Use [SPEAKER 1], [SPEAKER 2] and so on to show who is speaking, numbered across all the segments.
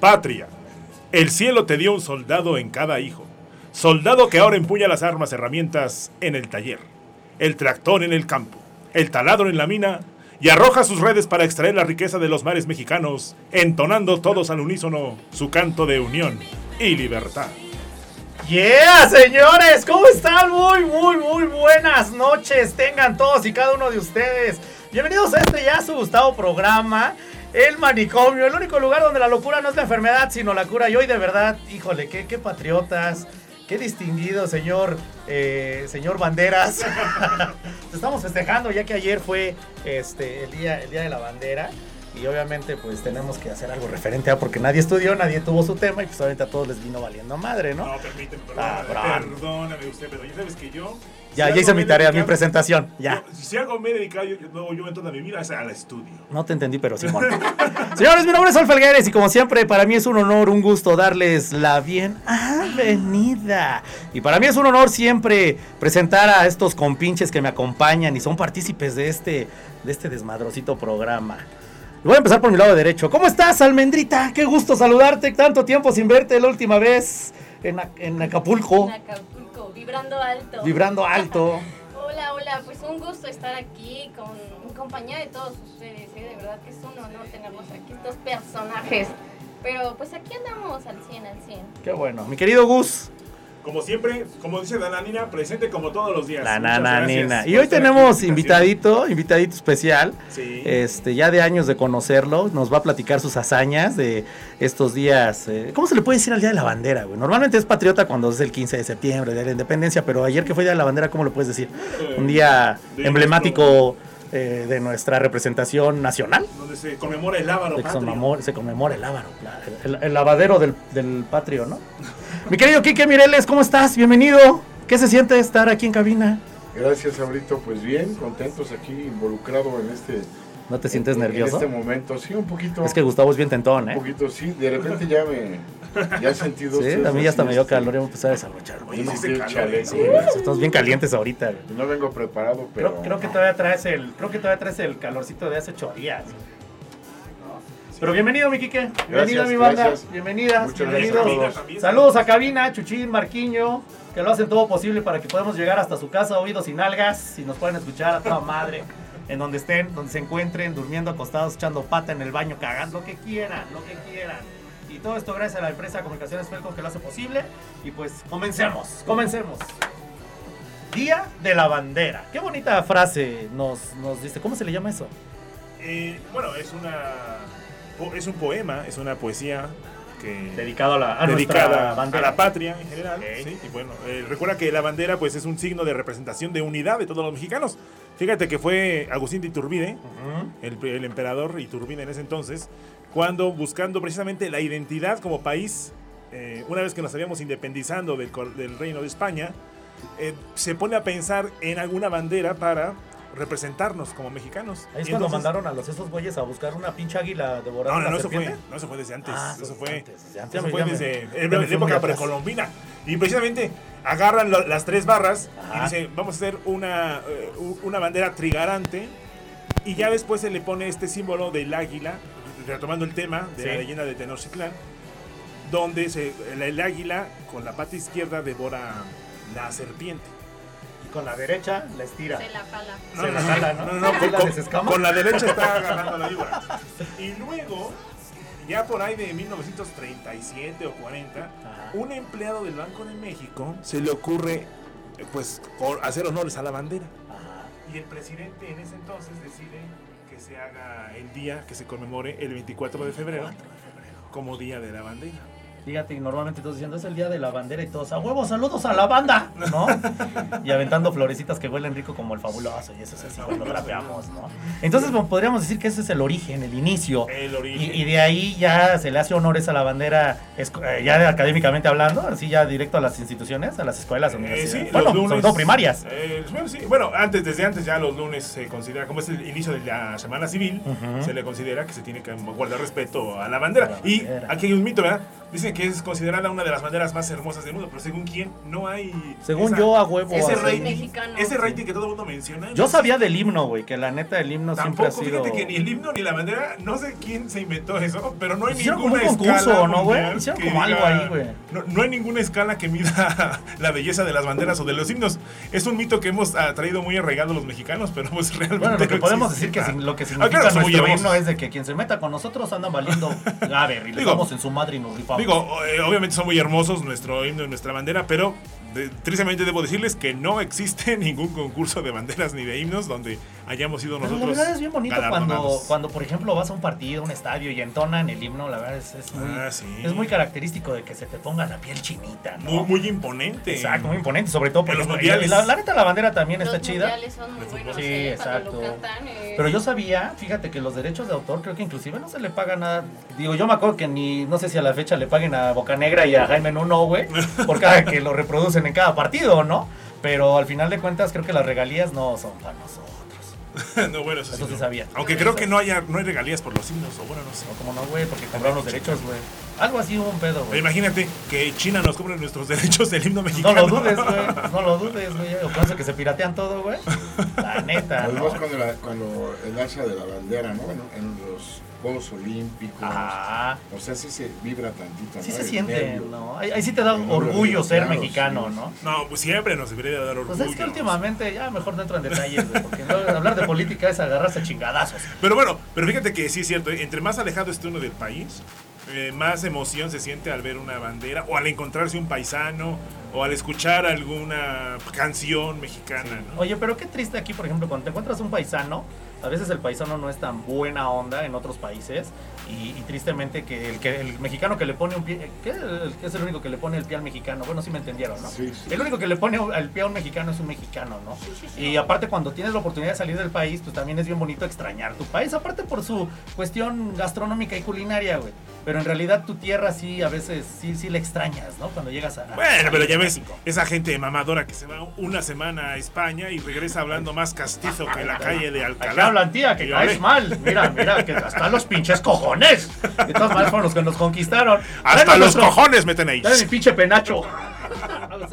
[SPEAKER 1] Patria, el cielo te dio un soldado en cada hijo. Soldado que ahora empuña las armas, herramientas en el taller, el tractor en el campo, el taladro en la mina y arroja sus redes para extraer la riqueza de los mares mexicanos, entonando todos al unísono su canto de unión y libertad.
[SPEAKER 2] Yeah, señores, ¿cómo están? Muy, muy, muy buenas noches. Tengan todos y cada uno de ustedes. Bienvenidos a este ya su gustado programa, El Manicomio, el único lugar donde la locura no es la enfermedad, sino la cura. Y hoy de verdad, híjole, qué, qué patriotas, qué distinguido, señor, eh, señor Banderas. Estamos festejando ya que ayer fue este, el, día, el Día de la Bandera. Y obviamente pues tenemos que hacer algo referente a porque nadie estudió, nadie tuvo su tema y pues obviamente a todos les vino valiendo madre, ¿no?
[SPEAKER 1] No, permíteme,
[SPEAKER 2] Ah,
[SPEAKER 1] perdóname,
[SPEAKER 2] bravo.
[SPEAKER 1] perdóname usted, pero ya sabes que yo.
[SPEAKER 2] Ya,
[SPEAKER 1] si
[SPEAKER 2] ya hice
[SPEAKER 1] algo me
[SPEAKER 2] mi
[SPEAKER 1] he
[SPEAKER 2] tarea, mi
[SPEAKER 1] dedicado-
[SPEAKER 2] presentación. Ya.
[SPEAKER 1] yo- si algo me he dedicado, yo, yo- no, yo entonces mi vida es al estudio.
[SPEAKER 2] No te entendí, pero Simón. Señores, mi nombre es Sol Felgueres y como siempre, para mí es un honor, un gusto darles la bienvenida. Y para mí es un honor siempre presentar a estos compinches que me acompañan y son partícipes de este, de este desmadrocito programa. Y voy a empezar por mi lado derecho. ¿Cómo estás, Almendrita? Qué gusto saludarte. Tanto tiempo sin verte la última vez en, A- en Acapulco,
[SPEAKER 3] En Acapulco, vibrando alto.
[SPEAKER 2] vibrando alto.
[SPEAKER 3] Hola, hola, pues un gusto estar aquí con en compañía de todos ustedes, ¿eh? de verdad que es un honor tenerlos aquí, estos personajes. Pero pues aquí andamos al 100, al 100.
[SPEAKER 2] Qué bueno. Mi querido Gus.
[SPEAKER 1] Como siempre, como dice la nanina, presente como todos los días.
[SPEAKER 2] La
[SPEAKER 1] Muchas
[SPEAKER 2] nana
[SPEAKER 1] gracias
[SPEAKER 2] nena. Y
[SPEAKER 1] por estar
[SPEAKER 2] hoy
[SPEAKER 1] aquí,
[SPEAKER 2] tenemos
[SPEAKER 1] invitación.
[SPEAKER 2] invitadito, invitadito especial.
[SPEAKER 1] Sí.
[SPEAKER 2] Este, ya de años de conocerlo, nos va a platicar sus hazañas de estos días. eh, ¿Cómo se le puede decir al Día de la Bandera, güey? Normalmente es patriota cuando es el 15 de septiembre, Día de la Independencia, pero ayer que fue Día de la Bandera, ¿cómo lo puedes decir?
[SPEAKER 1] Eh,
[SPEAKER 2] Un día
[SPEAKER 1] de
[SPEAKER 2] emblemático eh, de nuestra representación nacional.
[SPEAKER 1] Donde se conmemora el Ávaro
[SPEAKER 2] Se
[SPEAKER 1] patrio.
[SPEAKER 2] conmemora, se conmemora el ávaro, la- el, el lavadero del, del patrio, ¿no? Mi querido Quique Mireles, ¿cómo estás? Bienvenido. ¿Qué se siente estar aquí en cabina?
[SPEAKER 4] Gracias, Abrito. Pues bien, contentos aquí, involucrado en este.
[SPEAKER 2] ¿No te sientes
[SPEAKER 4] en-
[SPEAKER 2] nervioso?
[SPEAKER 4] En este momento, sí, un poquito.
[SPEAKER 2] Es que Gustavo es bien tentón,
[SPEAKER 4] Un
[SPEAKER 2] ¿eh?
[SPEAKER 4] poquito, sí. De repente ya me. Ya he sentido.
[SPEAKER 2] Sí,
[SPEAKER 4] ustedes
[SPEAKER 2] a mí ya hasta
[SPEAKER 4] así,
[SPEAKER 2] me dio
[SPEAKER 4] este,
[SPEAKER 2] calor y me empecé a desabrochar, güey.
[SPEAKER 4] sí,
[SPEAKER 2] No,
[SPEAKER 4] sí,
[SPEAKER 1] Hiciste calor,
[SPEAKER 4] chaleco.
[SPEAKER 1] sí.
[SPEAKER 4] güey.
[SPEAKER 2] Estamos bien calientes ahorita, güey.
[SPEAKER 4] No vengo preparado, pero.
[SPEAKER 2] Creo, creo que todavía traes el, creo que todavía traes el calorcito de hace ocho días. Pero bienvenido, mi Quique. Bienvenido,
[SPEAKER 4] Gracias,
[SPEAKER 2] mi banda.
[SPEAKER 4] gracias.
[SPEAKER 2] Bienvenidas,
[SPEAKER 4] Muchas gracias a
[SPEAKER 2] bienvenidos.
[SPEAKER 4] todos.
[SPEAKER 2] Saludos a Cabina, Chuchín, Marquiño, que lo hacen todo posible para que podamos llegar hasta su casa, oídos sin algas, si nos pueden escuchar a toda madre, en donde estén, donde se encuentren, durmiendo acostados, echando pata en el baño, cagando, lo que quieran, lo que quieran. Y todo esto gracias a la empresa Comunicaciones Felco que lo hace posible. Y pues comencemos, comencemos. Día de la bandera. Qué bonita frase nos, nos dice. ¿Cómo se le llama eso?
[SPEAKER 1] Eh, bueno, es una po- es un poema, es una poesía que
[SPEAKER 2] Dedicado a la a
[SPEAKER 1] dedicada
[SPEAKER 2] nuestra
[SPEAKER 1] a
[SPEAKER 2] bandera.
[SPEAKER 1] la patria en general.
[SPEAKER 2] Ok.
[SPEAKER 1] sí, y bueno, eh, recuerda que la bandera pues es un signo de representación de unidad de todos los mexicanos. Fíjate que fue Agustín de Iturbide,
[SPEAKER 2] Ujú.
[SPEAKER 1] el, pri- el emperador Iturbide en ese entonces, cuando buscando precisamente la identidad como país, eh, una vez que nos habíamos independizando del, cor- del reino de España, eh, se pone a pensar en alguna bandera para representarnos como mexicanos.
[SPEAKER 2] Ahí es
[SPEAKER 1] Y
[SPEAKER 2] cuando
[SPEAKER 1] entonces-
[SPEAKER 2] mandaron a los esos güeyes a buscar una pinche águila devorada.
[SPEAKER 1] No, no,
[SPEAKER 2] una
[SPEAKER 1] no, eso fue,
[SPEAKER 2] serpiente.
[SPEAKER 1] no, eso fue desde antes.
[SPEAKER 2] Ah,
[SPEAKER 1] eso
[SPEAKER 2] desde
[SPEAKER 1] fue,
[SPEAKER 2] antes, ya,
[SPEAKER 1] eso
[SPEAKER 2] ya me-
[SPEAKER 1] fue
[SPEAKER 2] ya me-
[SPEAKER 1] desde
[SPEAKER 2] ya me
[SPEAKER 1] en la
[SPEAKER 2] fui muy
[SPEAKER 1] época
[SPEAKER 2] atrás.
[SPEAKER 1] precolombina. Y precisamente agarran lo- las tres barras
[SPEAKER 2] Ajá.
[SPEAKER 1] y dicen, vamos a hacer una, eh, u- una bandera trigarante. Y ya después se le pone este símbolo del águila, retomando el tema de la
[SPEAKER 2] Sí.
[SPEAKER 1] leyenda de Tenochtitlán, donde se- el, el águila con la pata izquierda devora la serpiente.
[SPEAKER 2] Y con la derecha la estira.
[SPEAKER 3] Se la pala.
[SPEAKER 2] Se la jala, ¿no?
[SPEAKER 1] no,
[SPEAKER 2] ¿Sí
[SPEAKER 1] con,
[SPEAKER 2] la
[SPEAKER 1] con-
[SPEAKER 2] desescama?
[SPEAKER 1] con la derecha está agarrando la víbora. Y luego, ya por ahí de 1937 o 40,
[SPEAKER 2] Ajá.
[SPEAKER 1] un empleado del Banco de México se le ocurre eh, pues cor- hacer honores a la bandera.
[SPEAKER 2] Ajá.
[SPEAKER 1] Y el presidente en ese entonces decide que se haga el día que se conmemore el 24 de febrero como Día de la Bandera.
[SPEAKER 2] Fíjate, y normalmente todos diciendo, es el día de la bandera y todos, a huevo, saludos a la banda, ¿no? Y aventando florecitas que huelen rico como el fabuloso y eso es así cuando trapeamos, ¿no? Entonces pues, podríamos decir que ese es el origen, el inicio.
[SPEAKER 1] El origen.
[SPEAKER 2] Y, y de ahí ya se le hace honores a la bandera, esco- eh, ya de- académicamente hablando, así ya directo a las instituciones, a las escuelas,
[SPEAKER 1] Eh, sí, los
[SPEAKER 2] universidades. bueno,
[SPEAKER 1] lunes-
[SPEAKER 2] sobre todo primarias.
[SPEAKER 1] Eh, bueno, sí, bueno, antes, desde antes ya los lunes se considera, como es el inicio de la semana civil,
[SPEAKER 2] Ujú.
[SPEAKER 1] se le considera que se tiene que guardar respeto a la bandera.
[SPEAKER 2] A la
[SPEAKER 1] y
[SPEAKER 2] bandera.
[SPEAKER 1] aquí hay un mito, ¿verdad? Dicen que es considerada una de las banderas más hermosas del mundo, pero según quién, no hay.
[SPEAKER 2] Según
[SPEAKER 1] esa-
[SPEAKER 2] yo, a huevo.
[SPEAKER 1] Ese
[SPEAKER 3] así.
[SPEAKER 1] rating,
[SPEAKER 3] Mexicano.
[SPEAKER 1] ese rating que todo el mundo menciona.
[SPEAKER 2] Yo
[SPEAKER 1] no
[SPEAKER 2] sabía del himno, güey, que la neta el himno siempre ha
[SPEAKER 1] Tampoco,
[SPEAKER 2] sido...
[SPEAKER 1] fíjate que ni el himno ni la bandera, no sé quién se inventó eso, pero no hay
[SPEAKER 2] Hicieron
[SPEAKER 1] ninguna
[SPEAKER 2] como un concurso,
[SPEAKER 1] escala
[SPEAKER 2] ¿no, güey?
[SPEAKER 1] mundial
[SPEAKER 2] Hicieron
[SPEAKER 1] que
[SPEAKER 2] como algo
[SPEAKER 1] diga-
[SPEAKER 2] ahí, güey.
[SPEAKER 1] No, no hay ninguna escala que mida la belleza de las banderas o de los himnos. Es un mito que hemos ah, traído muy arraigado los mexicanos, pero pues realmente.
[SPEAKER 2] Bueno, lo que
[SPEAKER 1] no
[SPEAKER 2] podemos
[SPEAKER 1] existe.
[SPEAKER 2] decir que
[SPEAKER 1] Ah.
[SPEAKER 2] sin- lo que
[SPEAKER 1] Ah,
[SPEAKER 2] significa
[SPEAKER 1] claro, somos
[SPEAKER 2] nuestro
[SPEAKER 1] llevamos.
[SPEAKER 2] himno es de que quien se meta con nosotros anda valiendo gaber y le
[SPEAKER 1] Digo-
[SPEAKER 2] damos en su madre y nos rifamos.
[SPEAKER 1] Digo, eh, obviamente son muy hermosos nuestro himno y nuestra bandera, pero de- tristemente debo decirles que no existe ningún concurso de banderas ni de himnos donde hayamos sido
[SPEAKER 2] Pero
[SPEAKER 1] nosotros.
[SPEAKER 2] la verdad es bien bonito cuando,
[SPEAKER 1] galardonados.
[SPEAKER 2] cuando, por ejemplo, vas a un partido, un estadio y entonan el himno, la verdad es, es muy,
[SPEAKER 1] Ah, sí.
[SPEAKER 2] es muy característico de que se te ponga la piel chinita, ¿no?
[SPEAKER 1] Muy, muy imponente.
[SPEAKER 2] Exacto, muy imponente, sobre todo
[SPEAKER 1] En
[SPEAKER 2] porque
[SPEAKER 1] los mundiales.
[SPEAKER 2] La, la neta, la bandera también
[SPEAKER 3] Los
[SPEAKER 2] está chida.
[SPEAKER 3] mundiales son muy buenos,
[SPEAKER 2] Sí,
[SPEAKER 3] ¿eh? Cuando lo
[SPEAKER 2] exacto.
[SPEAKER 3] cantan, eh,
[SPEAKER 2] Pero yo sabía, fíjate que los derechos de autor creo que inclusive no se le paga nada. Digo, yo me acuerdo que ni, no sé si a la fecha le paguen a Bocanegra y a Jaime Nuno, güey, por cada que lo reproducen en cada partido, ¿no? Pero al final de cuentas creo que las regalías no son para nosotros.
[SPEAKER 1] no, bueno, eso,
[SPEAKER 2] Eso sí
[SPEAKER 1] no.
[SPEAKER 2] sabía.
[SPEAKER 1] Aunque creo que no, haya, no hay regalías por los himnos, o bueno, no sé.
[SPEAKER 2] No, como no, güey, porque cobraron los derechos, güey. Algo así hubo un pedo, güey.
[SPEAKER 1] Imagínate que China nos cobre nuestros derechos del himno
[SPEAKER 2] No
[SPEAKER 1] mexicano.
[SPEAKER 2] lo dudes, güey. No lo dudes, güey. O pienso que se piratean todo, güey. La neta, ¿no?
[SPEAKER 4] Además, cuando, la- cuando el alza de la bandera, ¿no? En, en los Juegos Olímpicos.
[SPEAKER 2] Ajá.
[SPEAKER 4] O sea, sí se vibra tantito.
[SPEAKER 2] Ah. Sí
[SPEAKER 4] ¿no?
[SPEAKER 2] se
[SPEAKER 4] El
[SPEAKER 2] siente,
[SPEAKER 4] nervio.
[SPEAKER 2] ¿no? Ahí, ahí sí te da
[SPEAKER 4] El
[SPEAKER 2] orgullo
[SPEAKER 4] orgullo,
[SPEAKER 2] ser
[SPEAKER 4] claro,
[SPEAKER 2] mexicano,
[SPEAKER 4] sí.
[SPEAKER 2] ¿no?
[SPEAKER 1] No, pues siempre nos debería dar orgullo.
[SPEAKER 2] Pues es que últimamente ya mejor no entro en detalles, güey, porque no- hablar de política es agarrarse a chingadazos.
[SPEAKER 1] Pero bueno, pero fíjate que sí es cierto, ¿eh? entre más alejado esté uno del país, eh, más emoción se siente al ver una bandera o al encontrarse un paisano o al escuchar alguna canción mexicana, ¿no?
[SPEAKER 2] Oye, pero qué triste aquí, por ejemplo, cuando te encuentras un paisano, a veces el paisano no es tan buena onda en otros países y, y tristemente que el, que el mexicano que le pone un pie, eh, ¿qué? El que es el único que le pone el pie al mexicano? Bueno, sí me entendieron, ¿no?
[SPEAKER 4] Sí, sí.
[SPEAKER 2] El único que le pone al pie a un mexicano es un mexicano, ¿no? Y aparte cuando tienes la oportunidad de salir del país, pues también es bien bonito extrañar tu país, aparte por su cuestión gastronómica y culinaria, güey. Pero en realidad tu tierra sí, a veces sí, sí la extrañas, ¿no? Cuando llegas a...
[SPEAKER 1] Bueno, pero ya ves,
[SPEAKER 2] México.
[SPEAKER 1] esa gente mamadora que se va una semana a España y regresa hablando más castizo que la calle de
[SPEAKER 2] Ahí
[SPEAKER 1] Alcalá.
[SPEAKER 2] hablan, tía, que
[SPEAKER 1] Y
[SPEAKER 2] caes
[SPEAKER 1] ole.
[SPEAKER 2] mal. Mira, mira, que hasta los pinches cojones. De todas maneras fueron los que nos conquistaron.
[SPEAKER 1] Hasta
[SPEAKER 2] Dame
[SPEAKER 1] los
[SPEAKER 2] nuestro-
[SPEAKER 1] cojones me tenéis.
[SPEAKER 2] Dame mi pinche penacho.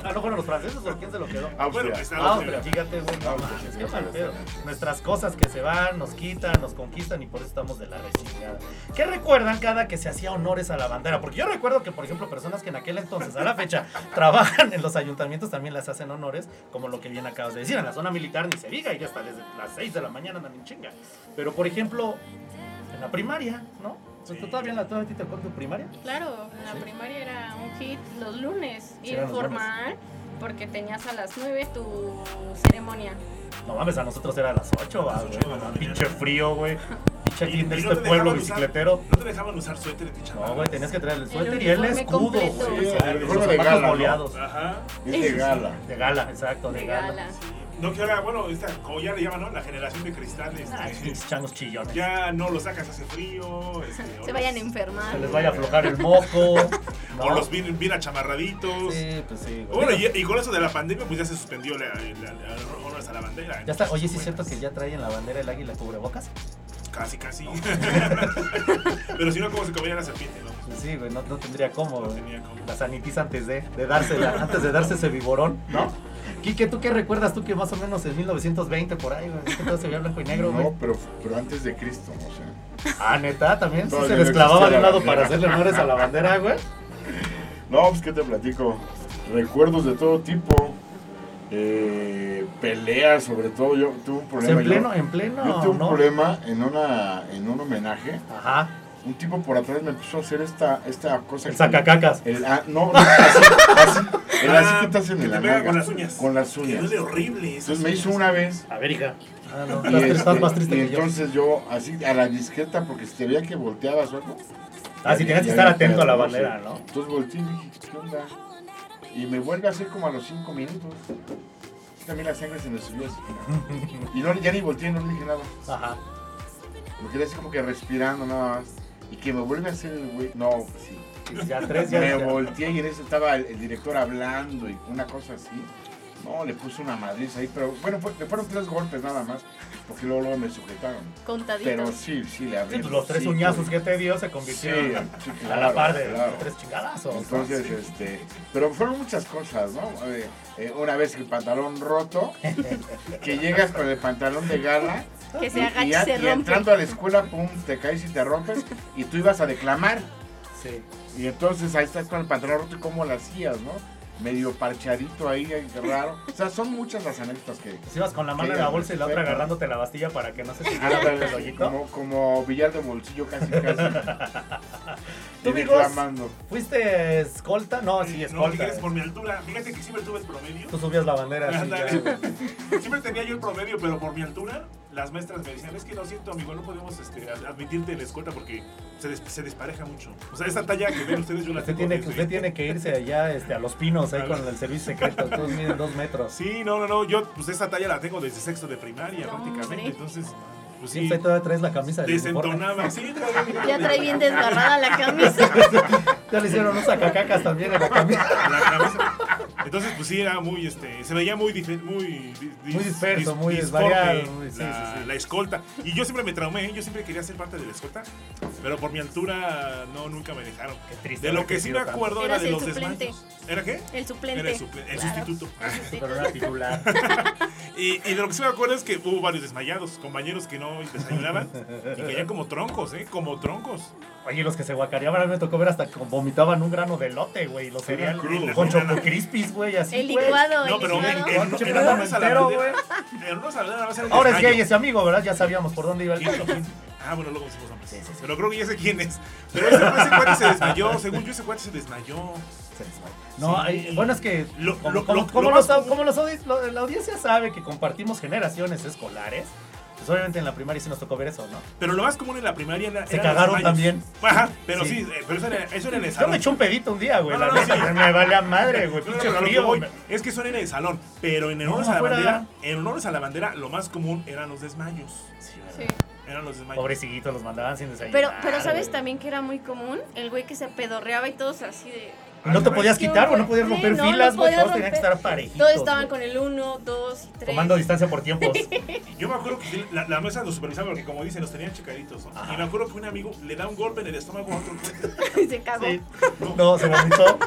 [SPEAKER 2] ¿A lo fueron los franceses o quién se lo quedó?
[SPEAKER 4] Austria.
[SPEAKER 1] Bueno, pues,
[SPEAKER 2] Ah,
[SPEAKER 1] Austria.
[SPEAKER 2] pero fíjate, güey, no
[SPEAKER 4] Austria,
[SPEAKER 2] manches,
[SPEAKER 4] sí,
[SPEAKER 2] qué
[SPEAKER 4] sí,
[SPEAKER 2] mal
[SPEAKER 4] sí,
[SPEAKER 2] pedo.
[SPEAKER 4] sí.
[SPEAKER 2] Nuestras cosas que se van, nos quitan, nos conquistan y por eso estamos de la rechingada. ¿Qué recuerdan cada que se hacía honores a la bandera? Porque yo recuerdo que, por ejemplo, personas que en aquel entonces, a la fecha, trabajan en los ayuntamientos también las hacen honores, como lo que bien acabas de decir. En la zona militar ni se diga, y ya hasta desde las 6 de la mañana andan en chinga. Pero, por ejemplo, en la primaria, ¿no? O sea, ¿Tú todavía en la todavía a ti te acuerdas de tu primaria?
[SPEAKER 3] Claro, en la primaria era un hit los lunes,
[SPEAKER 2] Sí,
[SPEAKER 3] ir
[SPEAKER 2] eran los
[SPEAKER 3] formal, porque tenías a las 9 tu ceremonia.
[SPEAKER 2] No mames, a nosotros era a las 8, va, güey.
[SPEAKER 1] de la mañana.
[SPEAKER 2] Pinche frío, güey. Pinche
[SPEAKER 1] Y- y no
[SPEAKER 2] aquí de este
[SPEAKER 1] te dejaban
[SPEAKER 2] pueblo
[SPEAKER 1] usar-
[SPEAKER 2] bicicletero.
[SPEAKER 1] No te dejaban usar suéter, picha.
[SPEAKER 2] No, güey, tenías que traer el
[SPEAKER 3] El
[SPEAKER 2] suéter y el
[SPEAKER 3] uniforme
[SPEAKER 2] escudo, güey.
[SPEAKER 3] completo.
[SPEAKER 4] Sí,
[SPEAKER 2] o sea,
[SPEAKER 4] el
[SPEAKER 2] los
[SPEAKER 4] uniforme
[SPEAKER 2] zapatos
[SPEAKER 4] de gala, ¿no?
[SPEAKER 2] boleados.
[SPEAKER 1] Ajá.
[SPEAKER 4] Es de gala.
[SPEAKER 2] De gala, exacto, de,
[SPEAKER 3] De
[SPEAKER 2] gala.
[SPEAKER 3] gala.
[SPEAKER 1] No, que ahora, bueno, esta, como ya le llaman, ¿no? La generación de cristales. este,
[SPEAKER 2] Ay, pinches changos chillones.
[SPEAKER 1] ya no lo sacas, hace frío. este, o
[SPEAKER 3] Se vayan a
[SPEAKER 1] los-
[SPEAKER 3] enfermar.
[SPEAKER 2] Se les vaya a aflojar el moco. ¿no?
[SPEAKER 1] O los bien, bien achamarraditos.
[SPEAKER 2] Sí, pues sí, güey.
[SPEAKER 1] Bueno, y, y con eso de la pandemia, pues ya se suspendió la, la, la- la- honores a la bandera.
[SPEAKER 2] Ya está. Oye, sí es cierto que ya traen la bandera el águila cubrebocas.
[SPEAKER 1] Casi, casi. Pero si no, como se comía la serpiente, ¿no?
[SPEAKER 2] Pues sí, güey, no, no tendría cómo,
[SPEAKER 1] No
[SPEAKER 2] güey.
[SPEAKER 1] tenía cómo.
[SPEAKER 2] La sanitiza antes de, de dársela, antes de darse ese viborón, ¿no? Quique, ¿tú qué recuerdas tú que más o menos en 1920 por ahí, güey? que todo se veía blanco y negro, güey.
[SPEAKER 4] No, pero, pero antes de Cristo, o sea.
[SPEAKER 2] Ah, neta, también sí
[SPEAKER 4] Todavía
[SPEAKER 2] se
[SPEAKER 4] no
[SPEAKER 2] les clavaba de
[SPEAKER 4] existía
[SPEAKER 2] un
[SPEAKER 4] la
[SPEAKER 2] lado para
[SPEAKER 4] bandera.
[SPEAKER 2] hacerle honores a la bandera, güey.
[SPEAKER 4] No, pues, ¿qué te platico? Recuerdos de todo tipo. eh, peleas, sobre todo. Yo tuve un
[SPEAKER 2] O
[SPEAKER 4] problema.
[SPEAKER 2] sea, en
[SPEAKER 4] yo-
[SPEAKER 2] pleno, en
[SPEAKER 4] Yo
[SPEAKER 2] pleno,
[SPEAKER 4] tuve un
[SPEAKER 2] ¿no?
[SPEAKER 4] problema en, una, en un homenaje.
[SPEAKER 2] Ajá.
[SPEAKER 4] Un tipo por atrás me empezó a hacer esta, esta cosa.
[SPEAKER 2] El
[SPEAKER 4] que-
[SPEAKER 2] sacacacas.
[SPEAKER 4] El, ah, no, no, así, así, el así
[SPEAKER 1] Ah,
[SPEAKER 4] que te hacen
[SPEAKER 1] que
[SPEAKER 4] en la
[SPEAKER 1] te pega
[SPEAKER 4] nalga.
[SPEAKER 1] con las uñas.
[SPEAKER 4] Con las
[SPEAKER 1] Que
[SPEAKER 4] uñas.
[SPEAKER 1] duele horrible. esas
[SPEAKER 4] Entonces me hizo
[SPEAKER 1] uñas.
[SPEAKER 4] una vez.
[SPEAKER 2] A ver, hija. Ah, no,
[SPEAKER 4] Y,
[SPEAKER 2] estás, estás
[SPEAKER 4] este,
[SPEAKER 2] más triste
[SPEAKER 4] y
[SPEAKER 2] que yo.
[SPEAKER 4] entonces yo, así a la discreta, porque si te veía que volteabas o algo,
[SPEAKER 2] Ah, sí, tienes que
[SPEAKER 4] Ya
[SPEAKER 2] estar
[SPEAKER 4] vi
[SPEAKER 2] atento a la
[SPEAKER 4] las doce.
[SPEAKER 2] bandera, ¿no?
[SPEAKER 4] Entonces volteé y dije, ¿qué onda? Y me vuelve a hacer como a los 5 minutos. Y A mí la sangre se me subió así. Y no, ya ni volteé, no le dije nada.
[SPEAKER 2] Ajá.
[SPEAKER 4] Me quedé así como que respirando nada más. Y que me vuelve a hacer el güey. No, pues sí.
[SPEAKER 2] Ya tres, ya.
[SPEAKER 4] Me
[SPEAKER 2] ya.
[SPEAKER 4] volteé y en eso estaba el, el director hablando y una cosa así. No, le puse una madriza ahí, pero bueno, fue- le fueron tres golpes nada más, porque luego, luego me sujetaron.
[SPEAKER 3] Contaditos.
[SPEAKER 4] Pero sí, sí, le abrí.
[SPEAKER 2] Sí, pues
[SPEAKER 4] el
[SPEAKER 2] los tres
[SPEAKER 4] hocico.
[SPEAKER 2] uñazos que te dio se
[SPEAKER 4] Sí,
[SPEAKER 2] convirtieron
[SPEAKER 4] sí,
[SPEAKER 2] a la
[SPEAKER 4] claro,
[SPEAKER 2] par de
[SPEAKER 4] claro.
[SPEAKER 2] tres chingadazos. ¿no?
[SPEAKER 4] Entonces,
[SPEAKER 2] Sí.
[SPEAKER 4] este, pero fueron muchas cosas, ¿no? Eh, eh, una vez el pantalón roto, que llegas con el pantalón de gala.
[SPEAKER 3] Que se
[SPEAKER 4] y- y
[SPEAKER 3] agache y
[SPEAKER 4] ya-
[SPEAKER 3] se
[SPEAKER 4] y entrando
[SPEAKER 3] rompe.
[SPEAKER 4] a la escuela, pum, te caes y te rompes, y tú ibas a declamar.
[SPEAKER 2] Sí.
[SPEAKER 4] Y entonces ahí estás con el pantalón roto y cómo lo hacías, ¿no? Medio parchadito ahí, ahí, raro. O sea, son muchas las anécdotas que...
[SPEAKER 2] Pues ibas con la mano en la bolsa y la otra agarrándote la bastilla para que no se te hiciera el
[SPEAKER 4] Ándale,
[SPEAKER 2] hoyito.
[SPEAKER 4] Ah, como, como billar de bolsillo casi, casi.
[SPEAKER 2] ¿Tú,
[SPEAKER 4] y
[SPEAKER 2] amigos?
[SPEAKER 4] reclamando.
[SPEAKER 2] ¿Fuiste escolta? No, sí,
[SPEAKER 1] No,
[SPEAKER 2] escolta.
[SPEAKER 1] fíjate, por mi altura. Fíjate que siempre tuve el promedio.
[SPEAKER 2] Tú subías la bandera así.
[SPEAKER 1] Ándale.
[SPEAKER 2] ya, güey.
[SPEAKER 1] Siempre tenía yo el promedio, pero por mi altura, las maestras me decían, es que lo siento, amigo, no podemos este, ad- admitirte en la escuela porque se, des- se despareja mucho. O sea, esa talla que ven ustedes yo la
[SPEAKER 2] Usted
[SPEAKER 1] tengo
[SPEAKER 2] tiene, que,
[SPEAKER 1] desde-
[SPEAKER 2] usted tiene que irse allá este, a los pinos, ahí con el servicio secreto. Todos miden dos metros.
[SPEAKER 1] Sí, no, no, no, yo pues esa talla la tengo desde sexto de primaria
[SPEAKER 3] No, hombre.
[SPEAKER 1] prácticamente, entonces, pues
[SPEAKER 2] Sí,
[SPEAKER 1] sí,
[SPEAKER 2] usted todavía traes la camisa del uniforme.
[SPEAKER 1] desentonaba. Sí, todavía me-
[SPEAKER 3] Ya trae bien desgarrada la camisa.
[SPEAKER 2] Ya le hicieron un sacacacas también en la camisa.
[SPEAKER 1] la cabeza. Entonces, pues sí, era muy, este, se veía muy, dife- muy, di- dis-
[SPEAKER 2] Muy disperso, muy
[SPEAKER 1] discorde
[SPEAKER 2] desvariado, muy- sí,
[SPEAKER 1] la,
[SPEAKER 2] sí, sí.
[SPEAKER 1] la escolta. Y yo siempre me traumé, ¿eh? yo siempre quería ser parte de la escolta, pero por mi altura, no, nunca me dejaron.
[SPEAKER 2] Qué triste
[SPEAKER 1] De lo
[SPEAKER 2] haber
[SPEAKER 1] que sí
[SPEAKER 2] crecido
[SPEAKER 1] me
[SPEAKER 2] tanto.
[SPEAKER 1] acuerdo era
[SPEAKER 3] Eras
[SPEAKER 1] de
[SPEAKER 3] el
[SPEAKER 1] los
[SPEAKER 3] suplente.
[SPEAKER 1] desmayos. ¿Era qué?
[SPEAKER 3] El suplente.
[SPEAKER 1] Era el suplente, el sustituto.
[SPEAKER 3] el sustituto.
[SPEAKER 2] Pero era titular.
[SPEAKER 1] Y, y de lo que sí me acuerdo es que hubo varios desmayados, compañeros que no desayunaban y caían como troncos, ¿eh? Como troncos.
[SPEAKER 2] Oye, los que se guacareaban, a mí me tocó ver hasta que vomitaban un grano de lote, güey. Los cereales
[SPEAKER 1] crudo.
[SPEAKER 2] con choco crispis, güey, así,
[SPEAKER 3] El
[SPEAKER 2] güey.
[SPEAKER 3] licuado,
[SPEAKER 1] No,
[SPEAKER 3] el
[SPEAKER 1] pero en, en,
[SPEAKER 3] licuado.
[SPEAKER 1] en,
[SPEAKER 2] Pinche
[SPEAKER 1] una mesa la
[SPEAKER 2] entero,
[SPEAKER 1] bandera- en una mesa la bandera va a ser el
[SPEAKER 2] Ahora es
[SPEAKER 1] desmayo.
[SPEAKER 2] gay ese amigo, ¿verdad? Ya sabíamos por dónde iba el
[SPEAKER 1] ¿Quién es?
[SPEAKER 2] pedo.
[SPEAKER 1] Ah, bueno, luego decimos nombres. Pero creo que ya sé quién es. Pero ese, ese cuate se desmayó. Según yo, ese cuate se desmayó.
[SPEAKER 2] No,
[SPEAKER 1] Sí.
[SPEAKER 2] ay, bueno, es que
[SPEAKER 1] Lo-
[SPEAKER 2] como,
[SPEAKER 1] lo-
[SPEAKER 2] como-
[SPEAKER 1] lo-
[SPEAKER 2] como
[SPEAKER 1] lo
[SPEAKER 2] los-
[SPEAKER 1] más-
[SPEAKER 2] como los audi- lo- la audiencia sabe que compartimos generaciones escolares, pues obviamente en la primaria sí nos tocó ver eso, ¿no?
[SPEAKER 1] Pero lo más común en la primaria era.
[SPEAKER 2] Se
[SPEAKER 1] eran los
[SPEAKER 2] cagaron
[SPEAKER 1] desmayos.
[SPEAKER 2] también.
[SPEAKER 1] Ajá, pero
[SPEAKER 2] Sí.
[SPEAKER 1] sí, eh, pero eso era, eso era en el
[SPEAKER 2] Yo
[SPEAKER 1] salón.
[SPEAKER 2] me eché un pedito un día, güey.
[SPEAKER 1] Ah, No, no,
[SPEAKER 2] la
[SPEAKER 1] no,
[SPEAKER 2] neta,
[SPEAKER 1] sí.
[SPEAKER 2] Me valía madre, güey.
[SPEAKER 1] No, no,
[SPEAKER 2] Pinche
[SPEAKER 1] pero a lo que
[SPEAKER 2] frío.
[SPEAKER 1] voy
[SPEAKER 2] me-
[SPEAKER 1] Es que eso era en el salón. Pero en honores
[SPEAKER 2] No,
[SPEAKER 1] a la
[SPEAKER 2] fuera.
[SPEAKER 1] bandera, en honores a la bandera, lo más común eran los desmayos.
[SPEAKER 3] Sí.
[SPEAKER 1] Eran los desmayos.
[SPEAKER 2] Pobrecitos, los mandaban sin desayunar.
[SPEAKER 3] Pero, pero ¿sabes
[SPEAKER 2] güey.
[SPEAKER 3] también que era muy común? El güey que se pedorreaba y todos así de...
[SPEAKER 2] No te podías
[SPEAKER 3] Qué
[SPEAKER 2] quitar, güey.
[SPEAKER 3] horror.
[SPEAKER 2] No podías
[SPEAKER 3] Sí,
[SPEAKER 2] romper
[SPEAKER 3] no, no
[SPEAKER 2] filas, güey.
[SPEAKER 3] podías
[SPEAKER 2] todos tenían que
[SPEAKER 3] romper.
[SPEAKER 2] estar parejitos.
[SPEAKER 3] Todos estaban
[SPEAKER 2] güey.
[SPEAKER 3] con el 1, 2 y 3.
[SPEAKER 2] Tomando distancia por tiempos.
[SPEAKER 1] Yo me acuerdo que la, la mesa nos supervisaba porque, como dicen, nos tenían checaditos. ¿no? Y me acuerdo que un amigo le da un golpe en el estómago a otro cuate.
[SPEAKER 3] y se cagó.
[SPEAKER 2] Sí. No, se vomitó.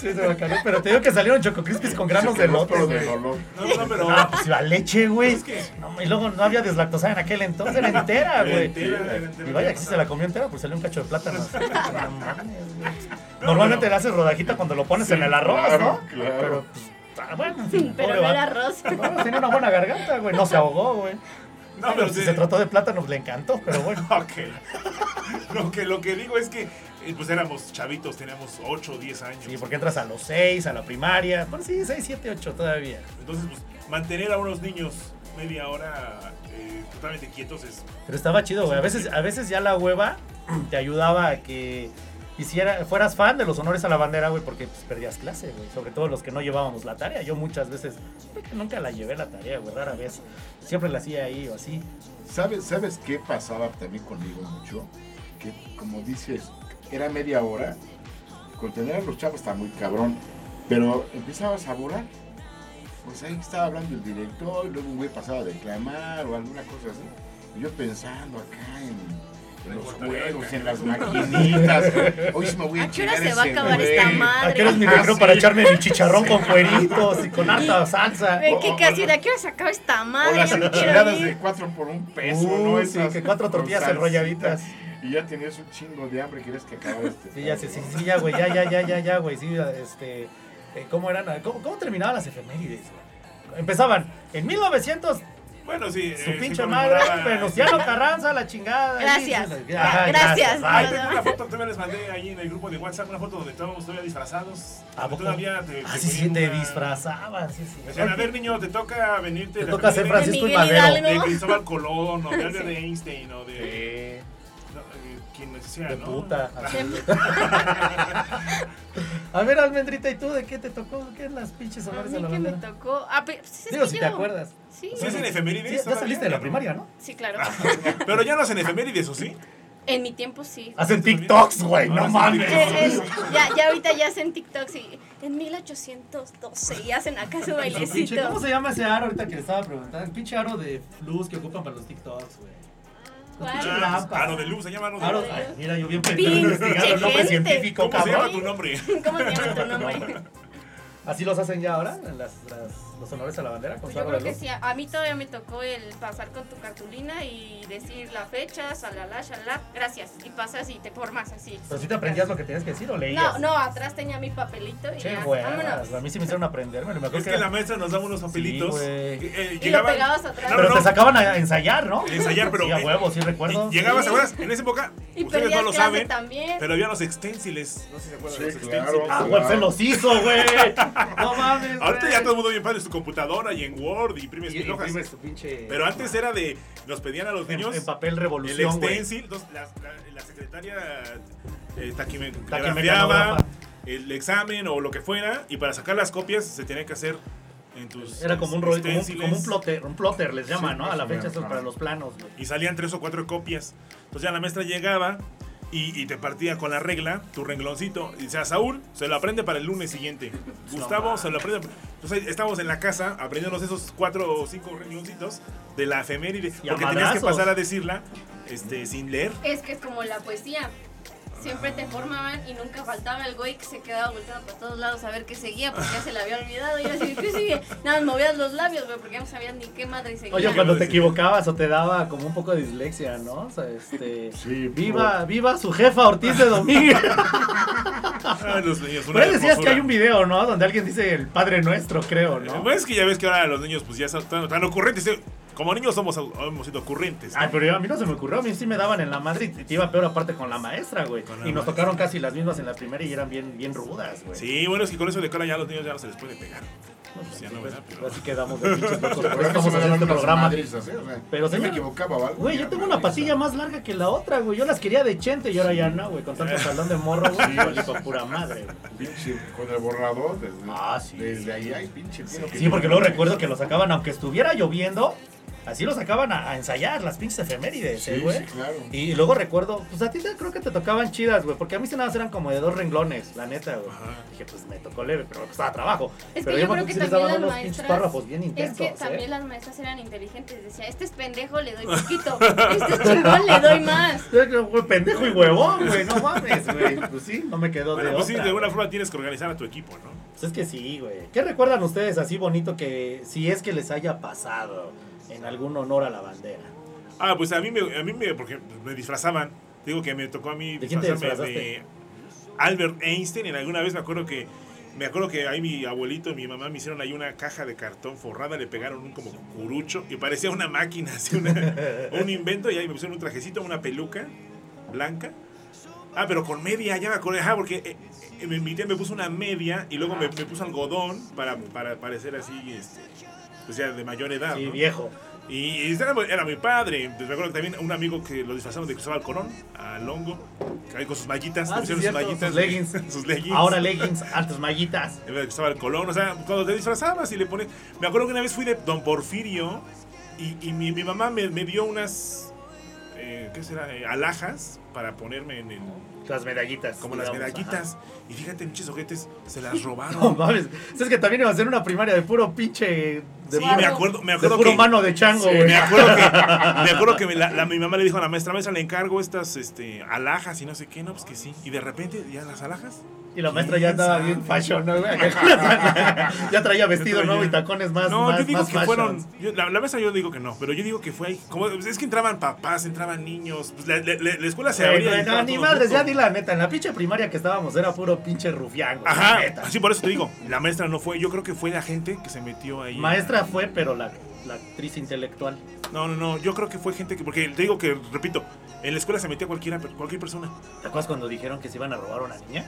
[SPEAKER 2] Sí, se vacanó. Pero te digo que salieron chococrispis con granos de lote,
[SPEAKER 4] Pero
[SPEAKER 2] güey.
[SPEAKER 4] de dolor.
[SPEAKER 1] No, no, no, pero.
[SPEAKER 2] Ah, pues la leche, güey.
[SPEAKER 1] Es que-
[SPEAKER 2] No, y luego no había deslactosada en aquel entonces, era entera,
[SPEAKER 1] Era
[SPEAKER 2] güey.
[SPEAKER 1] entera, era entera.
[SPEAKER 2] Y vaya que si se la comió entera, pues salió un cacho de plátano. No mames, güey.
[SPEAKER 1] No,
[SPEAKER 2] Normalmente
[SPEAKER 1] pero-
[SPEAKER 2] le haces rodajita cuando lo pones en el arroz,
[SPEAKER 4] claro,
[SPEAKER 2] ¿no?
[SPEAKER 4] claro.
[SPEAKER 2] Pero, pues, ah, bueno, en fin,
[SPEAKER 3] Pero
[SPEAKER 2] pobre
[SPEAKER 3] no era
[SPEAKER 2] vato.
[SPEAKER 3] arroz.
[SPEAKER 2] No, tenía una buena garganta, güey. No se ahogó, güey.
[SPEAKER 1] No, pero
[SPEAKER 2] si
[SPEAKER 1] sí.
[SPEAKER 2] se trató de plátanos, le encantó, pero bueno.
[SPEAKER 1] Ok. lo, que, lo que digo es que eh, pues éramos chavitos, teníamos 8 o 10 años.
[SPEAKER 2] Sí, porque entras a los 6, a la primaria. Bueno, sí, 6, 7, 8 todavía.
[SPEAKER 1] Entonces, pues, mantener a unos niños media hora eh, totalmente quietos es...
[SPEAKER 2] Pero estaba chido, güey. A veces, a veces ya la hueva te ayudaba a que hiciera, fueras fan de los honores a la bandera, güey, porque pues, perdías clase, güey. Sobre todo los que no llevábamos la tarea. Yo muchas veces creo que nunca la llevé la tarea, güey, rara vez. Siempre la hacía ahí o así.
[SPEAKER 4] ¿Sabes, ¿Sabes qué pasaba también conmigo mucho? Que, como dices, era media hora. Contener a los chavos está muy cabrón. Pero empezabas a volar. Pues ahí estaba hablando el director, luego un güey pasaba a declamar o alguna cosa así. Y yo pensando acá en, en los juegos, en las maquinitas. Hoy sí me voy a
[SPEAKER 3] ¿A qué hora
[SPEAKER 4] chingar
[SPEAKER 3] se va a
[SPEAKER 4] ese
[SPEAKER 3] acabar esta
[SPEAKER 4] güey.
[SPEAKER 3] madre?
[SPEAKER 2] ¿A qué hora es mi
[SPEAKER 4] Ah,
[SPEAKER 2] recreo
[SPEAKER 4] sí.
[SPEAKER 2] para echarme mi chicharrón con cueritos y con harta salsa?
[SPEAKER 3] Ve que casi de aquí hora se acaba esta
[SPEAKER 4] O
[SPEAKER 3] madre.
[SPEAKER 4] las
[SPEAKER 3] ya me quiero
[SPEAKER 4] enchiladas
[SPEAKER 3] ir.
[SPEAKER 4] de cuatro por un peso,
[SPEAKER 2] Uy,
[SPEAKER 4] ¿no?
[SPEAKER 2] sí,
[SPEAKER 4] Esas
[SPEAKER 2] que cuatro
[SPEAKER 4] con
[SPEAKER 2] tortillas
[SPEAKER 4] salsita.
[SPEAKER 2] enrolladitas.
[SPEAKER 4] Y ya tenías un chingo de hambre, querías que acabara este.
[SPEAKER 2] Sí, ya, sí,
[SPEAKER 4] pedo,
[SPEAKER 2] sí,
[SPEAKER 4] ¿no?
[SPEAKER 2] sí, ya, güey, ya, ya, ya, ya, ya, güey, sí, este, eh, ¿cómo eran? ¿Cómo, cómo terminaban las efemérides? güey? Empezaban, en 1900,
[SPEAKER 1] Bueno, sí. eh,
[SPEAKER 2] su
[SPEAKER 1] se
[SPEAKER 2] pinche madre,
[SPEAKER 1] conmemoraba-
[SPEAKER 2] Venustiano Carranza, la chingada.
[SPEAKER 3] Gracias.
[SPEAKER 2] Sí, sí,
[SPEAKER 3] Gracias.
[SPEAKER 1] Ahí
[SPEAKER 2] Ay,
[SPEAKER 1] tengo una foto, todavía les mandé ahí en el grupo de WhatsApp, una foto donde estábamos todavía disfrazados.
[SPEAKER 2] ¿A
[SPEAKER 1] donde
[SPEAKER 2] poco?
[SPEAKER 1] Todavía te,
[SPEAKER 2] Ah, sí, sí,
[SPEAKER 1] ponían
[SPEAKER 2] te
[SPEAKER 1] una-
[SPEAKER 2] disfrazaban, sí, sí.
[SPEAKER 1] Me Decían, a ver, niño, te toca venirte...
[SPEAKER 2] Te
[SPEAKER 1] la
[SPEAKER 2] toca ser
[SPEAKER 1] primera-
[SPEAKER 2] Francisco y
[SPEAKER 3] Miguel
[SPEAKER 2] Madero.
[SPEAKER 3] Hidalgo.
[SPEAKER 1] De Cristóbal Colón, o de Albert Einstein, o de... no, eh, quien sea,
[SPEAKER 2] De
[SPEAKER 1] ¿no?
[SPEAKER 2] puta.
[SPEAKER 1] Ajá.
[SPEAKER 2] A ver, Almendrita, ¿y tú de qué te tocó? ¿Qué es las pinches
[SPEAKER 3] A
[SPEAKER 2] honores de
[SPEAKER 3] mí
[SPEAKER 2] la
[SPEAKER 3] que me
[SPEAKER 2] bandera?
[SPEAKER 3] tocó. Ah, pe- pues es
[SPEAKER 2] Digo,
[SPEAKER 3] que
[SPEAKER 2] si
[SPEAKER 3] yo-
[SPEAKER 2] te acuerdas.
[SPEAKER 3] Sí,
[SPEAKER 1] Sí, es en efemérides.
[SPEAKER 2] Sí, ya
[SPEAKER 1] todavía, Ah,
[SPEAKER 2] saliste de la
[SPEAKER 1] ¿no?
[SPEAKER 2] primaria, ¿no?
[SPEAKER 3] sí, claro.
[SPEAKER 1] Pero ya no es en efemérides, ¿o sí?
[SPEAKER 3] En mi tiempo sí.
[SPEAKER 2] Hacen TikToks, güey, no
[SPEAKER 1] Ahora sí,
[SPEAKER 2] mames.
[SPEAKER 1] TikTok.
[SPEAKER 3] Eh, eh, ya, ya ahorita ya hacen TikToks y en 1812 y hacen acá su
[SPEAKER 2] Pinche, ¿Cómo
[SPEAKER 3] bailecito.
[SPEAKER 2] se llama ese aro ahorita que le estaba preguntando? El pinche aro de luz que ocupan para los TikToks, güey.
[SPEAKER 3] ¿Cuál?
[SPEAKER 1] Ah, pues,
[SPEAKER 2] lámpara.
[SPEAKER 1] Aro de luz, se llama Aro de
[SPEAKER 2] Aro,
[SPEAKER 1] luz.
[SPEAKER 2] ay, mira, yo bien pendejo
[SPEAKER 3] Pinche
[SPEAKER 2] investigando el nombre
[SPEAKER 3] gente.
[SPEAKER 2] científico,
[SPEAKER 1] ¿Cómo se llama tu
[SPEAKER 2] cabrón.
[SPEAKER 1] nombre?
[SPEAKER 3] ¿Cómo se llama tu
[SPEAKER 2] Pues
[SPEAKER 3] nombre?
[SPEAKER 2] Así los hacen ya ahora, en las, las- los honores a la bandera, con
[SPEAKER 3] Pues
[SPEAKER 2] su
[SPEAKER 3] yo
[SPEAKER 2] aro de
[SPEAKER 3] creo que
[SPEAKER 2] luz.
[SPEAKER 3] sí, a a mí todavía me tocó el pasar con tu cartulina y decir la fecha, salala, shalala, gracias. Y pasas y te formas así.
[SPEAKER 2] Pero si te aprendías lo que tenías que decir o leías.
[SPEAKER 3] No, no, atrás tenía mi papelito y
[SPEAKER 2] Che,
[SPEAKER 3] ya,
[SPEAKER 2] güey.
[SPEAKER 3] vámonos.
[SPEAKER 2] A mí sí me hicieron aprenderme. Me acuerdo
[SPEAKER 1] Es que la maestra nos daba unos papelitos.
[SPEAKER 2] güey.
[SPEAKER 1] eh,
[SPEAKER 3] Y
[SPEAKER 1] llegaban-
[SPEAKER 3] lo pegabas atrás.
[SPEAKER 1] No,
[SPEAKER 2] Pero
[SPEAKER 1] no,
[SPEAKER 2] te
[SPEAKER 1] no.
[SPEAKER 2] sacaban a ensayar, ¿no?
[SPEAKER 1] Ensayar, pero- eh,
[SPEAKER 2] Sí, a huevo, sí recuerdo.
[SPEAKER 1] Y Llegabas,
[SPEAKER 3] Sí.
[SPEAKER 1] ¿te acuerdas? En esa época, ustedes
[SPEAKER 3] Y
[SPEAKER 1] no
[SPEAKER 3] perdías
[SPEAKER 1] lo
[SPEAKER 3] clase
[SPEAKER 1] saben,
[SPEAKER 3] también.
[SPEAKER 1] pero había los extensiles. No sé si se acuerdan
[SPEAKER 4] Sí,
[SPEAKER 1] de los
[SPEAKER 4] claro.
[SPEAKER 1] extensiles.
[SPEAKER 2] Ah, güey, se los hizo, güey. No mames.
[SPEAKER 1] Ahorita
[SPEAKER 2] güey.
[SPEAKER 1] ya todo el mundo bien padre en su computadora y en Word y imprimes
[SPEAKER 2] Y-
[SPEAKER 1] mil
[SPEAKER 2] y
[SPEAKER 1] hojas.
[SPEAKER 2] imprimes tu pinche-
[SPEAKER 1] Pero antes era de, nos pedían a los
[SPEAKER 2] en,
[SPEAKER 1] niños
[SPEAKER 2] en papel
[SPEAKER 1] el
[SPEAKER 2] revolución, güey.
[SPEAKER 1] extensil, entonces, la, la- la secretaria eh, taquime-
[SPEAKER 2] Taquimecanografa.
[SPEAKER 1] grafiaba el examen o lo que fuera, y para sacar las copias se tenía que hacer en tus
[SPEAKER 2] Era como un rol, como, un-
[SPEAKER 1] extensiles.
[SPEAKER 2] como un plotter, un plotter les llaman, ¿no? A la
[SPEAKER 4] más o
[SPEAKER 2] fecha
[SPEAKER 4] menos,
[SPEAKER 2] eso es para
[SPEAKER 4] ajá.
[SPEAKER 2] los planos, güey.
[SPEAKER 1] y salían tres o cuatro copias. Entonces ya la maestra llegaba y, y te partía con la regla tu rengloncito. Y decía, Saúl se lo aprende para el lunes siguiente. Gustavo se lo aprende. Entonces ahí estábamos en la casa aprendiéndonos esos cuatro o cinco rengloncitos de la efeméride.
[SPEAKER 2] Y a
[SPEAKER 1] Porque tenías que
[SPEAKER 2] madrazos.
[SPEAKER 1] pasar a decirla este, sin leer.
[SPEAKER 3] Es que es como la poesía. Siempre te formaban y nunca faltaba el güey que se quedaba volteando para todos lados a ver qué seguía porque ya se le había olvidado. Y yo así, ¿qué sigue? Nada, más movías los labios, güey, porque ya no sabían ni qué madre seguía.
[SPEAKER 2] Oye, cuando te
[SPEAKER 1] decir.
[SPEAKER 2] equivocabas o te daba como un poco de dislexia, ¿no? O sea, este.
[SPEAKER 4] Sí,
[SPEAKER 2] viva, viva su jefa Ortiz de Domínguez.
[SPEAKER 1] Ah, los niños, una
[SPEAKER 2] Pero decías que
[SPEAKER 1] hermosura.
[SPEAKER 2] hay un video, ¿no? Donde alguien dice el Padre Nuestro, creo,
[SPEAKER 1] Eh,
[SPEAKER 2] ¿no?
[SPEAKER 1] pues es que ya ves que ahora los niños pues ya son tan, tan ocurrentes. eh. Como niños somos, hemos sido ocurrentes.
[SPEAKER 2] Ay, pero yo- a mí no se me ocurrió, a mí sí me daban en la madre y te te iba peor aparte con la maestra, güey.
[SPEAKER 1] Con
[SPEAKER 2] Y
[SPEAKER 1] la
[SPEAKER 2] nos
[SPEAKER 1] maestra.
[SPEAKER 2] tocaron casi las mismas en la primera y eran bien, bien rudas, güey.
[SPEAKER 1] Sí, bueno, es que con eso de cola ya los niños ya no se les puede pegar. Pues ya no, ¿verdad? Pero-
[SPEAKER 2] Así quedamos de pinches locos, por
[SPEAKER 4] Pero
[SPEAKER 2] eso
[SPEAKER 4] eso
[SPEAKER 2] estamos
[SPEAKER 4] me daban
[SPEAKER 2] haciendo este
[SPEAKER 4] unas
[SPEAKER 2] programa.
[SPEAKER 4] madrizas, ¿eh? O sea,
[SPEAKER 2] Pero,
[SPEAKER 4] yo me
[SPEAKER 2] señor-
[SPEAKER 4] equivocaba o algo.
[SPEAKER 2] Güey,
[SPEAKER 4] y
[SPEAKER 2] yo
[SPEAKER 4] ya
[SPEAKER 2] tengo
[SPEAKER 4] me
[SPEAKER 2] una
[SPEAKER 4] madriza.
[SPEAKER 2] patilla más larga que la otra, güey. Yo las quería de chente y ahora ya no, güey. Con tanto salón de morro, güey. yo digo, pura madre, güey.
[SPEAKER 4] Pinche, con el borrador. Desde,
[SPEAKER 2] Ah, sí.
[SPEAKER 4] Desde ahí hay pinche. Sí,
[SPEAKER 2] Sí, porque luego recuerdo que lo sacaban, aunque estuviera lloviendo, así lo sacaban a, a ensayar las pinches efemérides,
[SPEAKER 4] Sí,
[SPEAKER 2] eh, güey.
[SPEAKER 4] sí, claro.
[SPEAKER 2] Y luego recuerdo, pues a ti te- creo que te tocaban chidas, güey, porque a mí se nada más eran como de dos renglones, la neta, güey. Dije, pues me tocó leve, pero me costaba trabajo. pero
[SPEAKER 3] Es que yo
[SPEAKER 2] me
[SPEAKER 3] creo
[SPEAKER 2] acuerdo
[SPEAKER 3] que
[SPEAKER 2] sí les
[SPEAKER 3] también
[SPEAKER 2] daban
[SPEAKER 3] las
[SPEAKER 2] unos pinches
[SPEAKER 3] maestras.
[SPEAKER 2] párrafos bien
[SPEAKER 3] es
[SPEAKER 2] intensos,
[SPEAKER 3] que
[SPEAKER 2] ¿eh?
[SPEAKER 3] también las maestras eran inteligentes. Decía, este es pendejo, le doy poquito. Este es chingón, le doy más.
[SPEAKER 2] Yo creo, güey, pendejo y huevón, güey, no mames, güey. Pues sí, no me quedó
[SPEAKER 1] Bueno,
[SPEAKER 2] de
[SPEAKER 1] pues sí,
[SPEAKER 2] otra,
[SPEAKER 1] de alguna
[SPEAKER 2] güey.
[SPEAKER 1] forma tienes que organizar a tu equipo, ¿no?
[SPEAKER 2] Pues es que sí, güey. ¿Qué recuerdan ustedes así bonito que si es que les haya pasado en algún honor a la bandera?
[SPEAKER 1] Ah, pues a mí me, a mí me, porque me disfrazaban. Digo que me tocó a mí
[SPEAKER 2] ¿De quién te
[SPEAKER 1] disfrazarme de Albert Einstein. En alguna vez me acuerdo que me acuerdo que ahí mi abuelito y mi mamá me hicieron ahí una caja de cartón forrada, le pegaron un como curucho y parecía una máquina, así una- un invento y ahí me pusieron un trajecito, una peluca blanca. Ah, pero con media, ya me acordé. Ajá, porque eh, eh, mi- mi tía me puso una media y luego me, me puso algodón para, para parecer así, este, pues ya de mayor edad.
[SPEAKER 2] Sí,
[SPEAKER 1] ¿no?
[SPEAKER 2] viejo.
[SPEAKER 1] Y, y era, muy- era muy padre. Pues, Me acuerdo que también un amigo que lo disfrazaron de Cristóbal Colón, a Longo, que ahí con sus mallitas,
[SPEAKER 2] Ah,
[SPEAKER 1] le
[SPEAKER 2] sí,
[SPEAKER 1] pusieron
[SPEAKER 2] cierto,
[SPEAKER 1] sus mallitas,
[SPEAKER 2] sus leggings.
[SPEAKER 1] sus leggings.
[SPEAKER 2] Ahora leggings, altas mallitas.
[SPEAKER 1] Le Cristóbal Colón, o sea, cuando te disfrazabas y le pones. Me acuerdo que una vez fui de Don Porfirio y, y mi, mi mamá me, me dio unas. eh, ¿Qué será? Eh, alhajas para ponerme en el.
[SPEAKER 2] Las medallitas.
[SPEAKER 1] Como las
[SPEAKER 2] digamos,
[SPEAKER 1] medallitas. Y fíjate, muchos ojetes se las
[SPEAKER 2] ajá. No
[SPEAKER 1] robaron.
[SPEAKER 2] mames. Es que también iba a ser una primaria de puro pinche. De
[SPEAKER 1] Sí,
[SPEAKER 2] puro-
[SPEAKER 1] me acuerdo, me
[SPEAKER 2] de
[SPEAKER 1] acuerdo
[SPEAKER 2] puro
[SPEAKER 1] que.
[SPEAKER 2] mano de chango, güey.
[SPEAKER 1] Me acuerdo que, me acuerdo que me la- la- mi mamá le dijo a la maestra, maestra, le encargo estas este, alhajas y no sé qué, no, pues que sí. Y de repente, ya las alhajas.
[SPEAKER 2] Y la maestra ya andaba
[SPEAKER 1] ¿Quién
[SPEAKER 2] bien
[SPEAKER 1] sabe?
[SPEAKER 2] fashion, ¿no, güey? ya traía vestido
[SPEAKER 1] Yo traía-
[SPEAKER 2] nuevo y tacones más.
[SPEAKER 1] No,
[SPEAKER 2] más,
[SPEAKER 1] yo digo
[SPEAKER 2] más
[SPEAKER 1] que
[SPEAKER 2] fashion.
[SPEAKER 1] fueron. yo- la, la maestra yo digo que no, pero yo digo que fue ahí. Como, pues, es que entraban papás, entraban niños. pues, la, la- la- la escuela se
[SPEAKER 2] Güey,
[SPEAKER 1] abría. y
[SPEAKER 2] no,
[SPEAKER 1] entraba
[SPEAKER 2] ni
[SPEAKER 1] todo
[SPEAKER 2] madres,
[SPEAKER 1] el
[SPEAKER 2] ya
[SPEAKER 1] mundo.
[SPEAKER 2] di la neta. En la pinche primaria que estábamos era puro pinche rufián, güey. la
[SPEAKER 1] Ajá,
[SPEAKER 2] neta.
[SPEAKER 1] así por eso te digo, la maestra no fue, yo creo que fue la gente que se metió ahí.
[SPEAKER 2] Maestra fue, pero la, la actriz intelectual.
[SPEAKER 1] No, no, no, yo creo que fue gente que, porque te digo que, repito, En la escuela se metía cualquiera, per- cualquier persona.
[SPEAKER 2] ¿Te acuerdas cuando dijeron que se iban a robar a una niña?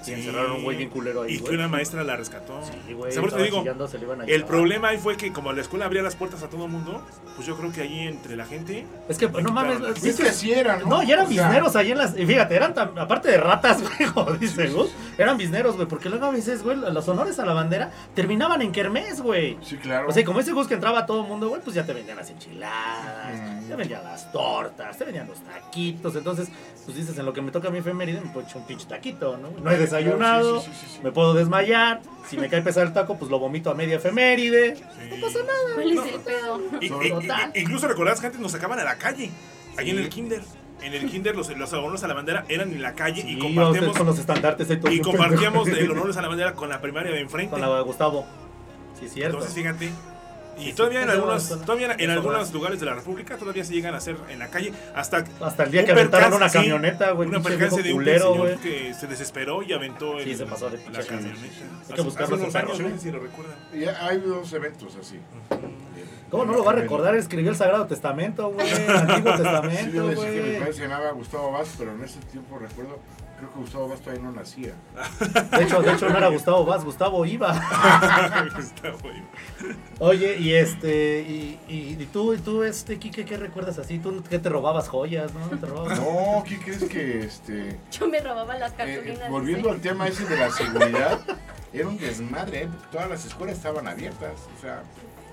[SPEAKER 1] Sí.
[SPEAKER 2] Y encerraron a un güey bien culero ahí,
[SPEAKER 1] Y que
[SPEAKER 2] güey.
[SPEAKER 1] una maestra la rescató.
[SPEAKER 2] Sí, güey,
[SPEAKER 1] O sea, por eso te
[SPEAKER 2] estaba
[SPEAKER 1] digo,
[SPEAKER 2] chillando, se lo iban a
[SPEAKER 1] el
[SPEAKER 2] llevar.
[SPEAKER 1] problema ahí fue que como la escuela abría las puertas a todo el mundo, pues yo creo que ahí entre la gente...
[SPEAKER 2] Es que,
[SPEAKER 1] le
[SPEAKER 2] no mames,
[SPEAKER 1] quitaron.
[SPEAKER 2] sí,
[SPEAKER 4] Es que así era, ¿no?
[SPEAKER 2] No, y eran
[SPEAKER 4] O sea,
[SPEAKER 2] bisneros ahí en las. y Fíjate, eran tam- aparte de ratas, güey, como dice Gus, eran bisneros, güey, porque luego a veces, güey, los honores a la bandera terminaban en kermés, güey.
[SPEAKER 4] Sí, claro.
[SPEAKER 2] O sea, y como ese Gus que entraba a todo el mundo, güey, pues ya te vendían las enchiladas,
[SPEAKER 4] Mm.
[SPEAKER 2] te vendían las tortas, te vendían los taquitos. Entonces, pues dices, en lo que me toca a mi efeméride, me puedo echar un pinche taquito, ¿no? No he desayunado,
[SPEAKER 4] Sí, sí, sí, sí, sí.
[SPEAKER 2] me puedo desmayar. Si me cae pesado el taco, pues lo vomito a media efeméride.
[SPEAKER 1] Sí.
[SPEAKER 3] ¿Cuál es el pedo?
[SPEAKER 1] Y-
[SPEAKER 4] Sobre
[SPEAKER 1] y-
[SPEAKER 2] total.
[SPEAKER 1] y- incluso recordás que antes nos sacaban a la calle, ahí en el kinder. En el kinder los, los honores a la bandera eran en la calle
[SPEAKER 2] Sí,
[SPEAKER 1] y
[SPEAKER 2] o sea, con
[SPEAKER 1] compartíamos,
[SPEAKER 2] los estandartes ahí todo
[SPEAKER 1] y
[SPEAKER 2] bien
[SPEAKER 1] compartíamos
[SPEAKER 2] pendejo.
[SPEAKER 1] el honores a la bandera con la primaria de enfrente.
[SPEAKER 2] Con la de Gustavo. Sí, es cierto.
[SPEAKER 1] Entonces fíjate. Y todavía en
[SPEAKER 2] Sí,
[SPEAKER 1] algunos,
[SPEAKER 2] sí, sí.
[SPEAKER 1] todavía en
[SPEAKER 2] Eso
[SPEAKER 1] algunos
[SPEAKER 2] va.
[SPEAKER 1] lugares de la República todavía se llegan a hacer en la calle hasta
[SPEAKER 2] Hasta el día
[SPEAKER 1] un
[SPEAKER 2] que aventaron
[SPEAKER 1] percance,
[SPEAKER 2] una
[SPEAKER 1] sí,
[SPEAKER 2] camioneta, güey.
[SPEAKER 1] Una
[SPEAKER 2] pinche
[SPEAKER 1] percance
[SPEAKER 2] viejo
[SPEAKER 1] de un
[SPEAKER 2] culero,
[SPEAKER 1] señor
[SPEAKER 2] güey.
[SPEAKER 1] que se desesperó y aventó
[SPEAKER 2] Sí,
[SPEAKER 1] el-
[SPEAKER 2] se pasó de
[SPEAKER 1] la
[SPEAKER 2] pinche
[SPEAKER 1] camioneta.
[SPEAKER 2] que
[SPEAKER 1] Hace-
[SPEAKER 2] buscarlo,
[SPEAKER 1] hace unos
[SPEAKER 2] ese perro.
[SPEAKER 1] años, no sé si lo recuerdan.
[SPEAKER 4] Y hay dos eventos así.
[SPEAKER 2] ¿Cómo no lo va a recordar? Escribió el Sagrado Testamento, güey. El Antiguo
[SPEAKER 4] Ah, Sí, yo
[SPEAKER 2] Testamento,
[SPEAKER 4] decía que mi
[SPEAKER 2] güey.
[SPEAKER 4] padre se llamaba Gustavo Vaz, pero en ese tiempo recuerdo, creo que Gustavo Vaz todavía no nacía.
[SPEAKER 2] De hecho, de hecho, no era Gustavo Vaz, Gustavo Iba.
[SPEAKER 1] Está bueno.
[SPEAKER 2] Oye, y este, y, y, y tú, y tú, este, Kike, ¿qué recuerdas así? ¿Tú qué te robabas joyas, no? ¿Te robabas?
[SPEAKER 4] No, ¿qué crees que este?
[SPEAKER 3] Yo me robaba las
[SPEAKER 4] Eh,
[SPEAKER 3] cartulinas. dice.
[SPEAKER 4] volviendo al tema ese de la seguridad, era un desmadre, ¿eh? todas las escuelas estaban abiertas, o sea,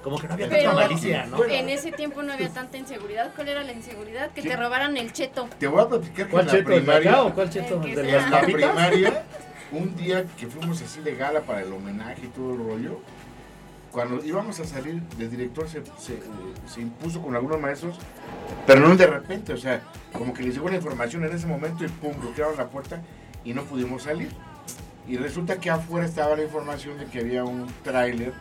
[SPEAKER 2] Como que no había
[SPEAKER 3] Pero-
[SPEAKER 2] tanta malicia, ¿no?
[SPEAKER 3] En ese tiempo no había tanta inseguridad. ¿Cuál era la inseguridad? Que te
[SPEAKER 4] ¿Qué?
[SPEAKER 3] robaran el cheto.
[SPEAKER 4] te voy a platicar que en
[SPEAKER 2] ¿Cuál
[SPEAKER 4] la
[SPEAKER 2] cheto? ¿El de acá
[SPEAKER 4] primaria,
[SPEAKER 2] o cuál cheto?
[SPEAKER 3] El que
[SPEAKER 2] ¿El de
[SPEAKER 3] sea.
[SPEAKER 2] las
[SPEAKER 4] en la
[SPEAKER 2] papitas?
[SPEAKER 4] primaria, un día que fuimos así de gala para el homenaje y todo el rollo, cuando íbamos a salir, el director se, se, eh, se impuso con algunos maestros, pero no de repente, o sea, como que les llegó la información en ese momento y pum, bloquearon la puerta y no pudimos salir. Y resulta que afuera estaba la información de que había un tráiler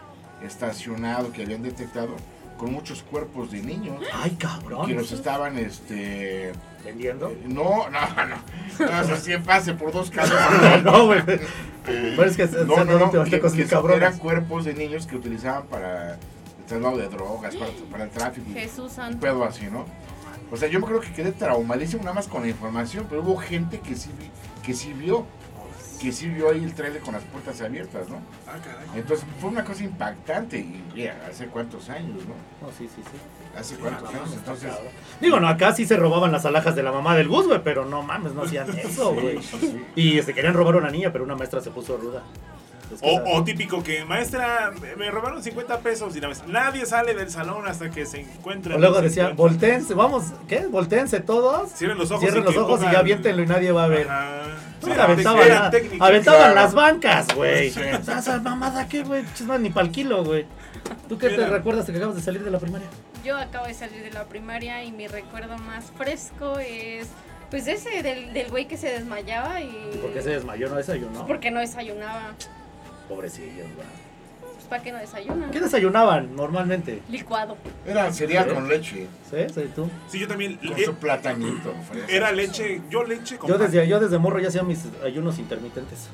[SPEAKER 4] estacionado que habían detectado con muchos cuerpos de niños
[SPEAKER 2] Ay,
[SPEAKER 4] que nos
[SPEAKER 2] cabrón.
[SPEAKER 4] estaban, este,
[SPEAKER 2] ¿Vendiendo?
[SPEAKER 4] no, no, no, no, eso sí en fase por dos cabezas.
[SPEAKER 2] No, güey. Pero es que se-
[SPEAKER 4] No,
[SPEAKER 2] se-
[SPEAKER 4] no, no.
[SPEAKER 2] te- te-
[SPEAKER 4] que-
[SPEAKER 2] cosas
[SPEAKER 4] que
[SPEAKER 2] cabronas.
[SPEAKER 4] eran cuerpos de niños que utilizaban para el traslado de drogas, para, para el tráfico.
[SPEAKER 3] Jesús
[SPEAKER 4] Un
[SPEAKER 3] santo.
[SPEAKER 4] pedo así, ¿no? O sea, yo me creo que quedé traumadísimo nada más con la información, pero hubo gente que sí, vi- que sí vio, que sí vio ahí el trailer con las puertas abiertas, ¿no?
[SPEAKER 1] Ah, caray.
[SPEAKER 4] Entonces fue una cosa impactante y mira, hace cuántos años, ¿no?
[SPEAKER 2] No, sí, sí, sí.
[SPEAKER 4] Hace cuántos años, entonces...
[SPEAKER 2] Digo, no, acá sí se robaban las alhajas de la mamá del Gus, güey, pero no mames, no hacían eso, güey.
[SPEAKER 4] sí, sí.
[SPEAKER 2] Y se querían robar a una niña, pero una maestra se puso ruda. Es que
[SPEAKER 1] O,
[SPEAKER 2] esa-
[SPEAKER 1] o típico que, maestra, me- me robaron 50 pesos y la maestra, nadie sale del salón hasta que se encuentre.
[SPEAKER 2] o luego decía, volteense, vamos, ¿qué? Volteense todos.
[SPEAKER 1] Cierren los ojos
[SPEAKER 2] Cierren
[SPEAKER 1] y
[SPEAKER 2] los
[SPEAKER 1] que
[SPEAKER 2] ojos y
[SPEAKER 1] pongan-
[SPEAKER 2] ya aviéntenlo y nadie va a ver.
[SPEAKER 1] Ajá. Sí,
[SPEAKER 2] No, le
[SPEAKER 1] era
[SPEAKER 2] aventaban,
[SPEAKER 1] técnica,
[SPEAKER 2] la-
[SPEAKER 1] técnica.
[SPEAKER 2] aventaban
[SPEAKER 4] claro.
[SPEAKER 2] las bancas, güey.
[SPEAKER 4] Sí.
[SPEAKER 2] O sea, Esa mamada, ¿qué, güey? Chis, no, Ni para el kilo, güey. ¿Tú qué te
[SPEAKER 1] Mira.
[SPEAKER 2] recuerdas de que acabas de salir de la primaria?
[SPEAKER 3] Yo acabo de salir de la primaria y mi recuerdo más fresco es. Pues ese del, del güey que se desmayaba y.
[SPEAKER 2] Porque se desmayó, no desayunó.
[SPEAKER 3] Porque no desayunaba.
[SPEAKER 2] Pobrecillos, güey.
[SPEAKER 3] Pues ¿para qué no desayunan?
[SPEAKER 2] ¿Qué desayunaban normalmente?
[SPEAKER 3] Licuado.
[SPEAKER 4] Era cereal con leche,
[SPEAKER 2] ¿Sí? ¿Sí? ¿Tú?
[SPEAKER 1] Sí, yo también.
[SPEAKER 4] con
[SPEAKER 1] eh,
[SPEAKER 4] su platanito. fresas.
[SPEAKER 1] Era leche, yo leche con
[SPEAKER 2] Yo
[SPEAKER 1] pan.
[SPEAKER 2] desde, yo desde morro ya hacía mis ayunos intermitentes.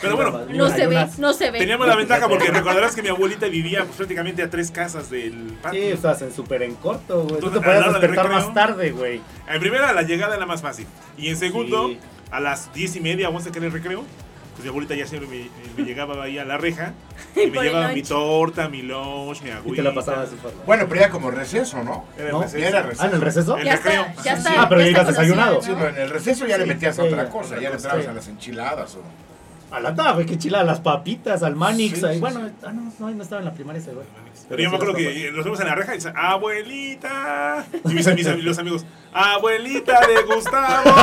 [SPEAKER 1] Pero bueno,
[SPEAKER 3] No se ve, no se ve.
[SPEAKER 1] teníamos la ventaja porque recordarás que mi abuelita vivía pues, prácticamente a tres casas del
[SPEAKER 2] Sí,
[SPEAKER 1] patio.
[SPEAKER 2] estás en súper en corto, güey. Tú
[SPEAKER 1] Entonces,
[SPEAKER 2] te
[SPEAKER 1] a
[SPEAKER 2] podías
[SPEAKER 1] la hora del
[SPEAKER 2] despertar
[SPEAKER 1] recreo-
[SPEAKER 2] más tarde, güey.
[SPEAKER 1] En primera, la llegada era más fácil. Y en segundo,
[SPEAKER 2] Sí.
[SPEAKER 1] a las diez y media, once que era el recreo, pues mi abuelita ya siempre me, me llegaba ahí a la reja y me
[SPEAKER 3] Por el
[SPEAKER 1] llevaba mi
[SPEAKER 3] lunch.
[SPEAKER 1] torta, mi lunch, mi
[SPEAKER 2] Y
[SPEAKER 1] agüita.
[SPEAKER 2] te la pasabas súper mal.
[SPEAKER 4] Bueno, pero era como receso, ¿no?
[SPEAKER 1] Era el
[SPEAKER 2] ¿No?
[SPEAKER 1] receso.
[SPEAKER 4] Ya era receso.
[SPEAKER 2] Ah, ¿en el receso?
[SPEAKER 1] El
[SPEAKER 3] Ya
[SPEAKER 1] recreo.
[SPEAKER 3] está, ya
[SPEAKER 1] Sí,
[SPEAKER 3] está.
[SPEAKER 1] sí.
[SPEAKER 2] Ah, pero ya
[SPEAKER 3] está
[SPEAKER 2] ibas
[SPEAKER 3] conocido,
[SPEAKER 2] desayunado.
[SPEAKER 3] ¿no?
[SPEAKER 4] Sí, no, en el receso ya le
[SPEAKER 2] Sí,
[SPEAKER 4] metías a
[SPEAKER 2] sí,
[SPEAKER 4] otra
[SPEAKER 2] ya,
[SPEAKER 4] cosa,
[SPEAKER 2] otra
[SPEAKER 4] ya le
[SPEAKER 2] cosa,
[SPEAKER 4] entrabas
[SPEAKER 2] sí.
[SPEAKER 4] a las enchiladas o...
[SPEAKER 2] A la tarde, güey, qué chila, las papitas, al Manix.
[SPEAKER 4] Sí,
[SPEAKER 2] ahí.
[SPEAKER 4] sí,
[SPEAKER 2] bueno, ah, no, no, ahí no estaba en la primaria ese, güey.
[SPEAKER 1] Pero yo
[SPEAKER 2] sí
[SPEAKER 1] me acuerdo
[SPEAKER 2] las
[SPEAKER 1] que nos vemos en la reja y dice, abuelita. Y mis, mis- los amigos, abuelita de Gustavo.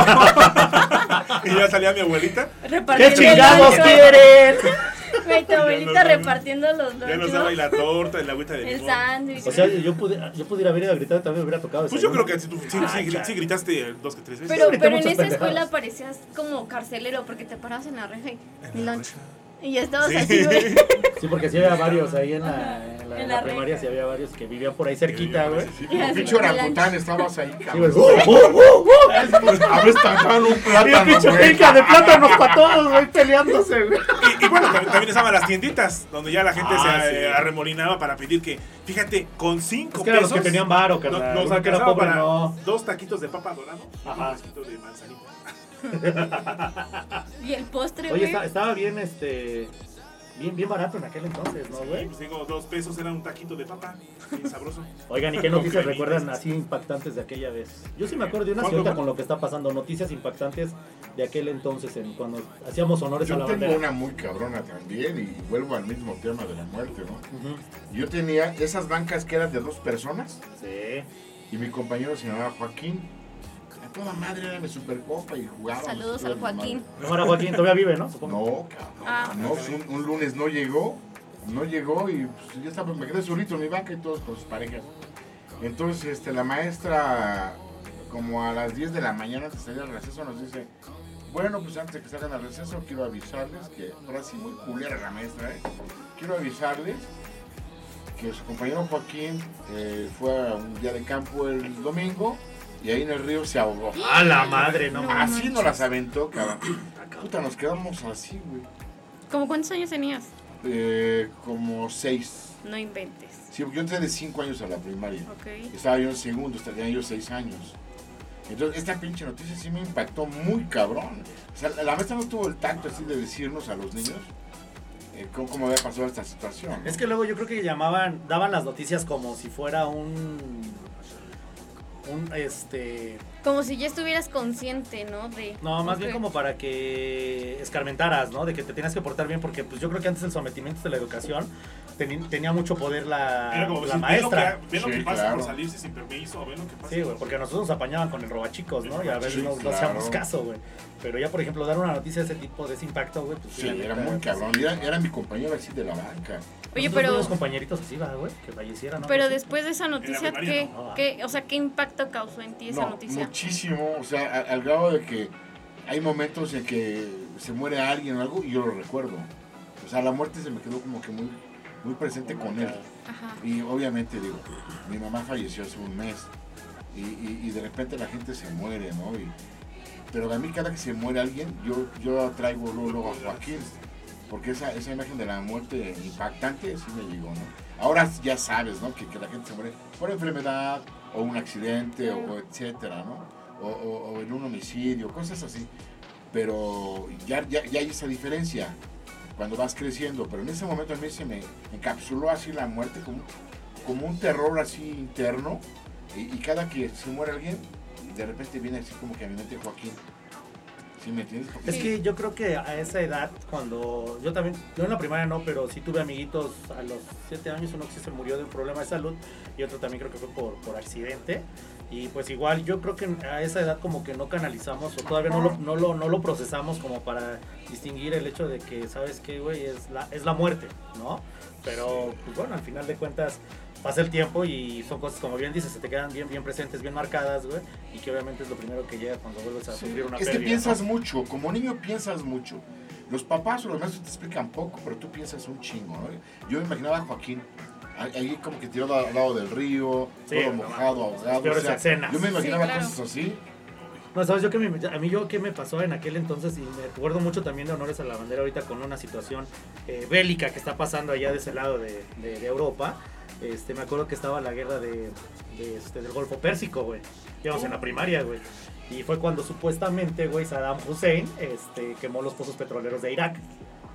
[SPEAKER 1] y ya salía mi abuelita.
[SPEAKER 2] papas.
[SPEAKER 3] Repartiendo
[SPEAKER 2] ¡Qué chingados
[SPEAKER 3] el loncho.
[SPEAKER 2] quieren!
[SPEAKER 3] Güey, tu abuelita
[SPEAKER 1] Ya nos-
[SPEAKER 3] repartiendo los
[SPEAKER 1] Ya nos daba y
[SPEAKER 3] lonchos.
[SPEAKER 1] la torta y la agüita de
[SPEAKER 3] El
[SPEAKER 1] limón.
[SPEAKER 3] sándwich.
[SPEAKER 2] O sea, yo, pude, yo pudiera haber ido a gritar, también me hubiera tocado.
[SPEAKER 1] Pues yo creo
[SPEAKER 2] desayuno.
[SPEAKER 1] que sí, tú- sí, sí,
[SPEAKER 2] Ay,
[SPEAKER 1] gri-
[SPEAKER 2] chale.
[SPEAKER 1] sí gritaste dos que tres veces.
[SPEAKER 3] Pero,
[SPEAKER 2] ahorita
[SPEAKER 3] pero en
[SPEAKER 2] muchas
[SPEAKER 3] esa
[SPEAKER 2] pendejadas.
[SPEAKER 3] escuela parecías como carcelero porque te parabas en la reja y mi loncho. Y ya estabas
[SPEAKER 1] Sí.
[SPEAKER 3] así, güey.
[SPEAKER 2] Sí, porque sí había varios ahí en la, en la,
[SPEAKER 3] En
[SPEAKER 2] en
[SPEAKER 3] la
[SPEAKER 2] la primaria,
[SPEAKER 3] reja.
[SPEAKER 2] sí había varios que vivían por ahí cerquita, güey. Sí,
[SPEAKER 3] Y así,
[SPEAKER 4] Pinche
[SPEAKER 3] mi
[SPEAKER 4] orangután,
[SPEAKER 3] loncho.
[SPEAKER 4] estabas ahí,
[SPEAKER 2] güey.
[SPEAKER 4] cabrón.
[SPEAKER 2] ¡Uh, uh, uh, uh!
[SPEAKER 4] Habrás tajado un
[SPEAKER 2] Y el
[SPEAKER 4] plátano,
[SPEAKER 2] pinche
[SPEAKER 4] güey.
[SPEAKER 2] penca de plátanos para todos, güey, peleándose, güey.
[SPEAKER 1] Y, y bueno, tam- también estaban las tienditas donde ya la gente
[SPEAKER 2] Ah,
[SPEAKER 1] se
[SPEAKER 2] sí.
[SPEAKER 1] eh, arremolinaba para pedir que, fíjate, con cinco
[SPEAKER 2] Es que eran los
[SPEAKER 1] pesos,
[SPEAKER 2] que tenían varo,
[SPEAKER 1] no-
[SPEAKER 2] carnal.
[SPEAKER 1] nos
[SPEAKER 2] o sea, que era
[SPEAKER 1] alcanzaba
[SPEAKER 2] pobre,
[SPEAKER 1] para
[SPEAKER 2] no.
[SPEAKER 1] dos taquitos de papa dorado y
[SPEAKER 2] Ajá.
[SPEAKER 1] un taquito de manzanita.
[SPEAKER 3] Y el postre,
[SPEAKER 2] Oye,
[SPEAKER 3] güey.
[SPEAKER 2] esta- estaba bien, este... Bien, bien barato en aquel entonces, ¿no,
[SPEAKER 1] Y
[SPEAKER 2] güey?
[SPEAKER 1] pues digo, dos pesos era un taquito de papa, bien sabroso.
[SPEAKER 2] Oigan, ¿y qué
[SPEAKER 1] Con
[SPEAKER 2] noticias
[SPEAKER 1] cremitas.
[SPEAKER 2] recuerdan así impactantes de aquella vez? Yo sí me acuerdo de una
[SPEAKER 1] ¿Cuál,
[SPEAKER 2] cierta
[SPEAKER 1] cuál?
[SPEAKER 2] con lo que está pasando, noticias impactantes de aquel entonces, en cuando hacíamos honores a la
[SPEAKER 4] Yo tengo
[SPEAKER 2] bandera.
[SPEAKER 4] una muy cabrona también y vuelvo al mismo tema de la muerte, ¿no?
[SPEAKER 2] Ujú.
[SPEAKER 4] Yo tenía esas bancas que eran de dos personas
[SPEAKER 2] Sí.
[SPEAKER 4] y mi compañero se llamaba Joaquín. A toda madre era mi supercopa y jugaba.
[SPEAKER 3] Saludos al Joaquín.
[SPEAKER 2] No, ahora Joaquín todavía vive, ¿no? Supongo.
[SPEAKER 4] No, cabrón.
[SPEAKER 3] Ah.
[SPEAKER 4] No, pues, un, un lunes no llegó, no llegó y pues, ya estaba, me quedé solito en mi banca y todos con sus parejas. Entonces, este, la maestra, como a las 10 de la mañana antes de salir al receso, nos dice, bueno, pues antes de que salgan al receso, quiero avisarles que, ahora sí, muy culera la maestra, ¿eh? Quiero avisarles que su compañero Joaquín eh, fue a un día de campo el domingo y ahí en el río se ahogó.
[SPEAKER 2] A la madre, no.
[SPEAKER 3] No.
[SPEAKER 4] Así nos las aventó, cabrón. Puta, nos quedamos así, güey.
[SPEAKER 3] ¿Cómo cuántos años tenías?
[SPEAKER 4] Eh, como seis.
[SPEAKER 3] No inventes.
[SPEAKER 4] Sí, porque yo entré de cinco años a la primaria.
[SPEAKER 3] Ok.
[SPEAKER 4] Estaba yo en segundo, tenía yo seis años. Entonces, esta pinche noticia sí me impactó muy cabrón. O sea, la la maestra no tuvo el tacto así de decirnos a los niños eh, cómo, cómo había pasado esta situación. ¿no?
[SPEAKER 2] Es que luego yo creo que llamaban, daban las noticias como si fuera un. Un este.
[SPEAKER 3] Como si ya estuvieras consciente, ¿no? De...
[SPEAKER 2] No, más
[SPEAKER 3] Ok.
[SPEAKER 2] bien como para que escarmentaras, ¿no? De que te tenías que portar bien, porque pues yo creo que antes el sometimiento de la educación teni- tenía mucho poder la,
[SPEAKER 1] Era como
[SPEAKER 2] la
[SPEAKER 1] decir, "Ve lo que-
[SPEAKER 2] maestra.
[SPEAKER 1] Ve lo que,
[SPEAKER 4] Sí,
[SPEAKER 1] pasa
[SPEAKER 4] claro.
[SPEAKER 1] por salirse sin permiso, ve lo que pasa.
[SPEAKER 2] Sí, güey, porque a nosotros nos apañaban con el robachicos, ¿no? Y a ver,
[SPEAKER 4] Sí,
[SPEAKER 2] no, no
[SPEAKER 4] claro.
[SPEAKER 2] hacíamos caso, güey. Pero ya, por ejemplo, dar una noticia de ese tipo, de ese impacto, güey, pues
[SPEAKER 4] Sí,
[SPEAKER 2] la neta,
[SPEAKER 4] era muy
[SPEAKER 2] pues,
[SPEAKER 4] cabrón. Era, era mi compañero así de la banca.
[SPEAKER 3] Oye,
[SPEAKER 2] nosotros
[SPEAKER 3] pero,
[SPEAKER 2] tuvimos compañeritos así, va, güey, que fallecieran. ¿no?
[SPEAKER 3] pero
[SPEAKER 2] No sé.
[SPEAKER 3] después de esa noticia,
[SPEAKER 1] primaria,
[SPEAKER 3] ¿qué,
[SPEAKER 2] no, va.
[SPEAKER 3] qué, o sea, ¿qué impacto causó en ti esa
[SPEAKER 4] No,
[SPEAKER 3] noticia?
[SPEAKER 4] muchísimo. O sea, a- al grado de que hay momentos en que se muere alguien o algo y yo lo recuerdo. O sea, la muerte se me quedó como que muy, muy presente con él.
[SPEAKER 3] Ajá.
[SPEAKER 4] Y obviamente, digo, mi mamá falleció hace un mes. Y, y- y de repente la gente se muere, ¿no? Y- pero a mí cada que se muere alguien, yo, yo traigo luego, luego a Joaquín. Porque esa, esa imagen de la muerte impactante sí me llegó, ¿no? Ahora ya sabes, ¿no? Que, que la gente se muere por enfermedad o un accidente o, o etcétera, ¿no? O, o- o en un homicidio, cosas así. Pero ya, ya, ya hay esa diferencia cuando vas creciendo. Pero en ese momento a mí se me encapsuló así la muerte como, como un terror así interno. Y, y cada que se muere alguien, de repente viene así como que a mi mente Joaquín. ¿Sí me entiendes? Porque
[SPEAKER 2] Es que yo creo que a esa edad, cuando yo también, yo en la primaria no, pero sí tuve amiguitos a los 7 años, uno que sí se murió de un problema de salud y otro también creo que fue por, por accidente. Y pues igual yo creo que a esa edad como que no canalizamos o todavía no lo, no lo, no lo procesamos como para distinguir el hecho de que, ¿sabes qué, güey? Es la, es la muerte, ¿no? Pero pues bueno, al final de cuentas pasa el tiempo y son cosas, como bien dices, se te quedan bien, bien presentes, bien marcadas, güey. Y que obviamente es lo primero que llega cuando vuelves a
[SPEAKER 4] Sí,
[SPEAKER 2] sufrir una
[SPEAKER 4] es que
[SPEAKER 2] pérdida,
[SPEAKER 4] piensas
[SPEAKER 2] ¿no?
[SPEAKER 4] mucho, como niño piensas mucho. Los papás o los maestros te explican poco, pero tú piensas un chingo, ¿no? Yo me imaginaba a Joaquín a- ahí como que tirado al lado del río,
[SPEAKER 2] Sí,
[SPEAKER 4] todo
[SPEAKER 2] no,
[SPEAKER 4] mojado, ahogado.
[SPEAKER 2] peores escenas.
[SPEAKER 4] yo me imaginaba
[SPEAKER 3] Sí, claro.
[SPEAKER 4] cosas así.
[SPEAKER 2] No, sabes, yo que me- a mí yo que me pasó en aquel entonces y me acuerdo mucho también de honores a la bandera ahorita con una situación eh, bélica que está pasando allá de ese lado de, de- de Europa. Este, me acuerdo que estaba la guerra de, de, este, del Golfo Pérsico, güey. Íbamos en la primaria, güey. Y fue cuando supuestamente, güey, Saddam Hussein este, quemó los pozos petroleros de Irak.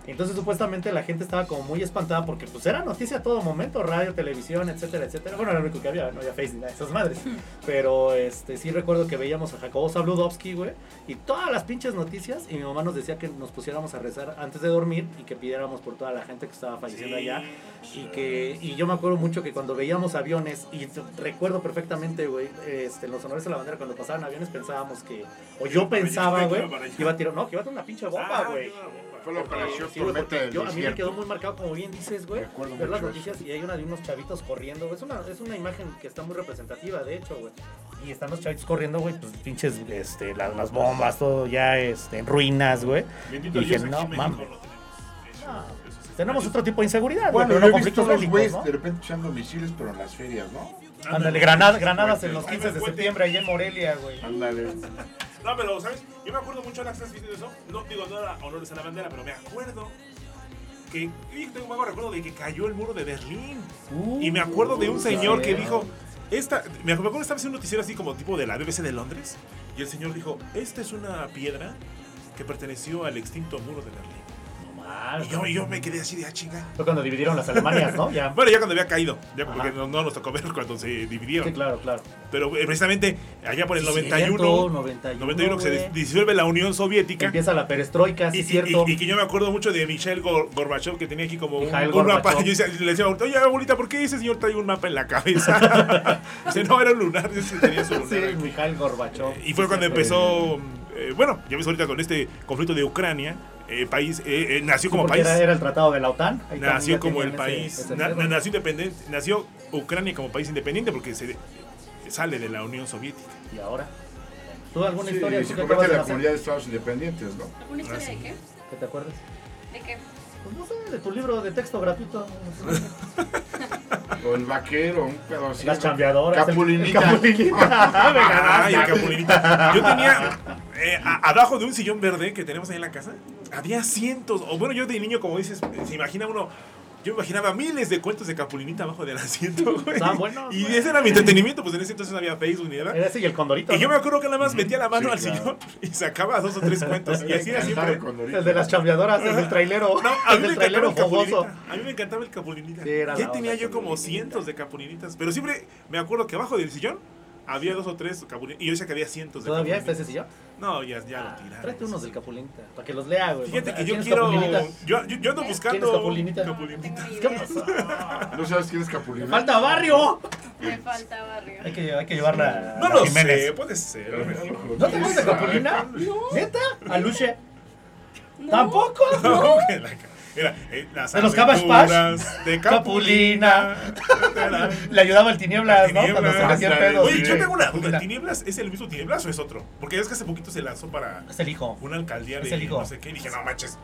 [SPEAKER 2] Entonces supuestamente la gente estaba como muy espantada porque pues era noticia a todo momento, radio, televisión, etcétera, etcétera. Bueno, era lo único que había, no había Facebook ni nada de esas madres. Pero este sí recuerdo que veíamos a Jacobo Zabludovsky, güey, y todas las pinches noticias y mi mamá nos decía que nos pusiéramos a rezar antes de dormir y que pidiéramos por toda la gente que estaba falleciendo allá y que y yo me acuerdo mucho que cuando veíamos aviones y t- recuerdo perfectamente, güey, este en los honores a la bandera cuando pasaban aviones pensábamos que o yo
[SPEAKER 1] para allá,
[SPEAKER 2] pensaba,
[SPEAKER 1] iba
[SPEAKER 2] güey,
[SPEAKER 1] para allá.
[SPEAKER 2] que iba a tirar, no, que iba a tirar una pinche bomba,
[SPEAKER 1] Ah,
[SPEAKER 2] güey.
[SPEAKER 1] claro, bomba.
[SPEAKER 4] Fue la operación
[SPEAKER 2] Sí, güey,
[SPEAKER 4] Tormenta
[SPEAKER 2] porque
[SPEAKER 4] del
[SPEAKER 2] yo- a mí me
[SPEAKER 4] Desierto.
[SPEAKER 2] quedó muy marcado, como bien dices, güey.
[SPEAKER 4] Recuerdo
[SPEAKER 2] Ver las
[SPEAKER 4] mucho
[SPEAKER 2] noticias y hay una de unos chavitos corriendo, güey. Es una, es una imagen que está muy representativa, de hecho, güey. Y están los chavitos corriendo, güey, pues pinches, este, las, las bombas, todo ya este, en ruinas, güey.
[SPEAKER 1] Bendito
[SPEAKER 2] Y dije,
[SPEAKER 1] Dios, aquí
[SPEAKER 2] no,
[SPEAKER 1] en México
[SPEAKER 2] mames.
[SPEAKER 1] no tenemos
[SPEAKER 2] No,
[SPEAKER 1] esos- esos
[SPEAKER 2] Tenemos
[SPEAKER 1] escenarios.
[SPEAKER 2] otro tipo de inseguridad, güey,
[SPEAKER 4] Bueno,
[SPEAKER 2] pero
[SPEAKER 4] yo
[SPEAKER 2] no
[SPEAKER 4] he visto
[SPEAKER 2] conflictos
[SPEAKER 4] unos güeyes
[SPEAKER 2] bélicos, ¿no?
[SPEAKER 4] de repente echando misiles, pero en las ferias, ¿no?
[SPEAKER 2] Ándale, granadas, granadas en los
[SPEAKER 1] Ahí va el
[SPEAKER 2] 15 de
[SPEAKER 1] puente.
[SPEAKER 2] septiembre ahí en Morelia, güey.
[SPEAKER 4] Ándale.
[SPEAKER 1] No, pero, ¿sabes? Yo me acuerdo mucho ahora que estás diciendo eso. No digo nada honores a la bandera, pero me acuerdo que y tengo un vago recuerdo de que cayó el muro de Berlín. y me acuerdo de un señor que dijo, esta, me acuerdo que estaba haciendo un noticiero así como tipo de la BBC de Londres, y el señor dijo, esta es una piedra que perteneció al extinto muro de Berlín.
[SPEAKER 2] No mal.
[SPEAKER 1] Y yo, y yo me quedé así de ah, chinga.
[SPEAKER 2] Fue cuando dividieron las Alemanias, ¿no? Ya.
[SPEAKER 1] Bueno, ya cuando había caído, ya porque
[SPEAKER 2] Ajá.
[SPEAKER 1] no, no nos tocó ver cuando se
[SPEAKER 2] Sí,
[SPEAKER 1] dividieron.
[SPEAKER 2] claro, claro.
[SPEAKER 1] Pero eh, precisamente allá por el
[SPEAKER 2] Sí,
[SPEAKER 1] 91,
[SPEAKER 2] cierto, 91,
[SPEAKER 1] 91 que se
[SPEAKER 2] güey.
[SPEAKER 1] dis- disuelve la Unión Soviética.
[SPEAKER 2] Empieza la perestroika, sí,
[SPEAKER 1] Y,
[SPEAKER 2] es
[SPEAKER 1] y-
[SPEAKER 2] cierto.
[SPEAKER 1] y- y que yo me acuerdo mucho de Michelle Gor- Gorbachev, que tenía aquí como un,
[SPEAKER 2] Mikhail
[SPEAKER 1] un mapa.
[SPEAKER 2] Gorbachev.
[SPEAKER 1] Yo decía- le decía, oye, abuelita, ¿por qué ese señor trae un mapa en la cabeza? Dice, no, era un lunar. dice, tenía su lunar
[SPEAKER 2] sí,
[SPEAKER 1] aquí.
[SPEAKER 2] Mikhail Gorbachev.
[SPEAKER 1] Y fue
[SPEAKER 2] Sí,
[SPEAKER 1] cuando
[SPEAKER 2] cierto.
[SPEAKER 1] empezó, eh, bueno, ya ves ahorita con este conflicto de Ucrania, eh, país, eh, eh, nació
[SPEAKER 2] Sí,
[SPEAKER 1] como
[SPEAKER 2] porque
[SPEAKER 1] país.
[SPEAKER 2] Era, era el tratado de la OTAN. Ahí también
[SPEAKER 1] Nació
[SPEAKER 2] ya
[SPEAKER 1] como el
[SPEAKER 2] tenían ese-
[SPEAKER 1] país,
[SPEAKER 2] ese
[SPEAKER 1] na-
[SPEAKER 2] pedo.
[SPEAKER 1] na- nació, independen- nació Ucrania como país independiente porque se sale de la Unión Soviética.
[SPEAKER 2] ¿Y ahora? ¿Tú alguna
[SPEAKER 4] Sí,
[SPEAKER 2] historia tú
[SPEAKER 4] se
[SPEAKER 2] que acabas
[SPEAKER 4] convierte en
[SPEAKER 2] de
[SPEAKER 4] la
[SPEAKER 2] nacer?
[SPEAKER 4] comunidad de estados independientes, ¿no?
[SPEAKER 3] ¿Alguna historia de qué?
[SPEAKER 2] ¿Que te acuerdas?
[SPEAKER 3] ¿De qué?
[SPEAKER 2] Pues no sé, de tu libro de texto gratuito.
[SPEAKER 4] O el vaquero, un pedo así.
[SPEAKER 2] Las chambeadoras. el-
[SPEAKER 4] Capulinita.
[SPEAKER 2] el Capulinita. Me
[SPEAKER 1] Ay, el
[SPEAKER 2] ganaste.
[SPEAKER 1] Capulinita. Yo tenía eh, a- abajo de un sillón verde que tenemos ahí en la casa, había cientos, o bueno, yo de niño, como dices, se imagina uno. Yo imaginaba miles de cuentos de Capulinita abajo del asiento, güey.
[SPEAKER 2] Estaban buenos,
[SPEAKER 1] Y
[SPEAKER 2] güey.
[SPEAKER 1] ese era mi entretenimiento, pues en ese entonces no había Facebook ni nada.
[SPEAKER 2] Era ese y el condorito.
[SPEAKER 1] Y yo
[SPEAKER 2] ¿no?
[SPEAKER 1] me acuerdo que nada más metía la mano
[SPEAKER 4] Sí,
[SPEAKER 1] al
[SPEAKER 4] claro.
[SPEAKER 1] sillón y sacaba dos o tres cuentos. Y así era siempre.
[SPEAKER 2] El de las chambeadoras, el del trailero.
[SPEAKER 1] No, a mí me
[SPEAKER 2] el
[SPEAKER 1] encantaba
[SPEAKER 2] trailero
[SPEAKER 1] el
[SPEAKER 2] fogoso.
[SPEAKER 1] capulinita. A mí me encantaba el capulinita.
[SPEAKER 2] Sí, era la
[SPEAKER 1] ya tenía
[SPEAKER 2] onda
[SPEAKER 1] yo como
[SPEAKER 2] capulinita.
[SPEAKER 1] cientos de capulinitas. Pero siempre me acuerdo que abajo del sillón había dos o tres capulinitas. Y yo decía que había cientos de
[SPEAKER 2] ¿Todavía está
[SPEAKER 1] capulinitas.
[SPEAKER 2] ese sillón?
[SPEAKER 1] No, ya, ya lo
[SPEAKER 2] Ah,
[SPEAKER 1] tiraron.
[SPEAKER 2] Tráete unos del Ah, Capulinita, para que los lea, güey.
[SPEAKER 1] Fíjate que yo
[SPEAKER 2] ¿Quién es
[SPEAKER 1] quiero.
[SPEAKER 2] Capulinita?
[SPEAKER 1] Yo, yo, yo ando
[SPEAKER 3] ¿Quién es
[SPEAKER 1] buscando.
[SPEAKER 2] capulinita?
[SPEAKER 3] No
[SPEAKER 1] capulinita.
[SPEAKER 3] tengo ni
[SPEAKER 2] ¿Qué
[SPEAKER 3] idea.
[SPEAKER 2] pasó?
[SPEAKER 4] ¿No sabes quién es
[SPEAKER 2] ¡Me
[SPEAKER 4] Capulina?
[SPEAKER 2] falta barrio!
[SPEAKER 3] Me falta barrio.
[SPEAKER 2] Hay que, hay que llevarla a
[SPEAKER 1] No
[SPEAKER 2] la
[SPEAKER 1] lo
[SPEAKER 2] Jiménez.
[SPEAKER 1] sé, puede ser. a lo mejor.
[SPEAKER 2] ¿No te acuerdas de Capulina?
[SPEAKER 3] No.
[SPEAKER 2] ¿Neta? ¿A Luche?
[SPEAKER 3] No.
[SPEAKER 2] ¿Tampoco?
[SPEAKER 1] No, que la ca- Mira, eh, las
[SPEAKER 2] ¿De los Cabbage
[SPEAKER 1] aventuras de
[SPEAKER 2] Capulina.
[SPEAKER 1] Capulina. De la-
[SPEAKER 2] Le ayudaba el Tinieblas, ¿no? Cuando se
[SPEAKER 1] Tinieblas.
[SPEAKER 2] hacía pedo.
[SPEAKER 1] Oye,
[SPEAKER 4] Sí.
[SPEAKER 1] yo tengo una duda.
[SPEAKER 2] Capulina.
[SPEAKER 1] ¿Tinieblas es el mismo Tinieblas o es otro? Porque es que hace poquito se lanzó para
[SPEAKER 2] Es el hijo.
[SPEAKER 1] una alcaldía
[SPEAKER 2] Es
[SPEAKER 1] de
[SPEAKER 2] el hijo.
[SPEAKER 1] no sé qué. Y dije, no manches.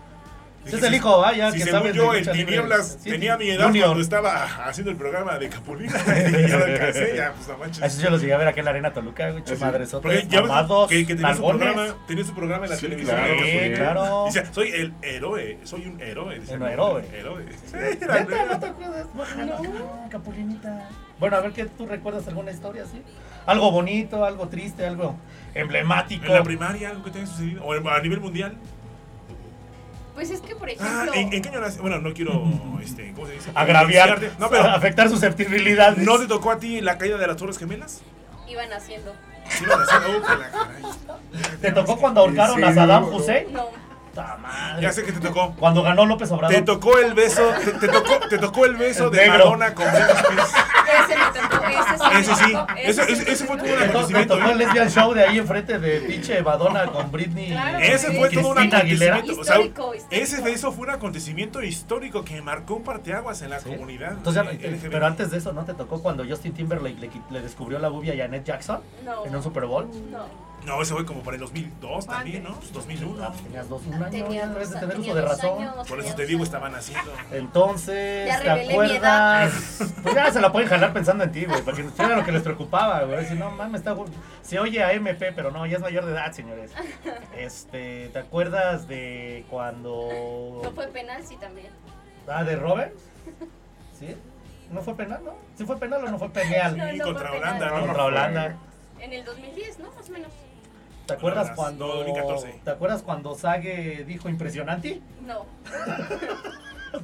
[SPEAKER 1] Dije,
[SPEAKER 2] Ese es el
[SPEAKER 1] si-
[SPEAKER 2] hijo, vaya.
[SPEAKER 1] Si
[SPEAKER 2] que
[SPEAKER 1] según
[SPEAKER 2] sabes de
[SPEAKER 1] yo, el
[SPEAKER 2] lucha libre.
[SPEAKER 1] Tinieblas
[SPEAKER 2] Sí,
[SPEAKER 1] tenía
[SPEAKER 2] sí.
[SPEAKER 1] mi edad
[SPEAKER 2] Junior.
[SPEAKER 1] cuando estaba haciendo el programa de Capulina. y ya lo alcancé, ya, pues no
[SPEAKER 2] A Eso
[SPEAKER 1] manches.
[SPEAKER 2] yo los llegué a ver acá en la Arena Toluca, güey.
[SPEAKER 4] Así.
[SPEAKER 2] Madresotes,
[SPEAKER 1] Porque ya ves
[SPEAKER 2] mamados,
[SPEAKER 1] que, que tenía, su
[SPEAKER 2] nalgones.
[SPEAKER 1] programa, tenía su programa en la
[SPEAKER 4] Sí,
[SPEAKER 1] televisión.
[SPEAKER 4] claro,
[SPEAKER 1] de
[SPEAKER 2] Sí,
[SPEAKER 1] Capulina.
[SPEAKER 2] claro.
[SPEAKER 1] Y Dice, soy el héroe, soy un héroe. Dice,
[SPEAKER 2] Un
[SPEAKER 1] no,
[SPEAKER 2] héroe.
[SPEAKER 1] héroe. Sí, era-
[SPEAKER 2] Neta, no te acuerdas. Bájala. Ah, Capulinita. Bueno, a ver que tú recuerdas alguna historia, ¿sí? Algo bonito, algo triste, algo emblemático.
[SPEAKER 1] En la primaria, algo que te haya sucedido. O a nivel mundial.
[SPEAKER 3] Pues es que, por
[SPEAKER 1] Ah,
[SPEAKER 3] ejemplo,
[SPEAKER 1] ¿en, en qué año nací? Bueno, no quiero, este, ¿cómo se dice?
[SPEAKER 2] Agraviar,
[SPEAKER 1] Influenciarte. No, pero,
[SPEAKER 2] afectar susceptibilidades.
[SPEAKER 1] ¿no te tocó a ti la caída de las Torres Gemelas?
[SPEAKER 3] iban haciendo.
[SPEAKER 1] Sí, lo decía, oh, que la caray.
[SPEAKER 2] ¿Te tocó cuando ahorcaron
[SPEAKER 4] Sí,
[SPEAKER 2] a Saddam
[SPEAKER 4] no,
[SPEAKER 2] Hussein?
[SPEAKER 3] No.
[SPEAKER 2] ¡Ta madre!
[SPEAKER 1] Ya sé que te tocó.
[SPEAKER 2] Cuando ganó López Obrador.
[SPEAKER 1] Te tocó el beso, te, te tocó, te tocó el beso
[SPEAKER 2] El
[SPEAKER 1] de
[SPEAKER 2] negro.
[SPEAKER 1] Madonna con Britney Spears.
[SPEAKER 3] Ese me tocó. Ese sí. me
[SPEAKER 1] Ese sí.
[SPEAKER 3] tocó,
[SPEAKER 1] Ese-
[SPEAKER 3] sí
[SPEAKER 1] ese-
[SPEAKER 3] me
[SPEAKER 1] ese fue
[SPEAKER 3] tocó.
[SPEAKER 1] todo
[SPEAKER 2] Me
[SPEAKER 1] una-
[SPEAKER 2] to- me tocó el lesbian show de ahí enfrente de pinche Madonna con Britney.
[SPEAKER 3] Claro.
[SPEAKER 2] y
[SPEAKER 1] Ese fue todo un
[SPEAKER 2] Cristina Aguilera.
[SPEAKER 1] acontecimiento. o sea,
[SPEAKER 3] Histórico, histórico.
[SPEAKER 1] ese beso fue un acontecimiento histórico que marcó un parteaguas en la
[SPEAKER 2] Sí.
[SPEAKER 1] comunidad.
[SPEAKER 2] Entonces,
[SPEAKER 1] eh, LGBT.
[SPEAKER 2] pero antes de eso, ¿no te tocó cuando Justin Timberlake le, qui- le descubrió la bubia a Janet Jackson
[SPEAKER 3] No.
[SPEAKER 2] en un Super Bowl?
[SPEAKER 3] No.
[SPEAKER 1] No, ese fue como para el 2002 también, ¿no?
[SPEAKER 2] Ah,
[SPEAKER 1] 2001.
[SPEAKER 2] pues tenías dos, un año,
[SPEAKER 3] Tenía
[SPEAKER 2] ya debes de
[SPEAKER 3] dos-
[SPEAKER 2] tener
[SPEAKER 3] tenía
[SPEAKER 2] uso de
[SPEAKER 3] dos
[SPEAKER 2] razón.
[SPEAKER 3] años,
[SPEAKER 1] Por eso
[SPEAKER 3] tenía
[SPEAKER 1] te
[SPEAKER 3] dos
[SPEAKER 1] digo,
[SPEAKER 3] años.
[SPEAKER 1] estaban haciendo.
[SPEAKER 2] Entonces,
[SPEAKER 3] Ya
[SPEAKER 2] ¿te
[SPEAKER 3] revelé mi edad.
[SPEAKER 2] acuerdas? Pues ya se la pueden jalar pensando en ti, güey, porque era lo que les preocupaba, güey. Si no, mames, está... gu- Se oye a MP, pero no, ya es mayor de edad, señores. Este, ¿te acuerdas de cuando...
[SPEAKER 3] No fue penal, sí también.
[SPEAKER 2] Ah, de Robert? ¿Sí? ¿No fue penal, no? ¿Sí fue penal o no fue penal?
[SPEAKER 3] No,
[SPEAKER 1] Y
[SPEAKER 3] no,
[SPEAKER 1] contra
[SPEAKER 3] no,
[SPEAKER 1] Holanda,
[SPEAKER 3] no,
[SPEAKER 1] ¿no?
[SPEAKER 2] Contra Holanda.
[SPEAKER 3] En el 2010, ¿no? Más o menos.
[SPEAKER 2] ¿Te acuerdas
[SPEAKER 1] Las
[SPEAKER 2] cuando
[SPEAKER 1] 2014.
[SPEAKER 2] ¿Te acuerdas cuando Sage dijo impresionante?
[SPEAKER 3] No.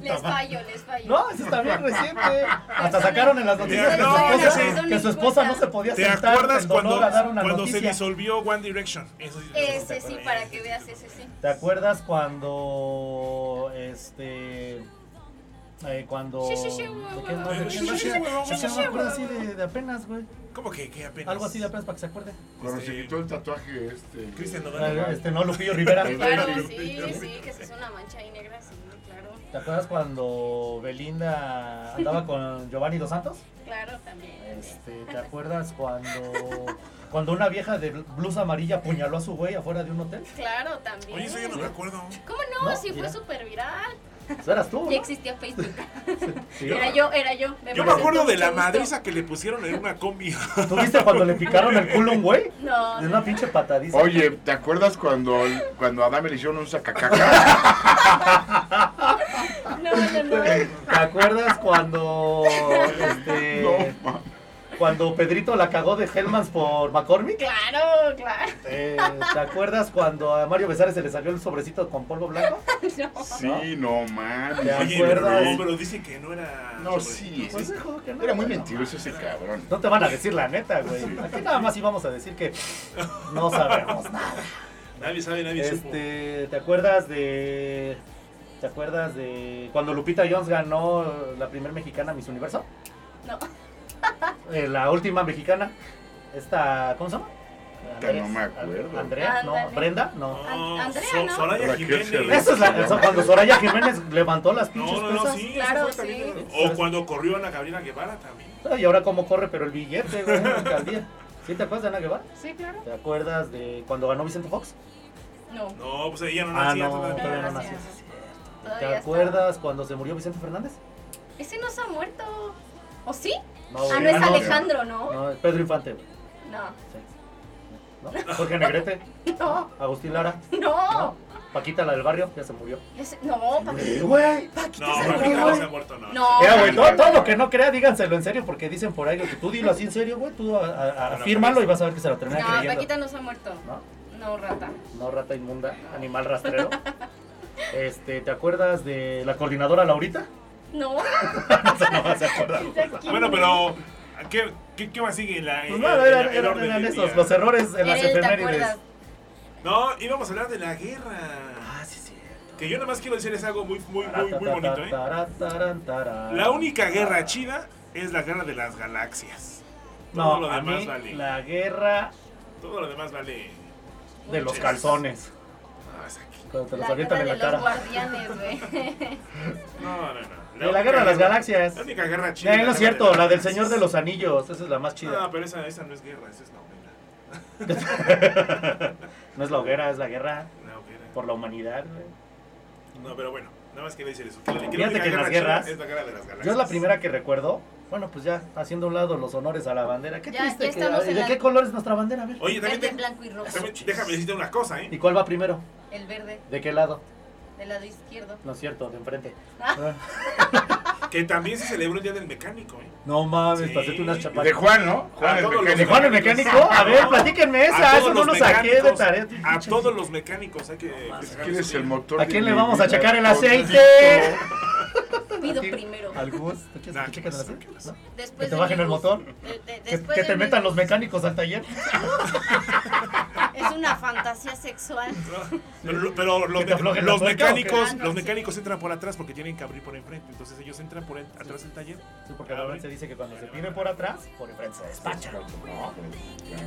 [SPEAKER 3] les fallo, les fallo.
[SPEAKER 2] No, eso está bien reciente. Hasta sacaron en las noticias que,
[SPEAKER 1] No,
[SPEAKER 2] su
[SPEAKER 1] ya
[SPEAKER 2] esposa,
[SPEAKER 1] sé.
[SPEAKER 2] que su esposa no se podía
[SPEAKER 1] ¿Te
[SPEAKER 2] sentar
[SPEAKER 1] acuerdas
[SPEAKER 2] del dolor
[SPEAKER 1] cuando,
[SPEAKER 2] a dar una
[SPEAKER 1] cuando se
[SPEAKER 2] noticia.
[SPEAKER 1] disolvió One Direction? Eso sí.
[SPEAKER 3] Ese sí, para que veas ese sí.
[SPEAKER 2] ¿Te acuerdas cuando este eh, cuando
[SPEAKER 3] Sí, sí, sí,
[SPEAKER 2] ¿de
[SPEAKER 3] güey,
[SPEAKER 2] qué- no,
[SPEAKER 3] güey,
[SPEAKER 2] de
[SPEAKER 3] sí,
[SPEAKER 2] qué- no,
[SPEAKER 3] sí,
[SPEAKER 2] sí,
[SPEAKER 3] sí,
[SPEAKER 2] no,
[SPEAKER 3] sí,
[SPEAKER 2] sí,
[SPEAKER 3] sí,
[SPEAKER 2] me acuerdo
[SPEAKER 3] sí,
[SPEAKER 2] así de, de apenas, güey.
[SPEAKER 1] ¿Cómo que, que apenas?
[SPEAKER 2] Algo así de apenas para que se acuerde.
[SPEAKER 4] Cuando
[SPEAKER 1] Este-
[SPEAKER 4] se quitó el tatuaje, este.
[SPEAKER 1] Cristian Nodal.
[SPEAKER 2] Ah, Este no Lupillo Rivera.
[SPEAKER 4] El
[SPEAKER 3] Claro,
[SPEAKER 4] Pero-
[SPEAKER 3] sí, sí, que se hizo una mancha ahí negra, sí, claro.
[SPEAKER 2] ¿Te acuerdas cuando Belinda andaba con Giovanni Dos Santos?
[SPEAKER 3] Claro, también.
[SPEAKER 2] Este, ¿te acuerdas cuando cuando una vieja de blusa amarilla apuñaló a su güey afuera de un hotel?
[SPEAKER 3] Claro, también.
[SPEAKER 1] Oye, eso yo no me acuerdo.
[SPEAKER 3] ¿Cómo no?
[SPEAKER 2] No,
[SPEAKER 3] sí,
[SPEAKER 2] mira.
[SPEAKER 3] fue súper viral.
[SPEAKER 2] Eso Pues eras tú,
[SPEAKER 3] Ya
[SPEAKER 2] ¿no?
[SPEAKER 3] existía Facebook.
[SPEAKER 2] Sí.
[SPEAKER 3] Era yo, era yo.
[SPEAKER 1] Yo me acuerdo
[SPEAKER 3] presento
[SPEAKER 1] de la
[SPEAKER 3] mucho gusto.
[SPEAKER 1] madriza que le pusieron en una combi.
[SPEAKER 2] ¿Tú viste cuando le picaron el culo a un güey?
[SPEAKER 3] No,
[SPEAKER 2] De
[SPEAKER 3] no,
[SPEAKER 2] una pinche patadiza.
[SPEAKER 4] Oye, ¿te acuerdas cuando, cuando a Adam le hicieron un sacacaca?
[SPEAKER 3] no, no, no, no.
[SPEAKER 2] ¿Te acuerdas cuando. Este,
[SPEAKER 4] No, ma-
[SPEAKER 2] Cuando Pedrito la cagó de Hellmans por McCormick?
[SPEAKER 3] Claro, claro.
[SPEAKER 2] Eh, ¿Te acuerdas cuando a Mario Besares se le salió el sobrecito con polvo blanco?
[SPEAKER 3] No.
[SPEAKER 4] sí, no mames.
[SPEAKER 2] ¿Te
[SPEAKER 1] Oye,
[SPEAKER 2] acuerdas?
[SPEAKER 1] pero, pero dice que no era.
[SPEAKER 4] No, sí,
[SPEAKER 2] Pues
[SPEAKER 4] ese-
[SPEAKER 2] se juro que no,
[SPEAKER 4] era muy
[SPEAKER 2] bueno.
[SPEAKER 4] mentiroso ese cabrón.
[SPEAKER 2] No te van a decir la neta, güey. Aquí nada más íbamos a decir que no sabemos nada.
[SPEAKER 1] Nadie sabe, nadie supo.
[SPEAKER 2] Este, ¿te acuerdas de ¿Te acuerdas de cuando Lupita Jones ganó la primer mexicana Miss Universo?
[SPEAKER 3] No.
[SPEAKER 2] Eh, la última mexicana. Esta, ¿cómo se llama?
[SPEAKER 4] Puta, no me acuerdo.
[SPEAKER 2] Andrea, no,
[SPEAKER 3] Ándale.
[SPEAKER 2] Brenda, no.
[SPEAKER 3] An- Andrea,
[SPEAKER 1] Sor-
[SPEAKER 3] ¿no?
[SPEAKER 1] Soraya
[SPEAKER 4] Raquel
[SPEAKER 1] Jiménez.
[SPEAKER 4] Serrano.
[SPEAKER 2] Eso es la, eso cuando Soraya Jiménez levantó las pinches
[SPEAKER 1] No, no, no,
[SPEAKER 2] pesas.
[SPEAKER 1] sí.
[SPEAKER 3] Claro,
[SPEAKER 1] eso fue también
[SPEAKER 3] sí.
[SPEAKER 1] de- O cuando corrió Ana Gabriela Guevara también.
[SPEAKER 2] Ah, Y ahora cómo corre, pero el billete, güey, en la alcaldía. ¿Sí te acuerdas de Ana Guevara?
[SPEAKER 3] Sí, claro.
[SPEAKER 2] ¿Te acuerdas de cuando ganó Vicente Fox?
[SPEAKER 3] No.
[SPEAKER 1] No, pues ella no
[SPEAKER 2] Ah,
[SPEAKER 1] nacía.
[SPEAKER 2] no,
[SPEAKER 1] todavía.
[SPEAKER 2] todavía no
[SPEAKER 3] no
[SPEAKER 2] nacía.
[SPEAKER 3] nacía.
[SPEAKER 2] ¿Te
[SPEAKER 3] Todavía está.
[SPEAKER 2] acuerdas cuando se murió Vicente Fernández?
[SPEAKER 3] Ese no se ha muerto. ¿O sí?
[SPEAKER 2] No,
[SPEAKER 3] Ah,
[SPEAKER 2] güey.
[SPEAKER 3] no es
[SPEAKER 4] no,
[SPEAKER 3] Alejandro, ¿no?
[SPEAKER 2] No, es Pedro Infante. güey.
[SPEAKER 3] No.
[SPEAKER 2] Sí. ¿No? Jorge Negrete,
[SPEAKER 3] No.
[SPEAKER 2] Agustín Lara,
[SPEAKER 3] No.
[SPEAKER 2] ¿no? Paquita la del barrio, ya se murió.
[SPEAKER 3] Ese- No, Paquita.
[SPEAKER 2] Güey.
[SPEAKER 3] Paquita
[SPEAKER 1] No,
[SPEAKER 3] se
[SPEAKER 1] Paquita
[SPEAKER 3] murió.
[SPEAKER 1] no se ha muerto, no.
[SPEAKER 3] No.
[SPEAKER 2] Mira, güey, todo, todo lo que no crea, díganselo en serio, porque dicen por ahí lo que tú dilo así en serio, güey, tú a- a- a-
[SPEAKER 1] pues,
[SPEAKER 2] afírmalo y vas a ver que se lo termina
[SPEAKER 3] No,
[SPEAKER 2] creyendo.
[SPEAKER 3] Paquita no se ha muerto.
[SPEAKER 2] ¿No?
[SPEAKER 3] No, rata.
[SPEAKER 2] no, rata inmunda, animal rastrero. Este, ¿te acuerdas de la coordinadora Laurita?
[SPEAKER 3] No.
[SPEAKER 2] No vas a acordar.
[SPEAKER 1] Bueno, pero. ¿Qué, qué, qué más sigue? La,
[SPEAKER 2] Pues
[SPEAKER 1] el-
[SPEAKER 2] nada,
[SPEAKER 1] el-
[SPEAKER 2] eran,
[SPEAKER 1] el
[SPEAKER 2] eran-
[SPEAKER 1] orden
[SPEAKER 2] eran
[SPEAKER 1] del
[SPEAKER 2] esos,
[SPEAKER 1] día?
[SPEAKER 2] los errores en las
[SPEAKER 3] Él, ¿te
[SPEAKER 2] efemérides.
[SPEAKER 3] acuerdas?
[SPEAKER 1] No, íbamos a hablar de la guerra.
[SPEAKER 2] Ah, sí, sí.
[SPEAKER 1] Que yo nada más quiero decirles algo muy, muy, muy, muy bonito, ¿eh? La
[SPEAKER 2] La
[SPEAKER 1] única
[SPEAKER 2] Ah.
[SPEAKER 1] guerra chida es la guerra de las galaxias. Todo
[SPEAKER 2] No,
[SPEAKER 1] lo
[SPEAKER 2] a mí,
[SPEAKER 1] demás vale.
[SPEAKER 2] la guerra
[SPEAKER 1] Todo lo demás vale.
[SPEAKER 2] de los
[SPEAKER 1] Sí.
[SPEAKER 2] calzones.
[SPEAKER 1] No, es aquí.
[SPEAKER 2] Cuando te los
[SPEAKER 3] La
[SPEAKER 2] avientan
[SPEAKER 3] guerra
[SPEAKER 2] en
[SPEAKER 3] de
[SPEAKER 2] la
[SPEAKER 3] los
[SPEAKER 2] cara.
[SPEAKER 3] guardianes, güey.
[SPEAKER 1] No, no, no.
[SPEAKER 2] De la guerra de las
[SPEAKER 1] única-
[SPEAKER 2] galaxias.
[SPEAKER 1] La única guerra chida.
[SPEAKER 2] Ya, no
[SPEAKER 1] la guerra
[SPEAKER 2] es cierto,
[SPEAKER 1] de
[SPEAKER 2] la
[SPEAKER 1] las
[SPEAKER 2] del Señor de
[SPEAKER 1] galaxias.
[SPEAKER 2] los Anillos, esa es la más
[SPEAKER 1] No,
[SPEAKER 2] chida.
[SPEAKER 1] pero esa, esa no es guerra, esa es novela.
[SPEAKER 2] No es la hoguera, es la guerra
[SPEAKER 1] Una hoguera.
[SPEAKER 2] por la humanidad. güey.
[SPEAKER 1] No, pero bueno, nada más quería decir eso. Que la, que la
[SPEAKER 2] Fíjate
[SPEAKER 1] única
[SPEAKER 2] que en
[SPEAKER 1] guerra
[SPEAKER 2] las
[SPEAKER 1] chida
[SPEAKER 2] guerras-
[SPEAKER 1] Es la guerra de las galaxias.
[SPEAKER 2] Yo es la primera que recuerdo. Bueno, pues ya, haciendo a un lado los honores a la bandera. Qué
[SPEAKER 3] Ya-
[SPEAKER 2] triste
[SPEAKER 3] ya
[SPEAKER 2] que-
[SPEAKER 3] estamos
[SPEAKER 2] ¿Y
[SPEAKER 3] en
[SPEAKER 2] de
[SPEAKER 3] la-
[SPEAKER 2] qué color es nuestra bandera? A ver.
[SPEAKER 1] Oye, también,
[SPEAKER 3] Verde,
[SPEAKER 1] te-
[SPEAKER 3] blanco y rojo.
[SPEAKER 1] también déjame decirte una cosa,
[SPEAKER 2] ¿Y
[SPEAKER 1] ¿eh?
[SPEAKER 2] cuál va primero?
[SPEAKER 3] El verde,
[SPEAKER 2] ¿De qué lado?
[SPEAKER 3] del lado izquierdo.
[SPEAKER 2] No es cierto, de enfrente. Ah.
[SPEAKER 1] Que también se celebró el Día del Mecánico, ¿eh?
[SPEAKER 2] No mames,
[SPEAKER 1] Sí.
[SPEAKER 2] pasate unas chapas.
[SPEAKER 4] De Juan, ¿no?
[SPEAKER 1] A
[SPEAKER 4] Juan el
[SPEAKER 1] todos los
[SPEAKER 2] ¿De
[SPEAKER 4] mecánico.
[SPEAKER 2] Juan el mecánico? A ver, platíquenme esa,
[SPEAKER 1] A
[SPEAKER 2] eso
[SPEAKER 1] todos
[SPEAKER 2] no
[SPEAKER 1] los
[SPEAKER 2] lo saqué de
[SPEAKER 1] mecánicos,
[SPEAKER 2] tarea.
[SPEAKER 1] A todos los mecánicos hay que...
[SPEAKER 4] ¿Quién es el motor?
[SPEAKER 2] ¿A
[SPEAKER 4] de
[SPEAKER 2] quién
[SPEAKER 4] mi
[SPEAKER 2] le vamos a
[SPEAKER 4] vida?
[SPEAKER 2] checar el
[SPEAKER 4] Con-
[SPEAKER 2] aceite?
[SPEAKER 3] Pido primero.
[SPEAKER 2] ¿Al Gus? ¿Tú quieres
[SPEAKER 1] Nah,
[SPEAKER 2] que
[SPEAKER 1] que
[SPEAKER 2] chequen el
[SPEAKER 1] no,
[SPEAKER 2] aceite?
[SPEAKER 1] que no.
[SPEAKER 2] ¿No?
[SPEAKER 3] Después
[SPEAKER 2] ¿Que te
[SPEAKER 3] del
[SPEAKER 2] bajen el
[SPEAKER 3] minibús.
[SPEAKER 2] motor?
[SPEAKER 3] De- de-
[SPEAKER 2] ¿Que-
[SPEAKER 3] después
[SPEAKER 2] ¿Que te
[SPEAKER 3] del
[SPEAKER 2] metan los
[SPEAKER 3] minibús.
[SPEAKER 2] mecánicos al taller?
[SPEAKER 3] Es una fantasía sexual.
[SPEAKER 1] Pero, pero los,
[SPEAKER 2] ¿Que te aflojen
[SPEAKER 1] los
[SPEAKER 2] la puerta o qué?
[SPEAKER 1] mecánicos,
[SPEAKER 3] Ah, no,
[SPEAKER 1] los
[SPEAKER 3] sí.
[SPEAKER 1] mecánicos entran por atrás porque tienen que abrir por enfrente. Entonces ellos entran por en- atrás del taller.
[SPEAKER 2] Sí, porque normalmente se dice que cuando se pide por atrás, por enfrente se despacha.
[SPEAKER 4] No, pues, claro.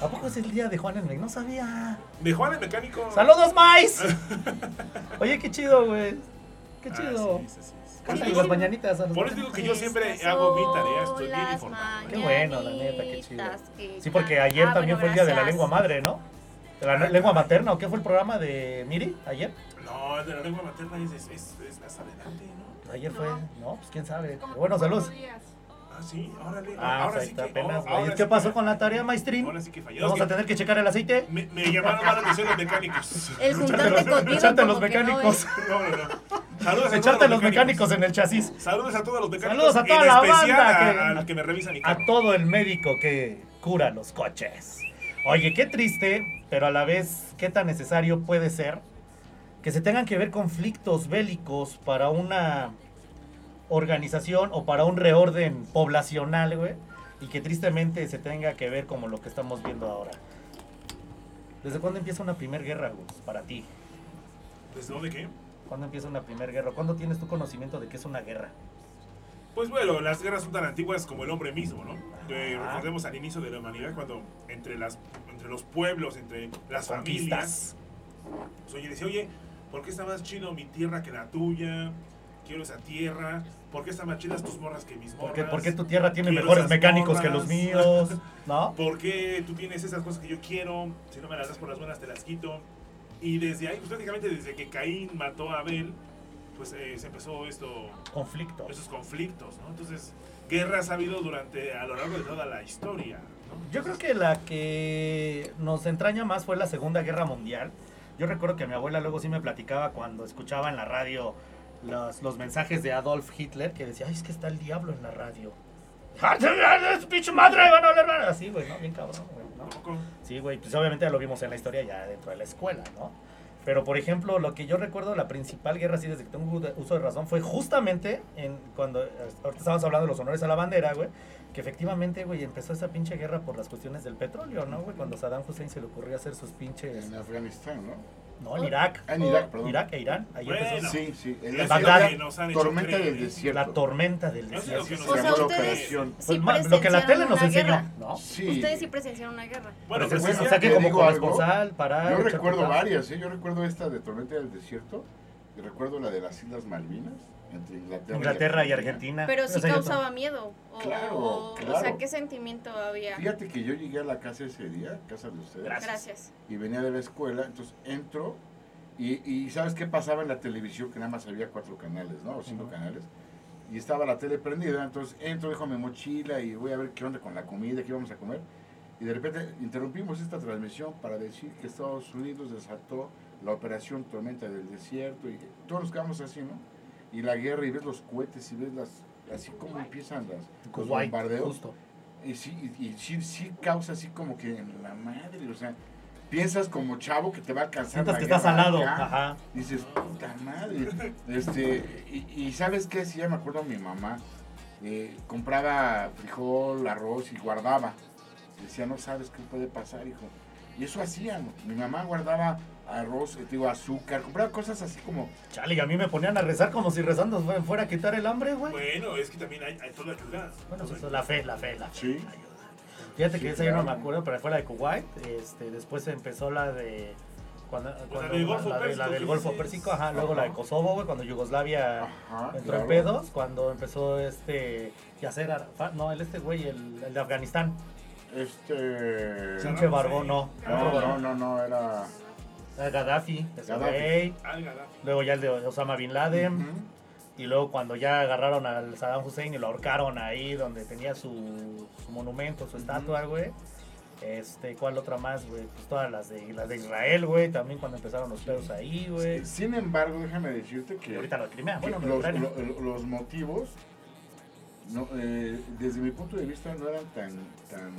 [SPEAKER 2] ¿A poco es el día de Juan el Mec? No sabía.
[SPEAKER 1] De Juan el mecánico. Ah,
[SPEAKER 2] ¡Saludos, Mais! Oye, qué chido, güey. Qué
[SPEAKER 1] Ah,
[SPEAKER 2] chido.
[SPEAKER 1] sí, sí, sí, sí. Por eso
[SPEAKER 2] Cántale
[SPEAKER 1] digo-
[SPEAKER 2] las mañanitas a los
[SPEAKER 1] Por eso digo que yo siempre hago mi tarea, estoy bien informado.
[SPEAKER 2] Qué bueno, la neta, qué chido.
[SPEAKER 3] chido.
[SPEAKER 2] Sí, porque ayer
[SPEAKER 3] Ah,
[SPEAKER 2] también fue el día de la lengua madre, ¿no? De la ne- lengua materna, ¿o qué fue el programa de Miri ayer?
[SPEAKER 1] No, de la lengua materna es, es, es, es más adelante, ¿no?
[SPEAKER 2] Ayer fue, no, pues quién sabe.
[SPEAKER 5] Como
[SPEAKER 2] Bueno,
[SPEAKER 5] cuatro
[SPEAKER 2] saludos.
[SPEAKER 5] días.
[SPEAKER 1] Ah, sí, órale.
[SPEAKER 2] Ah,
[SPEAKER 1] ahora
[SPEAKER 2] pues ahí
[SPEAKER 1] sí
[SPEAKER 2] está
[SPEAKER 1] que, oh,
[SPEAKER 2] apenas,
[SPEAKER 1] ahora
[SPEAKER 2] güey.
[SPEAKER 1] sí
[SPEAKER 2] ¿Qué
[SPEAKER 1] que-
[SPEAKER 2] pasó con la tarea, maestrín?
[SPEAKER 1] Ahora sí que falló.
[SPEAKER 2] Vamos
[SPEAKER 1] Es
[SPEAKER 2] a
[SPEAKER 1] que
[SPEAKER 2] tener que checar el aceite.
[SPEAKER 1] me, me llamaron más la atención los mecánicos.
[SPEAKER 3] El
[SPEAKER 2] Echarte
[SPEAKER 3] juntarte
[SPEAKER 2] los-
[SPEAKER 3] contigo.
[SPEAKER 2] echarte
[SPEAKER 3] como
[SPEAKER 2] los
[SPEAKER 3] que no
[SPEAKER 2] mecánicos.
[SPEAKER 3] es-
[SPEAKER 1] No, eh. no, no. Saludos a
[SPEAKER 2] Echarte
[SPEAKER 1] todos
[SPEAKER 2] los mecánicos en el chasis.
[SPEAKER 1] Saludos a todos los mecánicos.
[SPEAKER 2] Saludos a toda
[SPEAKER 1] en
[SPEAKER 2] la
[SPEAKER 1] especial
[SPEAKER 2] banda que-
[SPEAKER 1] a, a los que me revisan mi
[SPEAKER 2] a
[SPEAKER 1] carro.
[SPEAKER 2] todo el médico que cura los coches. Oye, qué triste, pero a la vez, qué tan necesario puede ser que se tengan que ver conflictos bélicos para una organización o para un reorden poblacional, güey, y que tristemente se tenga que ver como lo que estamos viendo ahora. ¿Desde cuándo empieza una primer guerra, Gus, para ti?
[SPEAKER 1] ¿Desde dónde Pues, qué?
[SPEAKER 2] ¿Cuándo empieza una primer guerra? ¿Cuándo tienes tu conocimiento de que es una guerra?
[SPEAKER 1] Pues bueno, las guerras son tan antiguas como el hombre mismo, ¿no? Eh,
[SPEAKER 2] Ajá.
[SPEAKER 1] recordemos al inicio de la humanidad cuando entre, las, entre los pueblos, entre las
[SPEAKER 2] Conquistas.
[SPEAKER 1] familias, pues, oye, decía, oye, ¿por qué está más chido mi tierra que la tuya? Quiero esa tierra. ¿Por qué están más chidas tus morras que mis morras?
[SPEAKER 2] ¿Por qué, por qué tu tierra tiene
[SPEAKER 1] Quiero
[SPEAKER 2] mejores
[SPEAKER 1] esas
[SPEAKER 2] mecánicos que los
[SPEAKER 1] morras.
[SPEAKER 2] míos? ¿No?
[SPEAKER 1] ¿Por qué tú tienes esas cosas que yo quiero? Si no me las das por las buenas, te las quito. Y desde ahí, pues, prácticamente desde que Caín mató a Abel, pues eh, se empezó esto,
[SPEAKER 2] Conflictos.
[SPEAKER 1] esos conflictos, ¿no? Entonces, guerras ha habido durante, a lo largo de toda la historia, ¿no?
[SPEAKER 2] Yo creo que la que nos entraña más fue la Segunda Guerra Mundial. Yo recuerdo que mi abuela luego sí me platicaba cuando escuchaba en la radio las- los mensajes de Adolf Hitler que decía, ay, es que está el diablo en la radio. ¡Pinche madre! Van a hablar mal". Así, güey, ¿no? Bien cabrón, güey, ¿no? Sí, güey, pues obviamente ya lo vimos en la historia ya dentro de la escuela, ¿no? Pero, por ejemplo, lo que yo recuerdo, la principal guerra, así desde que tengo uso de razón, fue justamente en cuando, eh, ahorita estábamos hablando de los honores a la bandera, güey, que efectivamente, güey, empezó esa pinche guerra por las cuestiones del petróleo, ¿no, güey? Cuando Saddam Hussein se le ocurrió hacer sus pinches...
[SPEAKER 4] En Afganistán, ¿no?
[SPEAKER 2] No, en Irak.
[SPEAKER 4] Ah, en Irak, perdón.
[SPEAKER 2] Irak e Irán, ahí
[SPEAKER 1] Bueno,
[SPEAKER 2] empezó
[SPEAKER 4] Sí, sí.
[SPEAKER 1] Es
[SPEAKER 4] en la
[SPEAKER 2] lo que
[SPEAKER 4] ciudad-
[SPEAKER 1] nos han hecho
[SPEAKER 4] tormenta
[SPEAKER 1] creer.
[SPEAKER 4] del desierto.
[SPEAKER 2] la tormenta del
[SPEAKER 1] Eso es
[SPEAKER 2] desierto.
[SPEAKER 1] lo que nos
[SPEAKER 3] O
[SPEAKER 4] Se
[SPEAKER 3] sea,
[SPEAKER 4] llamó la
[SPEAKER 3] ustedes
[SPEAKER 4] operación.
[SPEAKER 3] sí
[SPEAKER 2] Pues, ma- lo que la
[SPEAKER 3] presenciaron
[SPEAKER 2] tele nos
[SPEAKER 3] una
[SPEAKER 2] enseñó,
[SPEAKER 3] guerra.
[SPEAKER 2] ¿no?
[SPEAKER 4] Sí. Ah,
[SPEAKER 3] Ustedes sí presenciaron una guerra.
[SPEAKER 1] Bueno,
[SPEAKER 2] Pero
[SPEAKER 1] pues
[SPEAKER 2] pues,
[SPEAKER 1] es
[SPEAKER 4] bueno,
[SPEAKER 2] o
[SPEAKER 1] que-
[SPEAKER 2] sea que
[SPEAKER 4] te
[SPEAKER 2] como
[SPEAKER 4] digo algo.
[SPEAKER 2] corresponsal, para...
[SPEAKER 4] Yo
[SPEAKER 2] echar
[SPEAKER 4] recuerdo
[SPEAKER 2] putadas.
[SPEAKER 4] varias, ¿eh? Yo recuerdo esta de Tormenta del Desierto. Y recuerdo la de las Islas Malvinas. Entre Inglaterra,
[SPEAKER 2] Inglaterra y Argentina.
[SPEAKER 3] Pero sí
[SPEAKER 2] O sea, yo
[SPEAKER 3] causaba miedo. O,
[SPEAKER 4] pues Claro,
[SPEAKER 3] o- o sea,
[SPEAKER 4] claro.
[SPEAKER 3] ¿qué sentimiento había?
[SPEAKER 4] Fíjate que yo llegué a la casa ese día, casa de ustedes,
[SPEAKER 3] Gracias.
[SPEAKER 4] y venía de la escuela, entonces entro y, y ¿sabes qué pasaba en la televisión? Que nada más había cuatro canales, ¿no? O cinco canales. Y estaba la tele prendida, entonces entro, dejo mi mochila y voy a ver qué onda con la comida, qué vamos a comer. Y de repente interrumpimos esta transmisión para decir que Estados Unidos desató la operación Tormenta del Desierto y que todos nos quedamos así, ¿no? Y la guerra y ves los cohetes y ves las, así como empiezan las, los
[SPEAKER 2] Kuwait,
[SPEAKER 4] bombardeos.
[SPEAKER 2] Pues, justo.
[SPEAKER 4] Y sí, y, y sí, sí causa así como que en la madre, o sea, piensas como chavo que te va a alcanzar
[SPEAKER 2] Sientas
[SPEAKER 4] la
[SPEAKER 2] que estás
[SPEAKER 4] guerra
[SPEAKER 2] al lado.
[SPEAKER 4] acá,
[SPEAKER 2] Ajá.
[SPEAKER 4] Dices, puta madre. Este, y, y ¿sabes qué? Sí, ya me acuerdo mi mamá eh, compraba frijol, arroz y guardaba. Decía, no sabes qué puede pasar, hijo. Y eso hacían. Mi mamá guardaba arroz, eh, digo, azúcar, compraba cosas así como...
[SPEAKER 2] Chale, y a mí me ponían a rezar como si rezando fue- fuera a quitar el hambre, güey.
[SPEAKER 1] Bueno, es que también hay, hay toda ayuda.
[SPEAKER 2] Bueno, pues, eso es la fe, la fe, la fe.
[SPEAKER 4] Sí.
[SPEAKER 2] Fíjate que
[SPEAKER 4] Sí,
[SPEAKER 2] esa yo no me
[SPEAKER 4] claro.
[SPEAKER 2] acuerdo, pero fue la de Kuwait. Este, después empezó la de. Cuando, cuando-
[SPEAKER 1] del Golfo
[SPEAKER 2] la, de- la
[SPEAKER 1] Pérsico,
[SPEAKER 2] del
[SPEAKER 1] que
[SPEAKER 2] Golfo
[SPEAKER 1] dices.
[SPEAKER 2] Pérsico, ajá, luego la de Kosovo, güey, cuando Yugoslavia
[SPEAKER 4] Ajá,
[SPEAKER 2] entró
[SPEAKER 4] claro.
[SPEAKER 2] en pedos, cuando empezó este Yasser Arafat, no, el este güey, el, el de Afganistán,
[SPEAKER 4] Este...
[SPEAKER 1] Saddam
[SPEAKER 2] pinche barbón, no,
[SPEAKER 4] No, no, no, no, era...
[SPEAKER 2] era Gaddafi, ese
[SPEAKER 4] Gaddafi.
[SPEAKER 2] güey,
[SPEAKER 1] Al Gaddafi.
[SPEAKER 2] luego ya el de Osama Bin Laden,
[SPEAKER 4] Ujú.
[SPEAKER 2] Y luego cuando ya agarraron al Saddam Hussein y lo ahorcaron ahí donde tenía su, su monumento, su estatua, güey. Este, ¿cuál otra más, güey? Pues todas las de, las de Israel, güey. También cuando empezaron los pedos ahí, güey.
[SPEAKER 4] Sin embargo, déjame decirte
[SPEAKER 2] Y
[SPEAKER 4] que...
[SPEAKER 2] ahorita la de Crimea,
[SPEAKER 4] que
[SPEAKER 2] bueno, la de
[SPEAKER 4] los,
[SPEAKER 2] Ucrania.
[SPEAKER 4] lo- lo- los motivos, no, eh, desde mi punto de vista, no eran tan, tan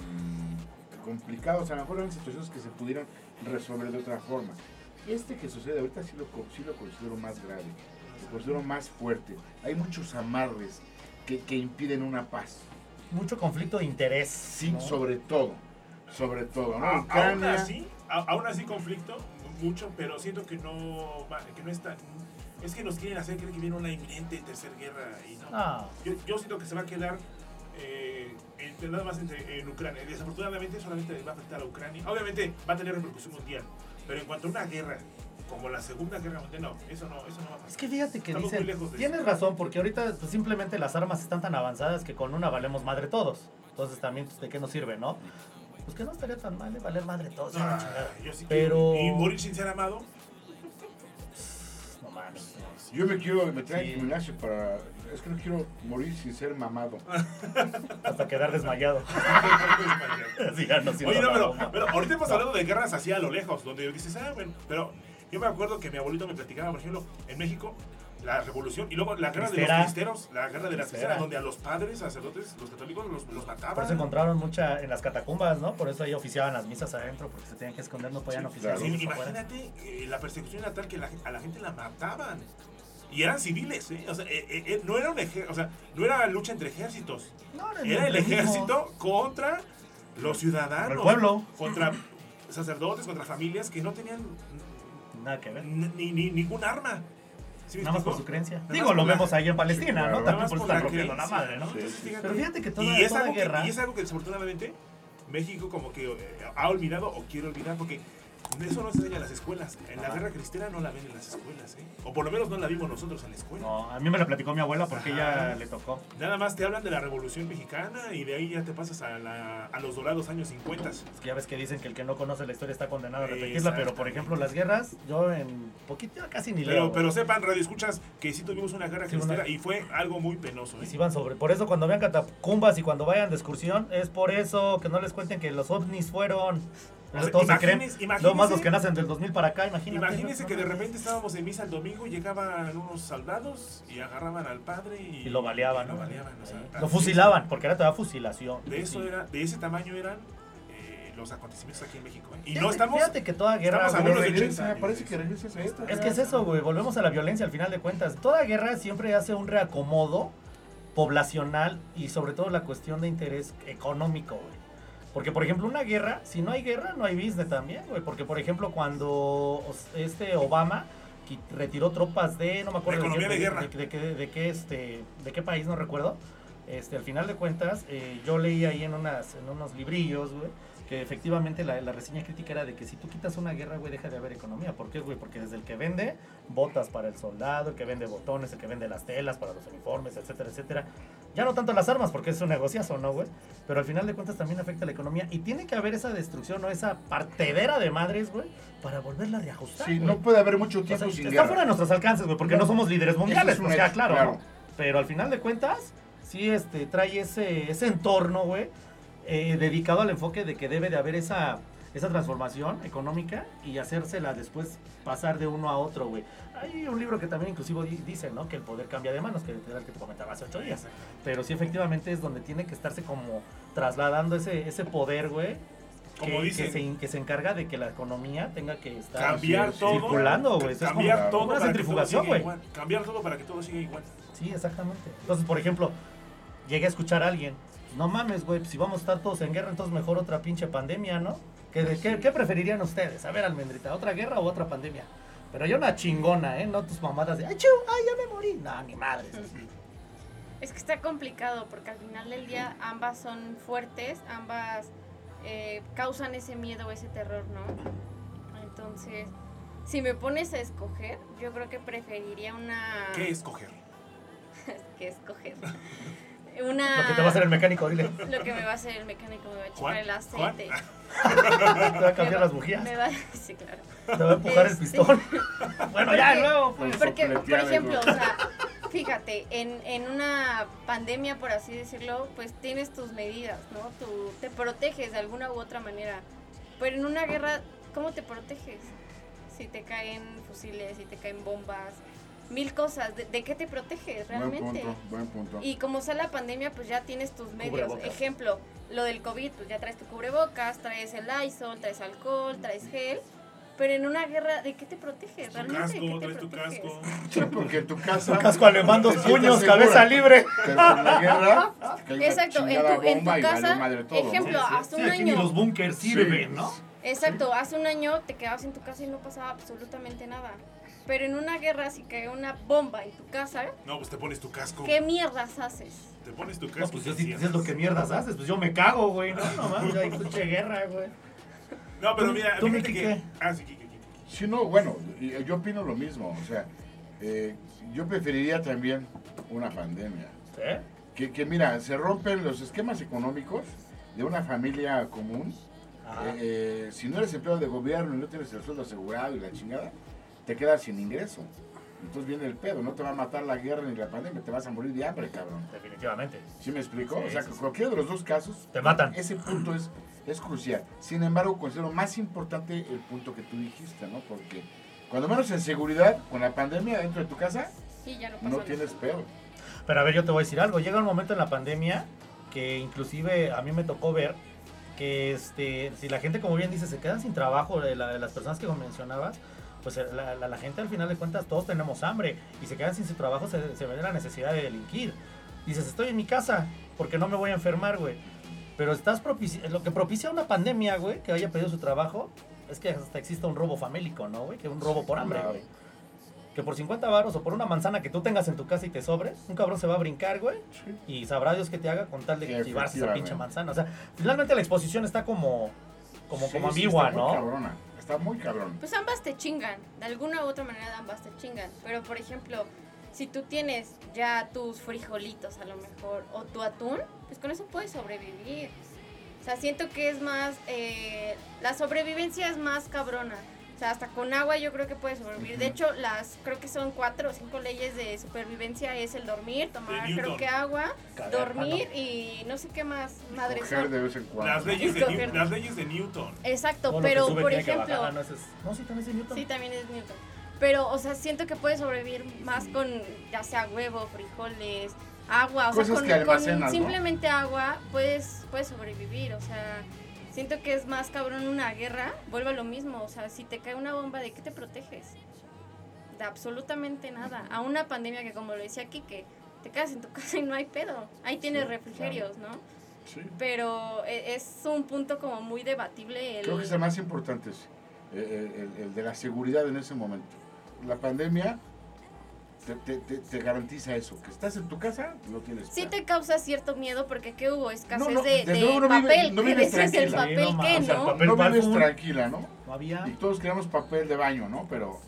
[SPEAKER 4] complicados. A lo mejor eran situaciones que se pudieron resolver de otra forma. Este que sucede ahorita sí lo, co- sí lo considero más grave, lo considero más fuerte. Hay muchos amarres que, que impiden una paz.
[SPEAKER 2] Mucho conflicto de interés.
[SPEAKER 4] Sí,
[SPEAKER 2] ¿no? Ah,
[SPEAKER 4] sobre todo. Sobre todo, ¿no?
[SPEAKER 1] A- Ah, Aún
[SPEAKER 4] Ucrania,
[SPEAKER 1] así, a- aún así conflicto, mucho, pero siento que no, va- que no está... Es que nos quieren hacer creer que viene una inminente tercera guerra y no.
[SPEAKER 2] Ah,
[SPEAKER 1] Yo, yo siento que se va a quedar eh, entre- nada más entre, en Ucrania. Desafortunadamente solamente le va a afectar a Ucrania. Obviamente va a tener repercusión mundial, pero en cuanto a una guerra como la Segunda Guerra Mundial, no, eso no, eso no va a pasar.
[SPEAKER 2] es que fíjate que
[SPEAKER 1] Estamos
[SPEAKER 2] dicen,
[SPEAKER 1] muy lejos de
[SPEAKER 2] tienes
[SPEAKER 1] eso.
[SPEAKER 2] razón, porque ahorita pues, simplemente las armas están tan avanzadas que con una valemos madre todos. Entonces también, pues, ¿de qué nos sirve, no? Pues que no estaría tan mal de valer madre todos. ya la chingada.
[SPEAKER 1] yo sí
[SPEAKER 2] Pero-
[SPEAKER 1] quiero- Y morir sin ser amado.
[SPEAKER 2] No mames.
[SPEAKER 4] Yo me quiero meter al
[SPEAKER 2] Sí.
[SPEAKER 4] gimnasio para... Es que no quiero morir sin ser mamado.
[SPEAKER 2] Hasta quedar desmayado. Sí, ya no siento
[SPEAKER 1] Oye, no,
[SPEAKER 2] la
[SPEAKER 1] pero,
[SPEAKER 2] bomba.
[SPEAKER 1] pero ahorita hemos hablado de guerras así a lo lejos, donde dices, ah, bueno, pero yo me acuerdo que mi abuelito me platicaba, por ejemplo, en México, la revolución y luego la guerra de
[SPEAKER 2] Cristera.
[SPEAKER 1] los cristeros, la guerra de las
[SPEAKER 2] Cristera.
[SPEAKER 1] cristeras, donde a los padres, sacerdotes, los católicos los, los mataban.
[SPEAKER 2] Por eso encontraron mucha en las catacumbas, ¿no? Por eso ahí oficiaban las misas adentro, porque se tenían que esconder, no podían
[SPEAKER 4] Sí,
[SPEAKER 2] oficiar.
[SPEAKER 4] claro.
[SPEAKER 1] Sí,
[SPEAKER 2] misas afuera.
[SPEAKER 1] imagínate, eh, la persecución era tal que la- a la gente la mataban. Y eran civiles, ¿eh? O sea, eh, eh, eh, no era un ejer- o sea, no era lucha entre ejércitos.
[SPEAKER 2] No, no, no,
[SPEAKER 1] Era el
[SPEAKER 2] mismo.
[SPEAKER 1] ejército contra los ciudadanos.
[SPEAKER 2] El pueblo.
[SPEAKER 1] Contra sacerdotes, contra familias que no tenían
[SPEAKER 2] Nada que ver.
[SPEAKER 1] n- ni, ni- ningún arma. ¿Sí me
[SPEAKER 2] Nada más
[SPEAKER 1] explico?
[SPEAKER 2] por su creencia.
[SPEAKER 1] Nada
[SPEAKER 2] Digo,
[SPEAKER 1] más
[SPEAKER 2] lo
[SPEAKER 1] por la-
[SPEAKER 2] vemos ahí en Palestina,
[SPEAKER 4] claro.
[SPEAKER 2] ¿no?
[SPEAKER 1] Nada
[SPEAKER 2] También
[SPEAKER 1] más
[SPEAKER 2] por
[SPEAKER 1] por
[SPEAKER 2] estar
[SPEAKER 1] la
[SPEAKER 2] rompiendo la
[SPEAKER 1] creencia.
[SPEAKER 2] madre, ¿no?
[SPEAKER 1] Entonces, fíjate.
[SPEAKER 2] Pero fíjate que toda,
[SPEAKER 1] y es
[SPEAKER 2] toda
[SPEAKER 1] algo
[SPEAKER 2] guerra.
[SPEAKER 1] Que, y es algo que desafortunadamente México como que eh, ha olvidado o quiere olvidar porque eso no se enseña en las escuelas. En la
[SPEAKER 2] Ajá.
[SPEAKER 1] guerra cristera no la ven en las escuelas, ¿eh? O por lo menos no la vimos nosotros en la escuela.
[SPEAKER 2] No, a mí me la platicó mi abuela porque
[SPEAKER 1] Ajá.
[SPEAKER 2] ella le tocó.
[SPEAKER 1] Nada más te hablan de la Revolución Mexicana y de ahí ya te pasas a, la- a los dorados años 50.
[SPEAKER 2] Es que ya ves que dicen que el que no conoce la historia está condenado a repetirla, pero por ejemplo, las guerras, yo en poquito casi ni leo.
[SPEAKER 1] Pero, pero sepan, radio escuchas, que sí tuvimos una guerra
[SPEAKER 2] Sí, una-
[SPEAKER 1] cristera y fue algo muy penoso.
[SPEAKER 2] Y
[SPEAKER 1] ¿eh?
[SPEAKER 2] si van sobre. Por eso cuando vean catacumbas y cuando vayan de excursión, es por eso que no les cuenten que los ovnis fueron.
[SPEAKER 1] O sea,
[SPEAKER 2] todos se creen.
[SPEAKER 1] imagínense-
[SPEAKER 2] No más
[SPEAKER 1] imagínense-
[SPEAKER 2] los que nacen del 2000 para acá, imagínate.
[SPEAKER 1] Imagínense
[SPEAKER 2] no,
[SPEAKER 1] que
[SPEAKER 2] no,
[SPEAKER 1] de
[SPEAKER 2] no.
[SPEAKER 1] repente estábamos en misa el domingo y llegaban unos soldados y agarraban al padre y,
[SPEAKER 2] Y lo
[SPEAKER 1] y
[SPEAKER 2] baleaban,
[SPEAKER 1] lo
[SPEAKER 2] ¿no?
[SPEAKER 1] baleaban, o sea,
[SPEAKER 2] Lo
[SPEAKER 1] así-
[SPEAKER 2] fusilaban, porque era todavía fusilación.
[SPEAKER 1] De eso
[SPEAKER 2] Sí.
[SPEAKER 1] era, de ese tamaño eran eh, los acontecimientos aquí en México. ¿eh? Y
[SPEAKER 2] Fíjate-
[SPEAKER 1] no estamos
[SPEAKER 2] Fíjate que toda guerra.
[SPEAKER 1] estamos a
[SPEAKER 2] güey,
[SPEAKER 1] menos de
[SPEAKER 4] Regresa,
[SPEAKER 1] 80 años.
[SPEAKER 4] parece que regresas a esto.
[SPEAKER 2] Es que es eso, güey. Volvemos a la violencia al final de cuentas. Toda guerra siempre hace un reacomodo poblacional y sobre todo la cuestión de interés económico, güey. Porque, por ejemplo, una guerra, si no hay guerra, no hay business también, güey. Porque, por ejemplo, cuando os- este Obama qui- retiró tropas de, no me acuerdo
[SPEAKER 1] De economía
[SPEAKER 2] qué-
[SPEAKER 1] de guerra.
[SPEAKER 2] de qué- de qué, este, de qué país, no recuerdo. Este, al final de cuentas, eh, yo leí ahí en, unas, en unos librillos, güey, que efectivamente la, la reseña crítica era de que si tú quitas una guerra, güey, deja de haber economía. ¿Por qué, güey? Porque desde el que vende botas para el soldado, el que vende botones, el que vende las telas para los uniformes, etcétera, etcétera. Ya no tanto las armas, porque es un negociazo, ¿no, güey? Pero al final de cuentas también afecta a la economía y tiene que haber esa destrucción o esa partedera de madres, güey, para volverla a reajustar.
[SPEAKER 4] Sí,
[SPEAKER 2] güey.
[SPEAKER 4] no puede haber mucho
[SPEAKER 2] O sea,
[SPEAKER 4] tiempo sin
[SPEAKER 2] está
[SPEAKER 4] guerra.
[SPEAKER 2] fuera de nuestros alcances, güey, porque no,
[SPEAKER 4] No,
[SPEAKER 2] somos líderes
[SPEAKER 4] eso
[SPEAKER 2] mundiales,
[SPEAKER 4] es un
[SPEAKER 2] pues ya,
[SPEAKER 4] hecho,
[SPEAKER 2] claro,
[SPEAKER 4] claro.
[SPEAKER 2] ¿no? Pero al final de cuentas, sí este, trae ese, ese entorno, güey, eh, dedicado al enfoque de que debe de haber esa, esa transformación económica y hacérsela después pasar de uno a otro, güey. Hay un libro que también inclusivo di- dice, ¿no? Que el poder cambia de manos, que era el que te comentaba hace ocho días. Pero sí, efectivamente, es donde tiene que estarse como trasladando ese, ese poder, güey.
[SPEAKER 1] Como
[SPEAKER 2] que,
[SPEAKER 1] dicen.
[SPEAKER 2] que se, que se encarga de que la economía tenga que estar
[SPEAKER 1] cambiar todo.
[SPEAKER 2] Ah, circulando, güey. Eso es como-
[SPEAKER 1] Cambiar todo
[SPEAKER 2] una
[SPEAKER 1] para que todo
[SPEAKER 2] centrifugación,
[SPEAKER 1] siga
[SPEAKER 2] güey.
[SPEAKER 1] igual. Cambiar todo para que todo siga igual.
[SPEAKER 2] Sí, exactamente. Entonces, por ejemplo, llegué a escuchar a alguien, no mames, güey, pues si vamos a estar todos en guerra, entonces mejor otra pinche pandemia, ¿no? ¿Qué, de- qué, qué preferirían ustedes? A ver, Almendrita, ¿otra guerra o otra pandemia? Pero yo una chingona, ¿eh? No tus mamadas de, ¡ay, chu! ¡Ay, ya me morí! No, ni madres.
[SPEAKER 3] Es que está complicado porque al final del día ambas son fuertes, ambas eh, causan ese miedo, ese terror, ¿no? Entonces, si me pones a escoger, yo creo que preferiría una...
[SPEAKER 1] ¿Qué escoger?
[SPEAKER 3] ¿Qué escoger? Una...
[SPEAKER 2] Lo que te va a hacer el mecánico, dile.
[SPEAKER 3] Lo que me va a hacer el mecánico, me va a
[SPEAKER 1] ¿Juan?
[SPEAKER 3] checar el aceite.
[SPEAKER 2] Te va a
[SPEAKER 3] Me
[SPEAKER 2] cambiar
[SPEAKER 3] va-
[SPEAKER 2] las bujías.
[SPEAKER 3] Me va... Sí, claro.
[SPEAKER 2] Te va a empujar el
[SPEAKER 3] Este.
[SPEAKER 2] pistón. bueno, ya, luego.
[SPEAKER 4] Pues,
[SPEAKER 3] Porque, por
[SPEAKER 4] sopletear,
[SPEAKER 3] ejemplo, o
[SPEAKER 4] güey.
[SPEAKER 3] sea, fíjate, en, en una pandemia, por así decirlo, pues tienes tus medidas, ¿no? Tú te proteges de alguna u otra manera. Pero en una guerra, ¿cómo te proteges? Si te caen fusiles, si te caen bombas, mil cosas. ¿De, de qué te proteges
[SPEAKER 4] Buen
[SPEAKER 3] realmente?
[SPEAKER 4] punto, buen punto.
[SPEAKER 3] Y como sea la pandemia, pues ya tienes tus medios.
[SPEAKER 2] Cubrebocas.
[SPEAKER 3] Ejemplo, lo del COVID, pues ya traes tu cubrebocas, traes el Lysol, traes alcohol, traes gel. Pero en una guerra, ¿de qué te proteges?
[SPEAKER 1] Tu
[SPEAKER 3] Realmente, ¿de
[SPEAKER 1] casco,
[SPEAKER 3] qué te
[SPEAKER 1] traes tu
[SPEAKER 3] proteges?
[SPEAKER 1] casco.
[SPEAKER 4] Sí, porque en tu casa.
[SPEAKER 2] Casco alemán, dos
[SPEAKER 4] te sientes
[SPEAKER 2] puños,
[SPEAKER 4] segura.
[SPEAKER 2] cabeza libre.
[SPEAKER 4] Pero con la guerra. cae una
[SPEAKER 3] Exacto, en
[SPEAKER 4] chingada
[SPEAKER 3] tu, en tu
[SPEAKER 4] bomba y valió
[SPEAKER 3] casa,
[SPEAKER 4] madre todo, ¿no?
[SPEAKER 3] ejemplo, hace un
[SPEAKER 2] aquí ni los
[SPEAKER 3] año,
[SPEAKER 2] bunkers sirven, ¿no?
[SPEAKER 3] exacto, hace un año te quedabas en tu casa y no pasaba absolutamente nada. Pero en una guerra, si cae una bomba en tu casa,
[SPEAKER 1] No, pues te pones tu casco.
[SPEAKER 3] ¿qué mierdas haces?
[SPEAKER 1] Te pones tu casco.
[SPEAKER 2] No,
[SPEAKER 1] y
[SPEAKER 2] pues
[SPEAKER 1] te
[SPEAKER 2] yo sí
[SPEAKER 1] cierras.
[SPEAKER 2] dices lo que mierdas haces, pues yo me cago, güey. No, no mames, hay pinche guerra, güey.
[SPEAKER 1] No, pero mira,
[SPEAKER 2] Tú,
[SPEAKER 1] fíjate
[SPEAKER 2] Miki,
[SPEAKER 1] que.
[SPEAKER 2] ¿qué?
[SPEAKER 1] Ah, sí, Kike, Kike.
[SPEAKER 4] Sí, no, bueno, y- yo opino lo mismo. O sea, eh, yo preferiría también una pandemia.
[SPEAKER 2] ¿Eh?
[SPEAKER 4] Que, que mira, se rompen los esquemas económicos de una familia común. Eh, eh, si no eres empleado de gobierno y no tienes el sueldo asegurado y la chingada, te quedas sin ingreso. Entonces viene el pedo, no te va a matar la guerra ni la pandemia, te vas a morir de hambre, cabrón.
[SPEAKER 2] Definitivamente.
[SPEAKER 4] ¿Sí me explico?
[SPEAKER 2] Sí,
[SPEAKER 4] o sea,
[SPEAKER 2] sí,
[SPEAKER 4] que
[SPEAKER 2] sí.
[SPEAKER 4] cualquiera de los dos casos,
[SPEAKER 2] Te matan.
[SPEAKER 4] ese punto es, es crucial. Sin embargo, considero más importante el punto que tú dijiste, ¿no? Porque cuando menos en seguridad, con la pandemia dentro de tu casa,
[SPEAKER 3] Y ya no pasa
[SPEAKER 4] no
[SPEAKER 3] nada.
[SPEAKER 4] tienes pedo.
[SPEAKER 2] Pero a ver, yo te voy a decir algo. Llega un momento en la pandemia que inclusive a mí me tocó ver que este, si la gente, como bien dice, se quedan sin trabajo, de la- de las personas que mencionabas, pues la, la- la gente al final de cuentas todos tenemos hambre y se quedan sin su trabajo, se, se ve la necesidad de delinquir. Dices, estoy en mi casa porque no me voy a enfermar, güey. Pero estás propici- lo que propicia una pandemia, güey, que haya perdido su trabajo, es que hasta exista un robo famélico, ¿no, güey? Que un robo por hambre,
[SPEAKER 4] Claro.
[SPEAKER 2] güey. Que por 50 varos o por una manzana que tú tengas en tu casa y te sobres, un cabrón se va a brincar, güey. Y sabrá Dios que te haga con tal de que llevarse esa
[SPEAKER 4] Efectivamente.
[SPEAKER 2] pinche manzana. O sea, finalmente la exposición está como, como,
[SPEAKER 4] Sí,
[SPEAKER 2] como
[SPEAKER 4] sí,
[SPEAKER 2] ambigua,
[SPEAKER 4] está
[SPEAKER 2] ¿no?
[SPEAKER 4] Muy cabrona, está muy cabrón.
[SPEAKER 3] Pues ambas te chingan, de alguna u otra manera ambas te chingan. Pero por ejemplo, si tú tienes ya tus frijolitos a lo mejor o tu atún, pues con eso puedes sobrevivir. O sea, siento que es más, eh, la sobrevivencia es más cabrona. O sea, hasta con agua yo creo que puede sobrevivir. De hecho, las creo que son cuatro o cinco leyes de supervivencia es el dormir, tomar
[SPEAKER 1] De
[SPEAKER 3] creo
[SPEAKER 1] Newton.
[SPEAKER 3] que agua,
[SPEAKER 2] Cagar,
[SPEAKER 3] dormir y no sé qué más madre
[SPEAKER 4] Coger
[SPEAKER 3] son.
[SPEAKER 4] de vez en cuando.
[SPEAKER 1] Las leyes, de
[SPEAKER 3] Esto,
[SPEAKER 1] New-
[SPEAKER 3] pero-
[SPEAKER 1] las leyes de Newton.
[SPEAKER 3] Exacto,
[SPEAKER 2] Todo lo que
[SPEAKER 3] pero
[SPEAKER 2] sube
[SPEAKER 3] por
[SPEAKER 2] tiene que
[SPEAKER 3] ejemplo,
[SPEAKER 2] bajar. Ah, no, ese es- no, sí, también es Newton.
[SPEAKER 3] sí también es Newton. Pero o sea, siento que puede sobrevivir más con ya sea huevo, frijoles, agua, o sea,
[SPEAKER 4] Cosas
[SPEAKER 3] con,
[SPEAKER 4] que
[SPEAKER 3] con
[SPEAKER 4] almacenas, ¿no?
[SPEAKER 3] simplemente agua puedes puedes sobrevivir, o sea, siento que es más cabrón una guerra, vuelve a lo mismo, o sea, si te cae una bomba, ¿de qué te proteges? de absolutamente nada. A una pandemia que, como lo decía Kike, te quedas en tu casa y no hay pedo. Ahí tienes refrigerios, ¿no?
[SPEAKER 4] Sí.
[SPEAKER 3] Pero e- es un punto como muy debatible. El...
[SPEAKER 4] Creo que es el más importante, sí. Eh, eh, el, el de la seguridad en ese momento. La pandemia te, te- te- te garantiza eso, que estás en tu casa, no tienes
[SPEAKER 3] Sí
[SPEAKER 4] plan.
[SPEAKER 3] te causa cierto miedo porque ¿qué hubo? Escasez
[SPEAKER 4] No, no,
[SPEAKER 3] de,
[SPEAKER 4] desde
[SPEAKER 3] de
[SPEAKER 4] luego no vive-
[SPEAKER 3] papel.
[SPEAKER 4] no
[SPEAKER 3] que
[SPEAKER 4] vives
[SPEAKER 3] decías el
[SPEAKER 4] tranquila.
[SPEAKER 3] papel
[SPEAKER 2] Sí, no mames,
[SPEAKER 3] que
[SPEAKER 2] o sea, el
[SPEAKER 3] no?
[SPEAKER 2] papel-
[SPEAKER 4] no vives
[SPEAKER 2] balcón.
[SPEAKER 4] tranquila, ¿no?
[SPEAKER 2] No
[SPEAKER 3] Ah.
[SPEAKER 2] había.
[SPEAKER 4] Y todos queremos papel de baño, ¿no? Pero,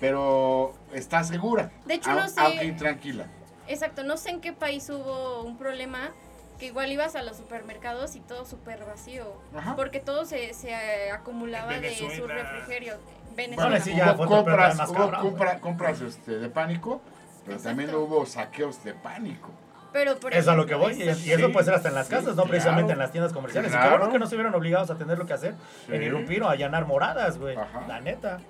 [SPEAKER 4] pero está segura.
[SPEAKER 3] De hecho,
[SPEAKER 4] Au-
[SPEAKER 3] no sé.
[SPEAKER 4] Aunque tranquila.
[SPEAKER 3] Exacto, no sé en qué país hubo un problema que igual ibas a los supermercados y todo súper vacío.
[SPEAKER 4] Ajá.
[SPEAKER 3] Porque todo se, se eh, acumulaba de su
[SPEAKER 1] Venezuela.
[SPEAKER 3] refrigerio. Venezuela.
[SPEAKER 2] Bueno, sí, ya
[SPEAKER 4] hubo
[SPEAKER 2] fue otro
[SPEAKER 4] compras,
[SPEAKER 2] pedo más
[SPEAKER 4] hubo
[SPEAKER 2] cabrón,
[SPEAKER 4] compra- compras este, de pánico, pero
[SPEAKER 3] Exacto.
[SPEAKER 4] también hubo saqueos de pánico.
[SPEAKER 3] Pero por
[SPEAKER 2] Es a lo que
[SPEAKER 3] ejemplo,
[SPEAKER 2] voy, y,
[SPEAKER 3] exacto.
[SPEAKER 2] y eso puede ser hasta en las
[SPEAKER 4] Sí,
[SPEAKER 2] casas, no
[SPEAKER 4] claro.
[SPEAKER 2] precisamente en las tiendas comerciales. Y
[SPEAKER 4] Claro.
[SPEAKER 2] cabrón que no se vieron obligados a tener lo que hacer en
[SPEAKER 4] Sí.
[SPEAKER 2] irrumpir o allanar moradas, güey.
[SPEAKER 4] Ajá. Pues
[SPEAKER 2] La neta.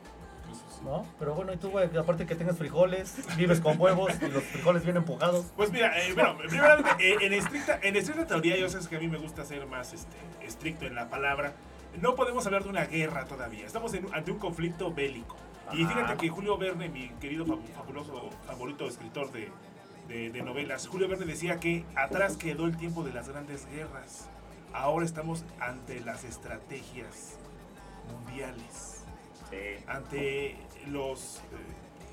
[SPEAKER 2] ¿No? Pero bueno, y tú, güey, aparte que tengas frijoles, vives con huevos y los frijoles bien empujados.
[SPEAKER 1] Pues mira, eh, bueno, primeramente, eh, en, estricta, en estricta teoría, yo sé que a mí me gusta ser más este, estricto en la palabra. No podemos hablar de una guerra todavía. Estamos en- ante un conflicto bélico. Y
[SPEAKER 2] Ajá.
[SPEAKER 1] fíjate que Julio Verne, mi querido fabu- fabuloso, favorito escritor de, de- de novelas, Julio Verne decía que atrás quedó el tiempo de las grandes guerras. Ahora estamos ante las estrategias mundiales ante los,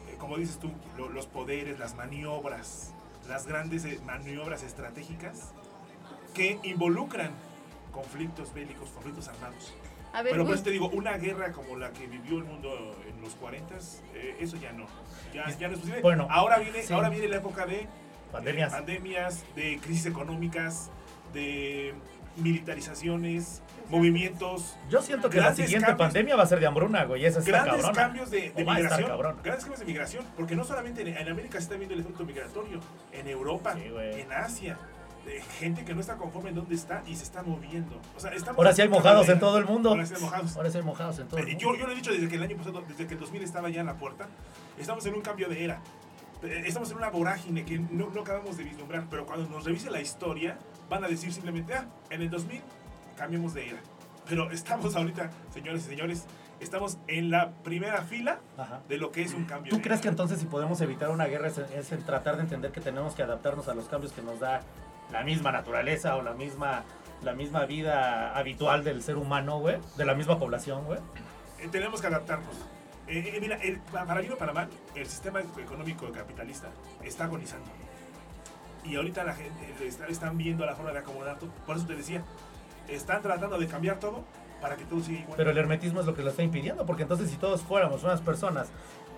[SPEAKER 1] eh, como dices tú, lo- los poderes, las maniobras, las grandes eh, maniobras estratégicas que involucran conflictos bélicos, conflictos armados.
[SPEAKER 3] A ver,
[SPEAKER 1] Pero por
[SPEAKER 3] Gus,
[SPEAKER 1] eso te digo, una guerra como la que vivió el mundo en los 40s, eh, eso ya no. Ya, ya no es posible.
[SPEAKER 2] Bueno,
[SPEAKER 1] ahora viene,
[SPEAKER 2] sí.
[SPEAKER 1] ahora viene la época de
[SPEAKER 2] Pandemias.
[SPEAKER 1] eh, pandemias, de crisis económicas, de militarizaciones, movimientos
[SPEAKER 2] Yo siento que la
[SPEAKER 1] Grandes
[SPEAKER 2] siguiente
[SPEAKER 1] cambios.
[SPEAKER 2] pandemia va a ser de hambruna, güey. Esa está
[SPEAKER 1] grandes
[SPEAKER 2] cabrona.
[SPEAKER 1] cambios de, de
[SPEAKER 2] O va a estar
[SPEAKER 1] migración.
[SPEAKER 2] cabrón.
[SPEAKER 1] Grandes cambios de migración. Porque no solamente en, en América se está viendo el efecto migratorio, en Europa,
[SPEAKER 2] Sí, güey.
[SPEAKER 1] en Asia. eh, gente que no está conforme en dónde está y se está moviendo. O sea, estamos
[SPEAKER 2] Ahora sí hay mojados
[SPEAKER 1] Ahora
[SPEAKER 2] en todo el mundo.
[SPEAKER 1] Ahora sí hay mojados.
[SPEAKER 2] Ahora sí hay mojados en todo. el
[SPEAKER 1] Eh,
[SPEAKER 2] mundo.
[SPEAKER 1] Yo, yo lo he dicho desde que el año pasado, desde que el 2000 estaba ya en la puerta. Estamos en un cambio de era. Eh, Estamos en una vorágine que no, no acabamos de vislumbrar, pero cuando nos revise la historia, van a decir simplemente, ah, en el 2000 cambiamos de era. Pero estamos ahorita, señores y señores, estamos en la primera fila
[SPEAKER 2] Ajá.
[SPEAKER 1] de lo que es un cambio
[SPEAKER 2] ¿Tú
[SPEAKER 1] de
[SPEAKER 2] crees que
[SPEAKER 1] era.
[SPEAKER 2] entonces si podemos evitar una guerra es, es el tratar de entender que tenemos que adaptarnos a los cambios que nos da la misma naturaleza o la misma la misma vida habitual del ser humano, güey, de la misma población, güey?
[SPEAKER 1] Eh, tenemos que adaptarnos. Eh, eh, mira, el- pa- para bien o para mal, el sistema económico capitalista está agonizando. Y ahorita la gente eh, está- están viendo la forma de acomodar todo. Por eso te decía, están tratando de cambiar todo para que todo siga igual.
[SPEAKER 2] Pero el hermetismo es lo que lo está impidiendo, porque entonces si todos fuéramos unas personas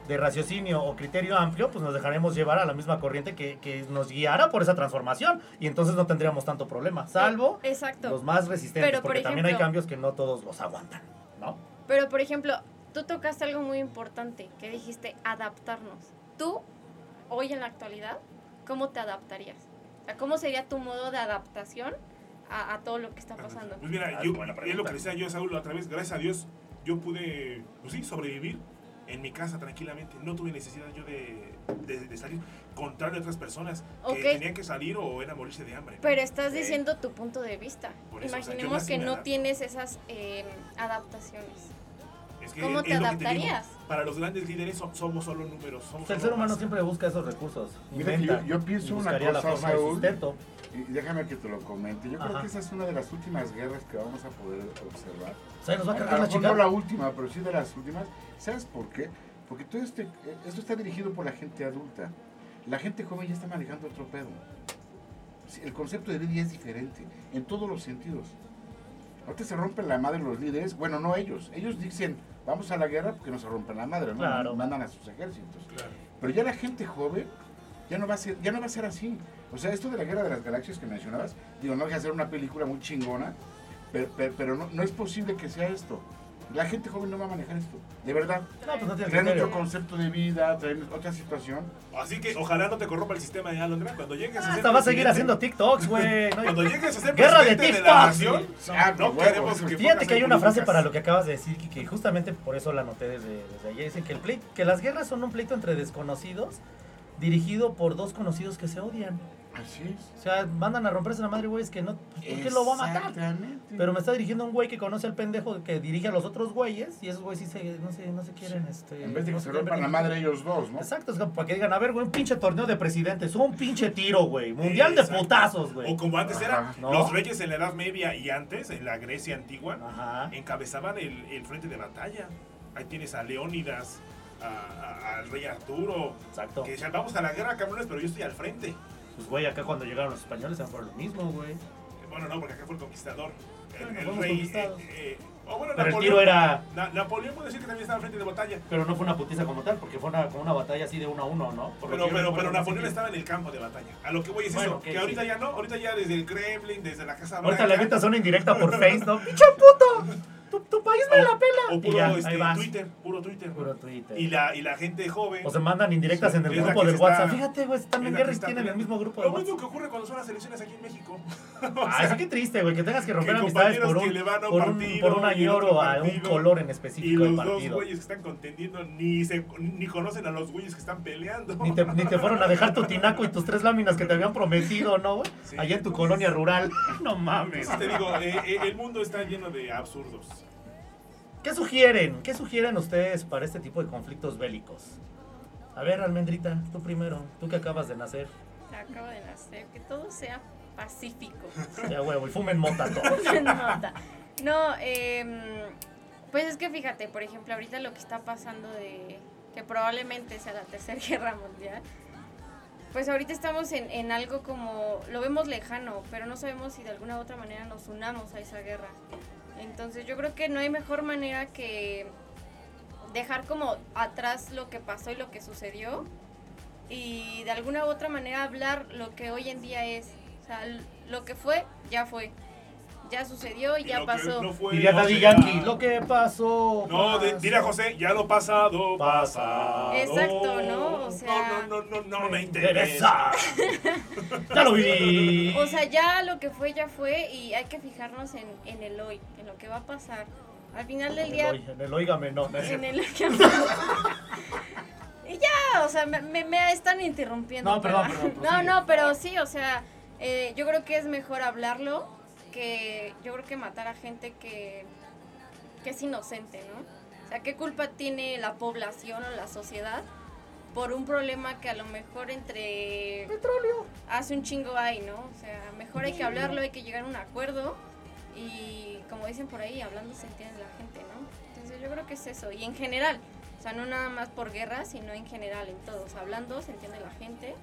[SPEAKER 2] de raciocinio o criterio amplio, pues nos dejaremos llevar a la misma corriente que, que nos guiara por esa transformación y entonces no tendríamos tanto problema, salvo
[SPEAKER 3] Exacto.
[SPEAKER 2] los más resistentes,
[SPEAKER 3] Pero, por
[SPEAKER 2] porque también hay
[SPEAKER 3] ejemplo-
[SPEAKER 2] cambios que no todos los aguantan, ¿no?
[SPEAKER 3] Pero por ejemplo, tú tocaste algo muy importante que dijiste adaptarnos. Tú, hoy en la actualidad, ¿cómo te adaptarías? O sea, ¿Cómo sería tu modo de adaptación a, a todo lo que está pasando?
[SPEAKER 1] Pues mira,
[SPEAKER 2] Ah,
[SPEAKER 1] yo,
[SPEAKER 2] buena
[SPEAKER 1] es
[SPEAKER 2] pregunta.
[SPEAKER 1] lo que le decía yo a Saúl la otra vez. Gracias a Dios, yo pude, pues sí, sobrevivir en mi casa tranquilamente. No tuve necesidad yo de, de- de salir, contrario a otras personas
[SPEAKER 3] Ok.
[SPEAKER 1] que tenían que salir o era morirse de hambre.
[SPEAKER 3] Pero estás
[SPEAKER 1] Sí.
[SPEAKER 3] diciendo tu punto de vista.
[SPEAKER 1] Por eso, o sea, yo
[SPEAKER 3] Imaginemos
[SPEAKER 1] más
[SPEAKER 3] que
[SPEAKER 1] me
[SPEAKER 3] no
[SPEAKER 1] adapto.
[SPEAKER 3] tienes esas eh, adaptaciones.
[SPEAKER 1] Es que
[SPEAKER 3] ¿Cómo
[SPEAKER 1] es
[SPEAKER 3] te
[SPEAKER 1] lo que digo.
[SPEAKER 3] adaptarías?
[SPEAKER 1] para los grandes líderes so- somos solo números. Somos
[SPEAKER 2] El
[SPEAKER 1] solo
[SPEAKER 2] ser humano
[SPEAKER 1] masas.
[SPEAKER 2] siempre busca esos recursos.
[SPEAKER 4] Mira que
[SPEAKER 2] inventa,
[SPEAKER 4] yo- yo pienso
[SPEAKER 2] y
[SPEAKER 4] una
[SPEAKER 2] buscaría la
[SPEAKER 4] cosa,
[SPEAKER 2] forma de
[SPEAKER 4] Saúl.
[SPEAKER 2] sustento.
[SPEAKER 4] Y déjame que te lo comente. Yo
[SPEAKER 2] Ajá.
[SPEAKER 4] creo que esa es una de las últimas guerras que vamos a poder observar.
[SPEAKER 2] O sea, nos va a
[SPEAKER 4] A
[SPEAKER 2] cargar
[SPEAKER 4] lo
[SPEAKER 2] la
[SPEAKER 4] mejor no la
[SPEAKER 2] chica.
[SPEAKER 4] última, pero sí de las últimas. ¿Sabes por qué? Porque todo este, eh, esto está dirigido por la gente adulta. La gente joven ya está manejando otro pedo. Sí, El concepto de vida ya es diferente en todos los sentidos. Ahorita se rompen la madre los líderes. Bueno, no ellos. Ellos dicen, vamos a la guerra porque nos rompen la madre, ¿no?
[SPEAKER 2] Claro.
[SPEAKER 4] Mandan a sus ejércitos.
[SPEAKER 1] Claro.
[SPEAKER 4] Pero ya la gente joven ya no va a ser, ya no va a ser así. O sea, esto de la guerra de las galaxias que mencionabas, digo, no voy a hacer una película muy chingona, pero, pero- pero no, no es posible que sea esto. La gente joven no va a manejar esto. De verdad.
[SPEAKER 2] No, pues no tiene
[SPEAKER 4] Traen
[SPEAKER 2] criterio.
[SPEAKER 4] otro concepto de vida, traen otra situación.
[SPEAKER 1] Así que ojalá no te corrompa el sistema de Alondra. Cuando llegues a ser
[SPEAKER 2] Ah, Hasta va a seguir
[SPEAKER 1] presidente-
[SPEAKER 2] haciendo TikToks, güey. No,
[SPEAKER 1] Cuando llegues a ser
[SPEAKER 2] Guerra de
[SPEAKER 1] presidente de,
[SPEAKER 2] TikToks.
[SPEAKER 1] la nación,
[SPEAKER 4] Ah,
[SPEAKER 1] no
[SPEAKER 4] huevo.
[SPEAKER 1] queremos que
[SPEAKER 2] Fíjate
[SPEAKER 1] pongas
[SPEAKER 2] que hay
[SPEAKER 1] ahí
[SPEAKER 2] una frase
[SPEAKER 1] públicas.
[SPEAKER 2] para lo que acabas de decir, Kiki, y justamente por eso la anoté desde, desde ayer. Dice que, el pleito, que las guerras son un pleito entre desconocidos dirigido por dos conocidos que se odian.
[SPEAKER 4] Así es.
[SPEAKER 2] O sea, mandan a romperse la madre, güey, es que no... pues, ¿Por qué lo va a matar?
[SPEAKER 4] Exactamente.
[SPEAKER 2] Pero me está dirigiendo un güey que conoce al pendejo que dirige a los otros güeyes y esos güeyes sí se, no, se, no se quieren... Este,
[SPEAKER 4] En vez de
[SPEAKER 2] no
[SPEAKER 4] que
[SPEAKER 2] se
[SPEAKER 4] se
[SPEAKER 2] quieren
[SPEAKER 4] rompan
[SPEAKER 2] ver
[SPEAKER 4] la
[SPEAKER 2] ni-
[SPEAKER 4] madre ellos dos, ¿no?
[SPEAKER 2] Exacto, es como para que digan, a ver, güey, un pinche torneo de presidentes, un pinche tiro, güey, mundial de
[SPEAKER 1] Exacto.
[SPEAKER 2] putazos, güey.
[SPEAKER 1] O como antes eran
[SPEAKER 4] Ajá.
[SPEAKER 2] No.
[SPEAKER 1] los reyes en la Edad Media y antes, en la Grecia antigua,
[SPEAKER 2] Ajá.
[SPEAKER 1] encabezaban el, el frente de batalla. Ahí tienes a Leónidas, a- a- al rey Arturo,
[SPEAKER 2] Exacto.
[SPEAKER 1] que decían, vamos a la guerra, cabrones, pero yo estoy al frente.
[SPEAKER 2] Pues, güey, acá cuando llegaron los españoles se fueron lo mismo, güey.
[SPEAKER 1] Eh, Bueno, no, porque acá fue el conquistador. El,
[SPEAKER 2] Bueno,
[SPEAKER 1] el
[SPEAKER 2] fuimos
[SPEAKER 1] rey...
[SPEAKER 2] conquistados.
[SPEAKER 1] eh, eh, o bueno,
[SPEAKER 2] Pero el
[SPEAKER 1] Napoleón-
[SPEAKER 2] tiro era...
[SPEAKER 1] Na- Napoleón puede decir que también estaba al frente de batalla.
[SPEAKER 2] Pero no fue una putiza como tal, porque fue una, como una batalla así de uno a uno, ¿no? Por lo
[SPEAKER 1] Pero,
[SPEAKER 2] que yo
[SPEAKER 1] pero,
[SPEAKER 2] recuerdo,
[SPEAKER 1] pero
[SPEAKER 2] no sé
[SPEAKER 1] Napoleón
[SPEAKER 2] qué.
[SPEAKER 1] estaba en el campo de batalla. A lo que voy es
[SPEAKER 2] Bueno,
[SPEAKER 1] eso,
[SPEAKER 2] ok,
[SPEAKER 1] que ahorita
[SPEAKER 2] sí.
[SPEAKER 1] ya no, ahorita ya desde el Kremlin, desde la Casa Blanca.
[SPEAKER 2] Ahorita le avientas una indirecta por Face, ¿no? ¡Pinche puto! Tu, tu país me la pela.
[SPEAKER 1] O
[SPEAKER 2] y
[SPEAKER 1] puro
[SPEAKER 2] ya,
[SPEAKER 1] este,
[SPEAKER 2] ahí vas.
[SPEAKER 1] Twitter, puro Twitter.
[SPEAKER 2] Puro Twitter.
[SPEAKER 1] Y la, y la gente joven.
[SPEAKER 2] O se mandan indirectas en el
[SPEAKER 1] es la
[SPEAKER 2] grupo
[SPEAKER 1] que
[SPEAKER 2] del
[SPEAKER 1] se
[SPEAKER 2] WhatsApp.
[SPEAKER 1] está-
[SPEAKER 2] Fíjate, güey,
[SPEAKER 1] es la
[SPEAKER 2] también
[SPEAKER 1] que
[SPEAKER 2] Jerry
[SPEAKER 1] está
[SPEAKER 2] tienen el
[SPEAKER 1] peleando.
[SPEAKER 2] mismo grupo de
[SPEAKER 1] Lo mismo
[SPEAKER 2] WhatsApp.
[SPEAKER 1] que ocurre cuando son las elecciones aquí en México.
[SPEAKER 2] Ay, sí, qué triste, güey, que tengas que romper
[SPEAKER 1] que
[SPEAKER 2] amistades por
[SPEAKER 1] compañeros
[SPEAKER 2] un,
[SPEAKER 1] que le van a un
[SPEAKER 2] por un,
[SPEAKER 1] partido
[SPEAKER 2] por un
[SPEAKER 1] y el
[SPEAKER 2] añor
[SPEAKER 1] otro
[SPEAKER 2] o a un
[SPEAKER 1] partido.
[SPEAKER 2] color en
[SPEAKER 1] Y
[SPEAKER 2] específico
[SPEAKER 1] los
[SPEAKER 2] del
[SPEAKER 1] dos
[SPEAKER 2] partido.
[SPEAKER 1] güeyes que están contendiendo ni se ni conocen a los güeyes que están peleando.
[SPEAKER 2] Ni te, ni te fueron a dejar tu tinaco y tus tres láminas que te habían prometido, ¿no, güey?
[SPEAKER 1] Sí.
[SPEAKER 2] Allá en tu colonia rural. No mames.
[SPEAKER 1] Entonces te digo, eh, eh, el mundo está lleno de absurdos.
[SPEAKER 2] ¿Qué sugieren? ¿Qué sugieren ustedes para este tipo de conflictos bélicos? A ver, Almendrita, tú primero, tú que acabas de nacer.
[SPEAKER 3] Acabo de nacer, que todo sea pacífico.
[SPEAKER 2] Ya, huevo, y fumen mota todos.
[SPEAKER 3] Nota. No, em, pues es que fíjate, por ejemplo, ahorita lo que está pasando de que probablemente sea la tercera guerra mundial, pues ahorita estamos en, en algo como, lo vemos lejano, pero no sabemos si de alguna u otra manera nos unamos a esa guerra. Entonces yo creo que no hay mejor manera que dejar como atrás lo que pasó y lo que sucedió y de alguna u otra manera hablar lo que hoy en día es. O sea, l- lo que fue, ya fue. Ya sucedió y
[SPEAKER 1] Y
[SPEAKER 3] ya
[SPEAKER 1] lo que
[SPEAKER 3] pasó.
[SPEAKER 1] no fue,
[SPEAKER 2] Diría
[SPEAKER 1] no
[SPEAKER 2] Daddy
[SPEAKER 1] será.
[SPEAKER 2] Yankee, lo que pasó.
[SPEAKER 1] No, de-
[SPEAKER 2] pasó.
[SPEAKER 1] dile a José, ya lo pasado, pasado.
[SPEAKER 3] Exacto, ¿no? O sea-
[SPEAKER 1] No, no, no, no, no
[SPEAKER 2] Me
[SPEAKER 1] me interesa.
[SPEAKER 2] interesa. ya lo viví.
[SPEAKER 3] O sea, ya lo que fue, ya fue y hay que fijarnos en, en el hoy, en lo que va a pasar. Al final del
[SPEAKER 2] En
[SPEAKER 3] día,
[SPEAKER 2] el, oí- en el oígame, no. no es
[SPEAKER 3] en
[SPEAKER 2] cierto.
[SPEAKER 3] el... y ya, o sea, me, me- me están interrumpiendo.
[SPEAKER 2] No, perdón, perdón,
[SPEAKER 3] No,
[SPEAKER 2] prosigue.
[SPEAKER 3] no, pero sí, o sea, eh, yo creo que es mejor hablarlo que yo creo que matar a gente que, que es inocente, ¿no? O sea, ¿qué culpa tiene la población o la sociedad por un problema que a lo mejor entre... Petróleo. Hace un chingo hay, ¿no? O sea, mejor hay que hablarlo, hay que llegar a un acuerdo y como dicen por ahí, hablando se entiende la gente, ¿no? Entonces yo creo que es eso. Y en general, o sea, no nada más por guerra, sino en general, en todos. Hablando se entiende la gente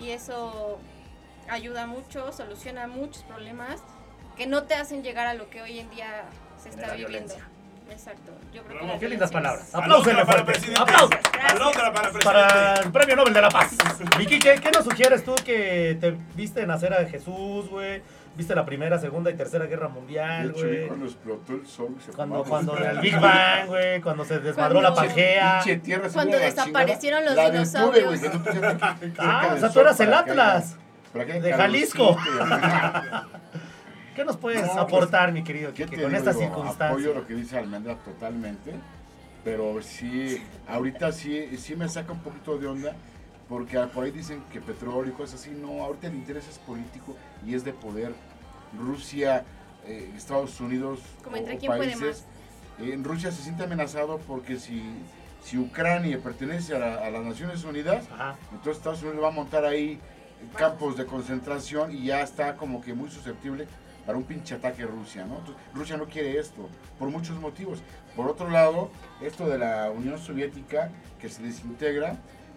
[SPEAKER 3] y eso ayuda mucho, soluciona muchos problemas que no te hacen llegar a lo que hoy en día se está
[SPEAKER 4] Genera
[SPEAKER 3] viviendo.
[SPEAKER 4] violencia.
[SPEAKER 3] Exacto. Yo creo que
[SPEAKER 1] Bravo.
[SPEAKER 3] la
[SPEAKER 2] Qué lindas
[SPEAKER 3] violencia
[SPEAKER 2] palabras.
[SPEAKER 3] es-
[SPEAKER 2] Apláusenle
[SPEAKER 1] Alondra para
[SPEAKER 2] fuerte.
[SPEAKER 1] presidente.
[SPEAKER 2] Aplausos.
[SPEAKER 1] Alondra para presidente.
[SPEAKER 2] Para el premio Nobel de la Paz. Vicky, ¿qué, qué nos sugieres tú que te viste nacer a Jesús, güey? ¿Viste la primera, segunda y tercera guerra
[SPEAKER 4] De
[SPEAKER 2] mundial,
[SPEAKER 4] hecho, vi
[SPEAKER 2] güey?
[SPEAKER 4] cuando explotó el sol. se
[SPEAKER 2] Cuando,
[SPEAKER 4] fumaba.
[SPEAKER 2] cuando el Big Bang, güey, cuando se desmadró
[SPEAKER 3] Cuando-
[SPEAKER 2] la Pangea.
[SPEAKER 4] Pinche tierra se
[SPEAKER 3] Cuando
[SPEAKER 4] fue a la
[SPEAKER 3] desaparecieron
[SPEAKER 4] chingada.
[SPEAKER 3] los
[SPEAKER 4] La aventura, güey,
[SPEAKER 3] dinosaurios.
[SPEAKER 4] que no podía- cerca
[SPEAKER 2] Ah, o
[SPEAKER 4] del
[SPEAKER 2] sea, tú
[SPEAKER 4] sol
[SPEAKER 2] eras el
[SPEAKER 4] para que haya-
[SPEAKER 2] Atlas.
[SPEAKER 4] para que haya
[SPEAKER 2] de
[SPEAKER 4] calorcito.
[SPEAKER 2] ¿Qué nos puedes
[SPEAKER 4] No, pues,
[SPEAKER 2] aportar, mi querido
[SPEAKER 4] ¿Qué
[SPEAKER 2] Kike,
[SPEAKER 4] te
[SPEAKER 2] con
[SPEAKER 4] digo?
[SPEAKER 2] estas
[SPEAKER 4] Digo, Apoyo
[SPEAKER 2] circunstancias?
[SPEAKER 4] lo que dice Almendra totalmente, pero sí, ahorita sí, sí me saca un poquito de onda, porque por ahí dicen que petróleo y cosas así, no, ahorita el interés es político y es de poder. Rusia, eh, Estados Unidos,
[SPEAKER 3] Como entre
[SPEAKER 4] o
[SPEAKER 3] quién puede
[SPEAKER 4] eh, en Rusia se siente amenazado porque si, si Ucrania pertenece a, la- a las Naciones Unidas,
[SPEAKER 2] Ajá.
[SPEAKER 4] entonces Estados Unidos va a montar ahí campos de concentración y ya está como que muy susceptible para un pinche ataque a Rusia, ¿no? Entonces, Rusia no quiere esto, por muchos motivos. Por otro lado, esto de la Unión Soviética que se desintegra,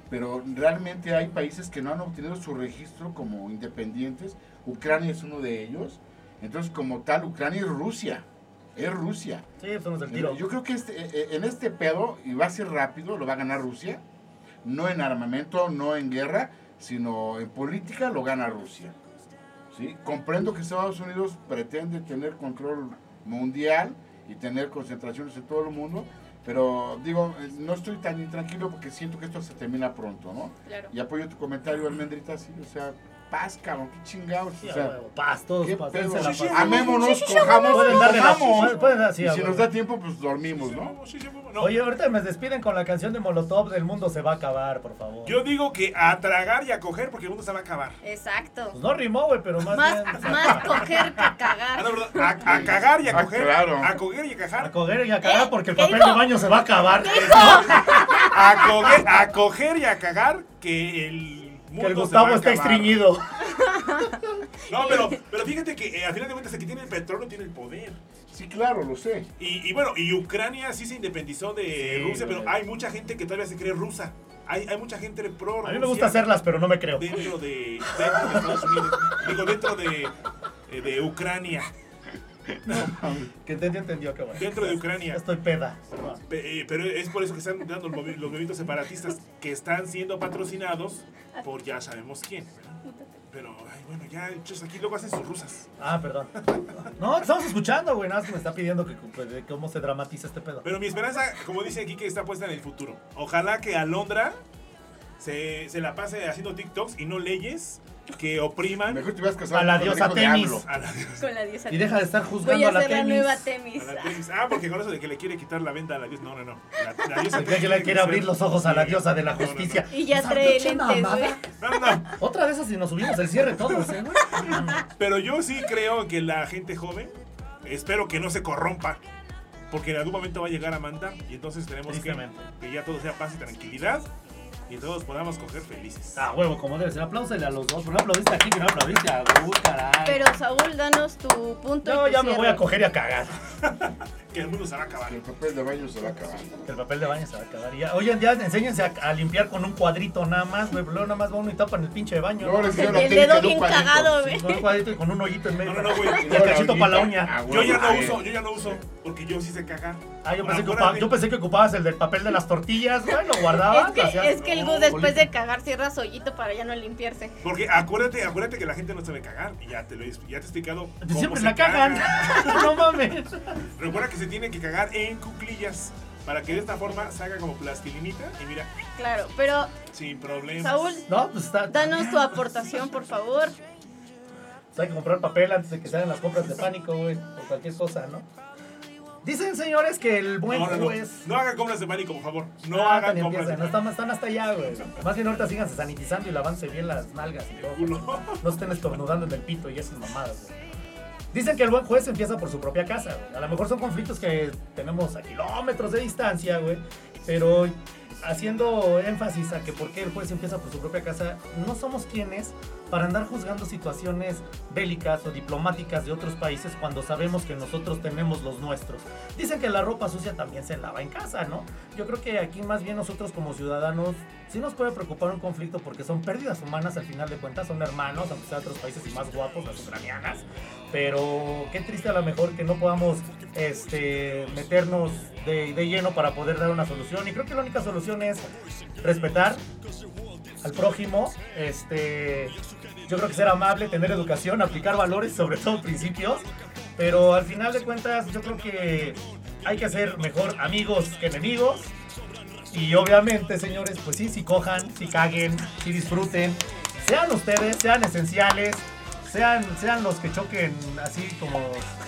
[SPEAKER 4] pero realmente hay países que no han obtenido su registro como independientes. Ucrania es uno de ellos. Entonces, como tal, Ucrania es Rusia. Es Rusia.
[SPEAKER 2] Sí, pues somos del tiro.
[SPEAKER 4] Yo creo que este- eh, eh, en este pedo, y va a ser rápido, lo va a ganar Rusia. No en armamento, no en guerra, sino en política lo gana Rusia. ¿sí? Comprendo que Estados Unidos pretende tener control mundial y tener concentraciones en todo el mundo. Pero digo, eh, no estoy tan intranquilo porque siento que esto se termina pronto, ¿no?
[SPEAKER 3] Claro.
[SPEAKER 4] Y apoyo tu comentario, Almendrita, sí, o sea, paz, cabrón, qué chingados,
[SPEAKER 2] Sí,
[SPEAKER 4] o
[SPEAKER 2] a
[SPEAKER 4] sea,
[SPEAKER 2] huevo, paz, todos
[SPEAKER 4] qué
[SPEAKER 2] paz,
[SPEAKER 4] pedo,
[SPEAKER 2] dense la
[SPEAKER 4] sí, sí,
[SPEAKER 2] paz.
[SPEAKER 4] amémonos, cojamos,
[SPEAKER 2] Pueden darle la-
[SPEAKER 4] comamos,
[SPEAKER 2] pueden- pueden así,
[SPEAKER 4] y
[SPEAKER 2] a
[SPEAKER 4] si
[SPEAKER 2] huevo.
[SPEAKER 4] nos da tiempo, pues dormimos, ¿no?
[SPEAKER 1] Sí, sí, huevo, no.
[SPEAKER 2] Oye, ahorita me despiden con la canción de Molotov del mundo se va a acabar, por favor.
[SPEAKER 1] Yo digo que a tragar y a coger porque el mundo se va a acabar.
[SPEAKER 3] Exacto.
[SPEAKER 2] Pues no rimó, güey, pero más,
[SPEAKER 3] Más,
[SPEAKER 2] bien. o sea,
[SPEAKER 3] más coger que
[SPEAKER 1] Ah, no,
[SPEAKER 3] cagar.
[SPEAKER 1] perdón, a, a cagar y a
[SPEAKER 4] Ah,
[SPEAKER 1] coger.
[SPEAKER 4] claro.
[SPEAKER 1] A coger y a
[SPEAKER 2] A
[SPEAKER 1] cajar.
[SPEAKER 2] coger y a
[SPEAKER 3] ¿Eh?
[SPEAKER 2] cagar porque el
[SPEAKER 3] ¿Qué
[SPEAKER 2] papel
[SPEAKER 3] dijo?
[SPEAKER 2] de baño se va a acabar.
[SPEAKER 1] A coger, a coger y a cagar que el mundo
[SPEAKER 2] Que el
[SPEAKER 1] se va
[SPEAKER 2] Gustavo
[SPEAKER 1] a
[SPEAKER 2] está
[SPEAKER 1] acabar.
[SPEAKER 2] estreñido.
[SPEAKER 1] No, pero, pero fíjate que eh, al final de cuentas el que tiene el petróleo tiene el poder.
[SPEAKER 4] Sí, claro, lo sé.
[SPEAKER 1] Y, y bueno, y Ucrania sí se independizó de
[SPEAKER 2] Sí,
[SPEAKER 1] Rusia, pero
[SPEAKER 2] güey.
[SPEAKER 1] hay mucha gente que todavía se cree rusa. Hay, hay mucha gente pro
[SPEAKER 2] A mí me gusta
[SPEAKER 1] hacerla
[SPEAKER 2] hacerlas, pero no me creo.
[SPEAKER 1] dentro de, dentro de Estados Unidos. Digo, dentro de, eh, de Ucrania.
[SPEAKER 2] Que entendió, entendió, qué bueno.
[SPEAKER 1] Dentro de Ucrania.
[SPEAKER 2] Estoy peda.
[SPEAKER 1] Pe- eh, Pero es por eso que están dando los movi- los movimientos separatistas que están siendo patrocinados por ya sabemos quién. ¿verdad? Pero, ay, bueno, ya, chus, aquí luego hacen sus rusas.
[SPEAKER 2] Ah, perdón. No, estamos escuchando, güey. Nada más que me está pidiendo que pues, de cómo se dramatiza este pedo.
[SPEAKER 1] Pero mi esperanza, como dice aquí, que está puesta en el futuro. Ojalá que Alondra se, se la pase haciendo TikToks y no leyes que opriman
[SPEAKER 4] Mejor te hubieras casado
[SPEAKER 2] A la
[SPEAKER 4] con el
[SPEAKER 2] diosa
[SPEAKER 4] hijo de
[SPEAKER 2] tenis.
[SPEAKER 4] AMLO.
[SPEAKER 1] a la,
[SPEAKER 3] Con la diosa.
[SPEAKER 2] Y deja de estar
[SPEAKER 3] Voy
[SPEAKER 2] juzgando
[SPEAKER 3] a
[SPEAKER 2] a la
[SPEAKER 3] hacer la
[SPEAKER 2] tenis.
[SPEAKER 3] nueva temis.
[SPEAKER 1] a la tenis. Ah, porque con eso de que le quiere quitar la venda a la diosa. No, no, no. La, la diosa
[SPEAKER 2] El que le quiere abrir los ojos a la diosa de la
[SPEAKER 1] No, no, no.
[SPEAKER 2] justicia. Pues,
[SPEAKER 3] Y ya
[SPEAKER 2] Esa
[SPEAKER 3] trae
[SPEAKER 2] pinche
[SPEAKER 3] lentes,
[SPEAKER 2] mamada.
[SPEAKER 3] güey.
[SPEAKER 1] No, no, no.
[SPEAKER 2] Otra vez así nos subimos el cierre todos, ¿eh, güey?
[SPEAKER 1] Pero yo sí creo que la gente joven, espero que no se corrompa, porque en algún momento va a llegar Amanda y entonces tenemos que,
[SPEAKER 2] Tristemente.
[SPEAKER 1] que ya todo sea paz y tranquilidad y todos podamos coger felices.
[SPEAKER 2] Ah, huevo, como debe ser. Apláusele a los dos. Pero no aplaudiste este aquí, que no aplaudiste a Gu, caray.
[SPEAKER 3] Pero Saúl, danos tu punto. y
[SPEAKER 2] Yo
[SPEAKER 3] tu
[SPEAKER 2] ya me voy a
[SPEAKER 3] cierre.
[SPEAKER 2] coger y a cagar.
[SPEAKER 1] Que el mundo se va a acabar.
[SPEAKER 4] El papel de baño se va a acabar.
[SPEAKER 2] Que el papel de baño se va a acabar. Y Ya. Oye, ya enséñense a, a limpiar con un cuadrito nada más, güey. Luego nada más va uno y tapan el pinche baño.
[SPEAKER 4] No,
[SPEAKER 2] ¿no?
[SPEAKER 4] les
[SPEAKER 3] El,
[SPEAKER 4] dio la
[SPEAKER 3] el
[SPEAKER 4] técnica
[SPEAKER 3] dedo
[SPEAKER 4] de un
[SPEAKER 3] bien
[SPEAKER 4] palito.
[SPEAKER 3] cagado, güey.
[SPEAKER 2] Sí, Con un cuadrito y con un hoyito en medio.
[SPEAKER 1] No, no, no, güey.
[SPEAKER 2] Y el cachito
[SPEAKER 4] Ahorita,
[SPEAKER 2] para la uña.
[SPEAKER 4] a
[SPEAKER 1] Yo ya no
[SPEAKER 4] huevo,
[SPEAKER 1] uso,
[SPEAKER 4] eh.
[SPEAKER 1] yo ya no uso, porque yo sí sé cagar.
[SPEAKER 2] Ah, yo pensé,
[SPEAKER 1] Acuérdate,
[SPEAKER 2] que ocupaba- yo pensé que ocupabas el del papel de las tortillas, güey. Lo guardabas.
[SPEAKER 3] Es que,
[SPEAKER 2] lo hacías-
[SPEAKER 3] es que el
[SPEAKER 2] Ah, No,
[SPEAKER 3] Gus después
[SPEAKER 2] bolita.
[SPEAKER 3] de cagar cierra su hoyito para ya no limpiarse.
[SPEAKER 1] Porque acuérdate, acuérdate que la gente no sabe cagar. Y ya te lo he, ya te he explicado. cómo
[SPEAKER 2] Siempre
[SPEAKER 1] se
[SPEAKER 2] la cagan.
[SPEAKER 1] caga.
[SPEAKER 2] no mames.
[SPEAKER 1] Recuerda que se tiene que cagar en cuclillas. Para que de esta forma salga como plastilinita y mira,
[SPEAKER 3] Claro, pero
[SPEAKER 1] sin problemas.
[SPEAKER 3] Saúl,
[SPEAKER 2] No, pues está.
[SPEAKER 3] danos tu aportación, por favor.
[SPEAKER 2] Pues hay que comprar papel antes de que se hagan las compras de pánico, güey. O cualquier cosa, ¿no? Dicen, señores, que el buen
[SPEAKER 1] No, no, no.
[SPEAKER 2] juez.
[SPEAKER 1] No hagan compras de pánico, por favor. No
[SPEAKER 2] Pues, Ah,
[SPEAKER 1] hagan
[SPEAKER 2] también
[SPEAKER 1] compras de
[SPEAKER 2] piensan, no
[SPEAKER 1] pánico.
[SPEAKER 2] están, están hasta allá, güey. Más bien ahorita síganse sanitizando y lavándose bien las nalgas y todo.
[SPEAKER 1] Culo.
[SPEAKER 2] No estén estornudando en el pito y esas mamadas, güey. Dicen que el buen juez empieza por su propia casa, güey. A lo mejor son conflictos que tenemos a kilómetros de distancia, güey. Pero haciendo énfasis a que por qué el juez empieza por su propia casa, no somos quienes para andar juzgando situaciones bélicas o diplomáticas de otros países cuando sabemos que nosotros tenemos los nuestros. Dicen que la ropa sucia también se lava en casa, ¿no? Yo creo que aquí más bien nosotros como ciudadanos sí nos puede preocupar un conflicto porque son pérdidas humanas al final de cuentas, son hermanos, aunque sea de otros países y más guapos, las ucranianas. Pero qué triste a lo mejor que no podamos este, meternos de, de lleno para poder dar una solución. Y creo que la única solución es respetar al prójimo, este, yo creo que ser amable, tener educación, aplicar valores, sobre todo principios. Pero al final de cuentas, yo creo que hay que ser mejor amigos que enemigos. Y obviamente, señores, pues sí, si cojan, si caguen, si disfruten. Sean ustedes, sean esenciales, sean, sean los que choquen así como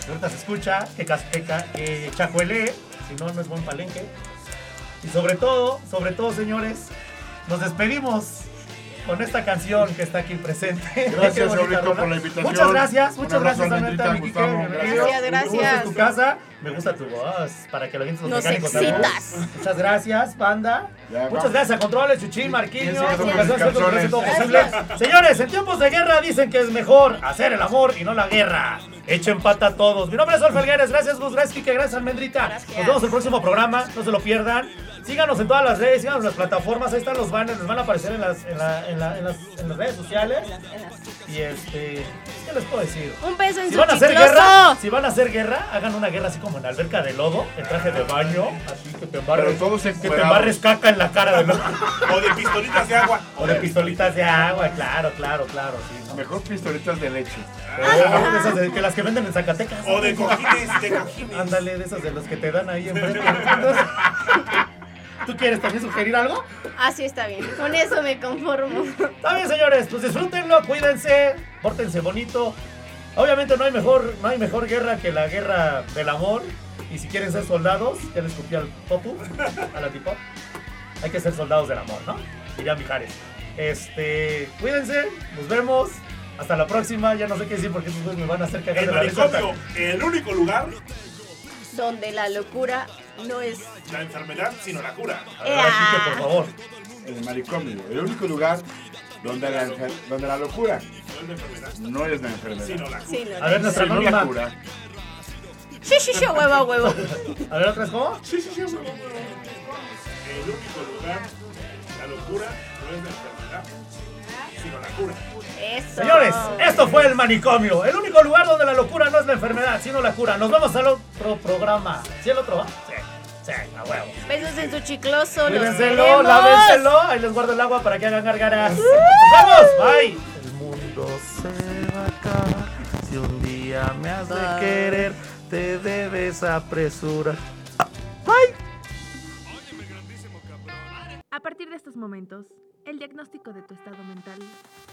[SPEAKER 2] ahorita se escucha, que, cas- que, ca- que chacuelee, si no, no es buen palenque. Y sobre todo, sobre todo, señores, nos despedimos con esta canción que está aquí presente. Qué
[SPEAKER 4] Gracias,
[SPEAKER 2] bonita
[SPEAKER 4] Saulito,
[SPEAKER 2] rola.
[SPEAKER 4] por la invitación.
[SPEAKER 2] Muchas gracias,
[SPEAKER 4] Un
[SPEAKER 2] muchas
[SPEAKER 4] abrazo,
[SPEAKER 2] gracias,
[SPEAKER 4] Almendrita,
[SPEAKER 2] Anita, mi
[SPEAKER 4] Gustavo,
[SPEAKER 2] Quique,
[SPEAKER 4] gracias.
[SPEAKER 2] bienvenido.
[SPEAKER 3] Gracias,
[SPEAKER 2] Un gusto en tu
[SPEAKER 3] gracias.
[SPEAKER 2] casa. Me gusta tu voz, para que lo avientes los
[SPEAKER 3] Nos
[SPEAKER 2] mecánicos. ¿sabes?
[SPEAKER 3] excitas.
[SPEAKER 2] Muchas gracias, banda.
[SPEAKER 4] Ya,
[SPEAKER 2] Muchas
[SPEAKER 4] vamos.
[SPEAKER 2] gracias a Controles, Chuchín, Marquinhos.
[SPEAKER 4] Gracias.
[SPEAKER 2] Comunicación, Centro de Comunicación, todo posible.
[SPEAKER 3] Gracias.
[SPEAKER 2] Señores, en tiempos de guerra dicen que es mejor hacer el amor y no la guerra. Echen pata a todos. Mi nombre es Olfa Algueres. Gracias, Gus. Gracias, Kike. Gracias, Almendrita.
[SPEAKER 3] Gracias.
[SPEAKER 2] Nos vemos en el próximo programa. No se lo pierdan. Síganos en todas las redes, síganos en las plataformas, ahí están los banners, les van a aparecer en las, en la- en la- en las, en las redes sociales. Y este, ¿qué les puedo decir?
[SPEAKER 3] Un beso en
[SPEAKER 2] Si
[SPEAKER 3] su
[SPEAKER 2] van a hacer
[SPEAKER 3] chicloso.
[SPEAKER 2] guerra, si van a hacer guerra, hagan una guerra así como en la alberca de lodo, en traje de baño, así que te embarres,
[SPEAKER 4] Pero todos
[SPEAKER 2] que te
[SPEAKER 4] encuerados.
[SPEAKER 2] embarres caca en la cara de lodo.
[SPEAKER 1] O de pistolitas de agua.
[SPEAKER 2] O de pistolitas de agua, claro, claro, claro, sí. ¿no?
[SPEAKER 4] Mejor pistolitas de leche.
[SPEAKER 2] O de esas de- que las que venden en Zacatecas.
[SPEAKER 1] O de cojines, de cojines.
[SPEAKER 2] Ándale, de esas de los que te dan ahí enfrente. ¿Tú quieres también sugerir algo?
[SPEAKER 3] Así está bien. Con eso me conformo.
[SPEAKER 2] Está bien, señores, pues disfrútenlo, cuídense, pórtense bonito. Obviamente no hay mejor, no hay mejor guerra que la guerra del amor. Y si quieren ser soldados, ya les escupí al popu, a la tipo. Hay que ser soldados del amor, ¿no? Diría Mijares. Este, cuídense, nos vemos. Hasta la próxima, ya no sé qué decir porque estos güeyes me van a hacer cagar
[SPEAKER 1] El
[SPEAKER 2] de la risa.
[SPEAKER 1] manicomio, el único lugar,
[SPEAKER 3] Donde la locura no es.
[SPEAKER 1] la enfermedad, sino la cura.
[SPEAKER 2] Ahora sí que, por favor.
[SPEAKER 4] El manicomio, el único lugar donde la, enfer- donde la locura
[SPEAKER 1] No es la enfermedad,
[SPEAKER 4] no es la enfermedad.
[SPEAKER 1] sino la cura.
[SPEAKER 3] Sí, no.
[SPEAKER 2] A ver, nuestra
[SPEAKER 4] Sino la
[SPEAKER 2] norma.
[SPEAKER 4] cura.
[SPEAKER 3] Sí, sí, sí, huevo, huevo.
[SPEAKER 2] A ver, otra vez, ¿cómo?
[SPEAKER 1] Sí, sí, sí, sí, sí, sí. El único lugar, la locura, no es la enfermedad, sino la cura.
[SPEAKER 3] Eso.
[SPEAKER 2] Señores, esto fue el manicomio, el único lugar donde la locura no es la enfermedad, sino la cura. Nos vamos al otro programa. ¿Sí el otro va? Sí, sí, a huevo.
[SPEAKER 3] Besos en su chicloso. los
[SPEAKER 2] Lávenselo,
[SPEAKER 3] queremos.
[SPEAKER 2] lávenselo, ahí les guardo el agua para que hagan gargaras. ¡Vamos! ¡Bye!
[SPEAKER 5] El mundo se va a acabar. Si un día me has de querer, te debes apresurar.
[SPEAKER 6] A partir de estos momentos, el diagnóstico de tu estado mental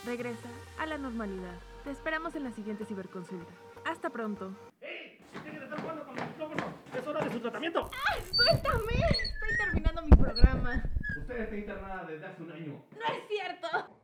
[SPEAKER 6] regresa a la normalidad. Te esperamos en la siguiente ciberconsulta. Hasta pronto.
[SPEAKER 2] Es hora de su tratamiento.
[SPEAKER 6] Estoy terminando mi programa.
[SPEAKER 2] Usted está internada desde hace un año.
[SPEAKER 6] ¡No es cierto!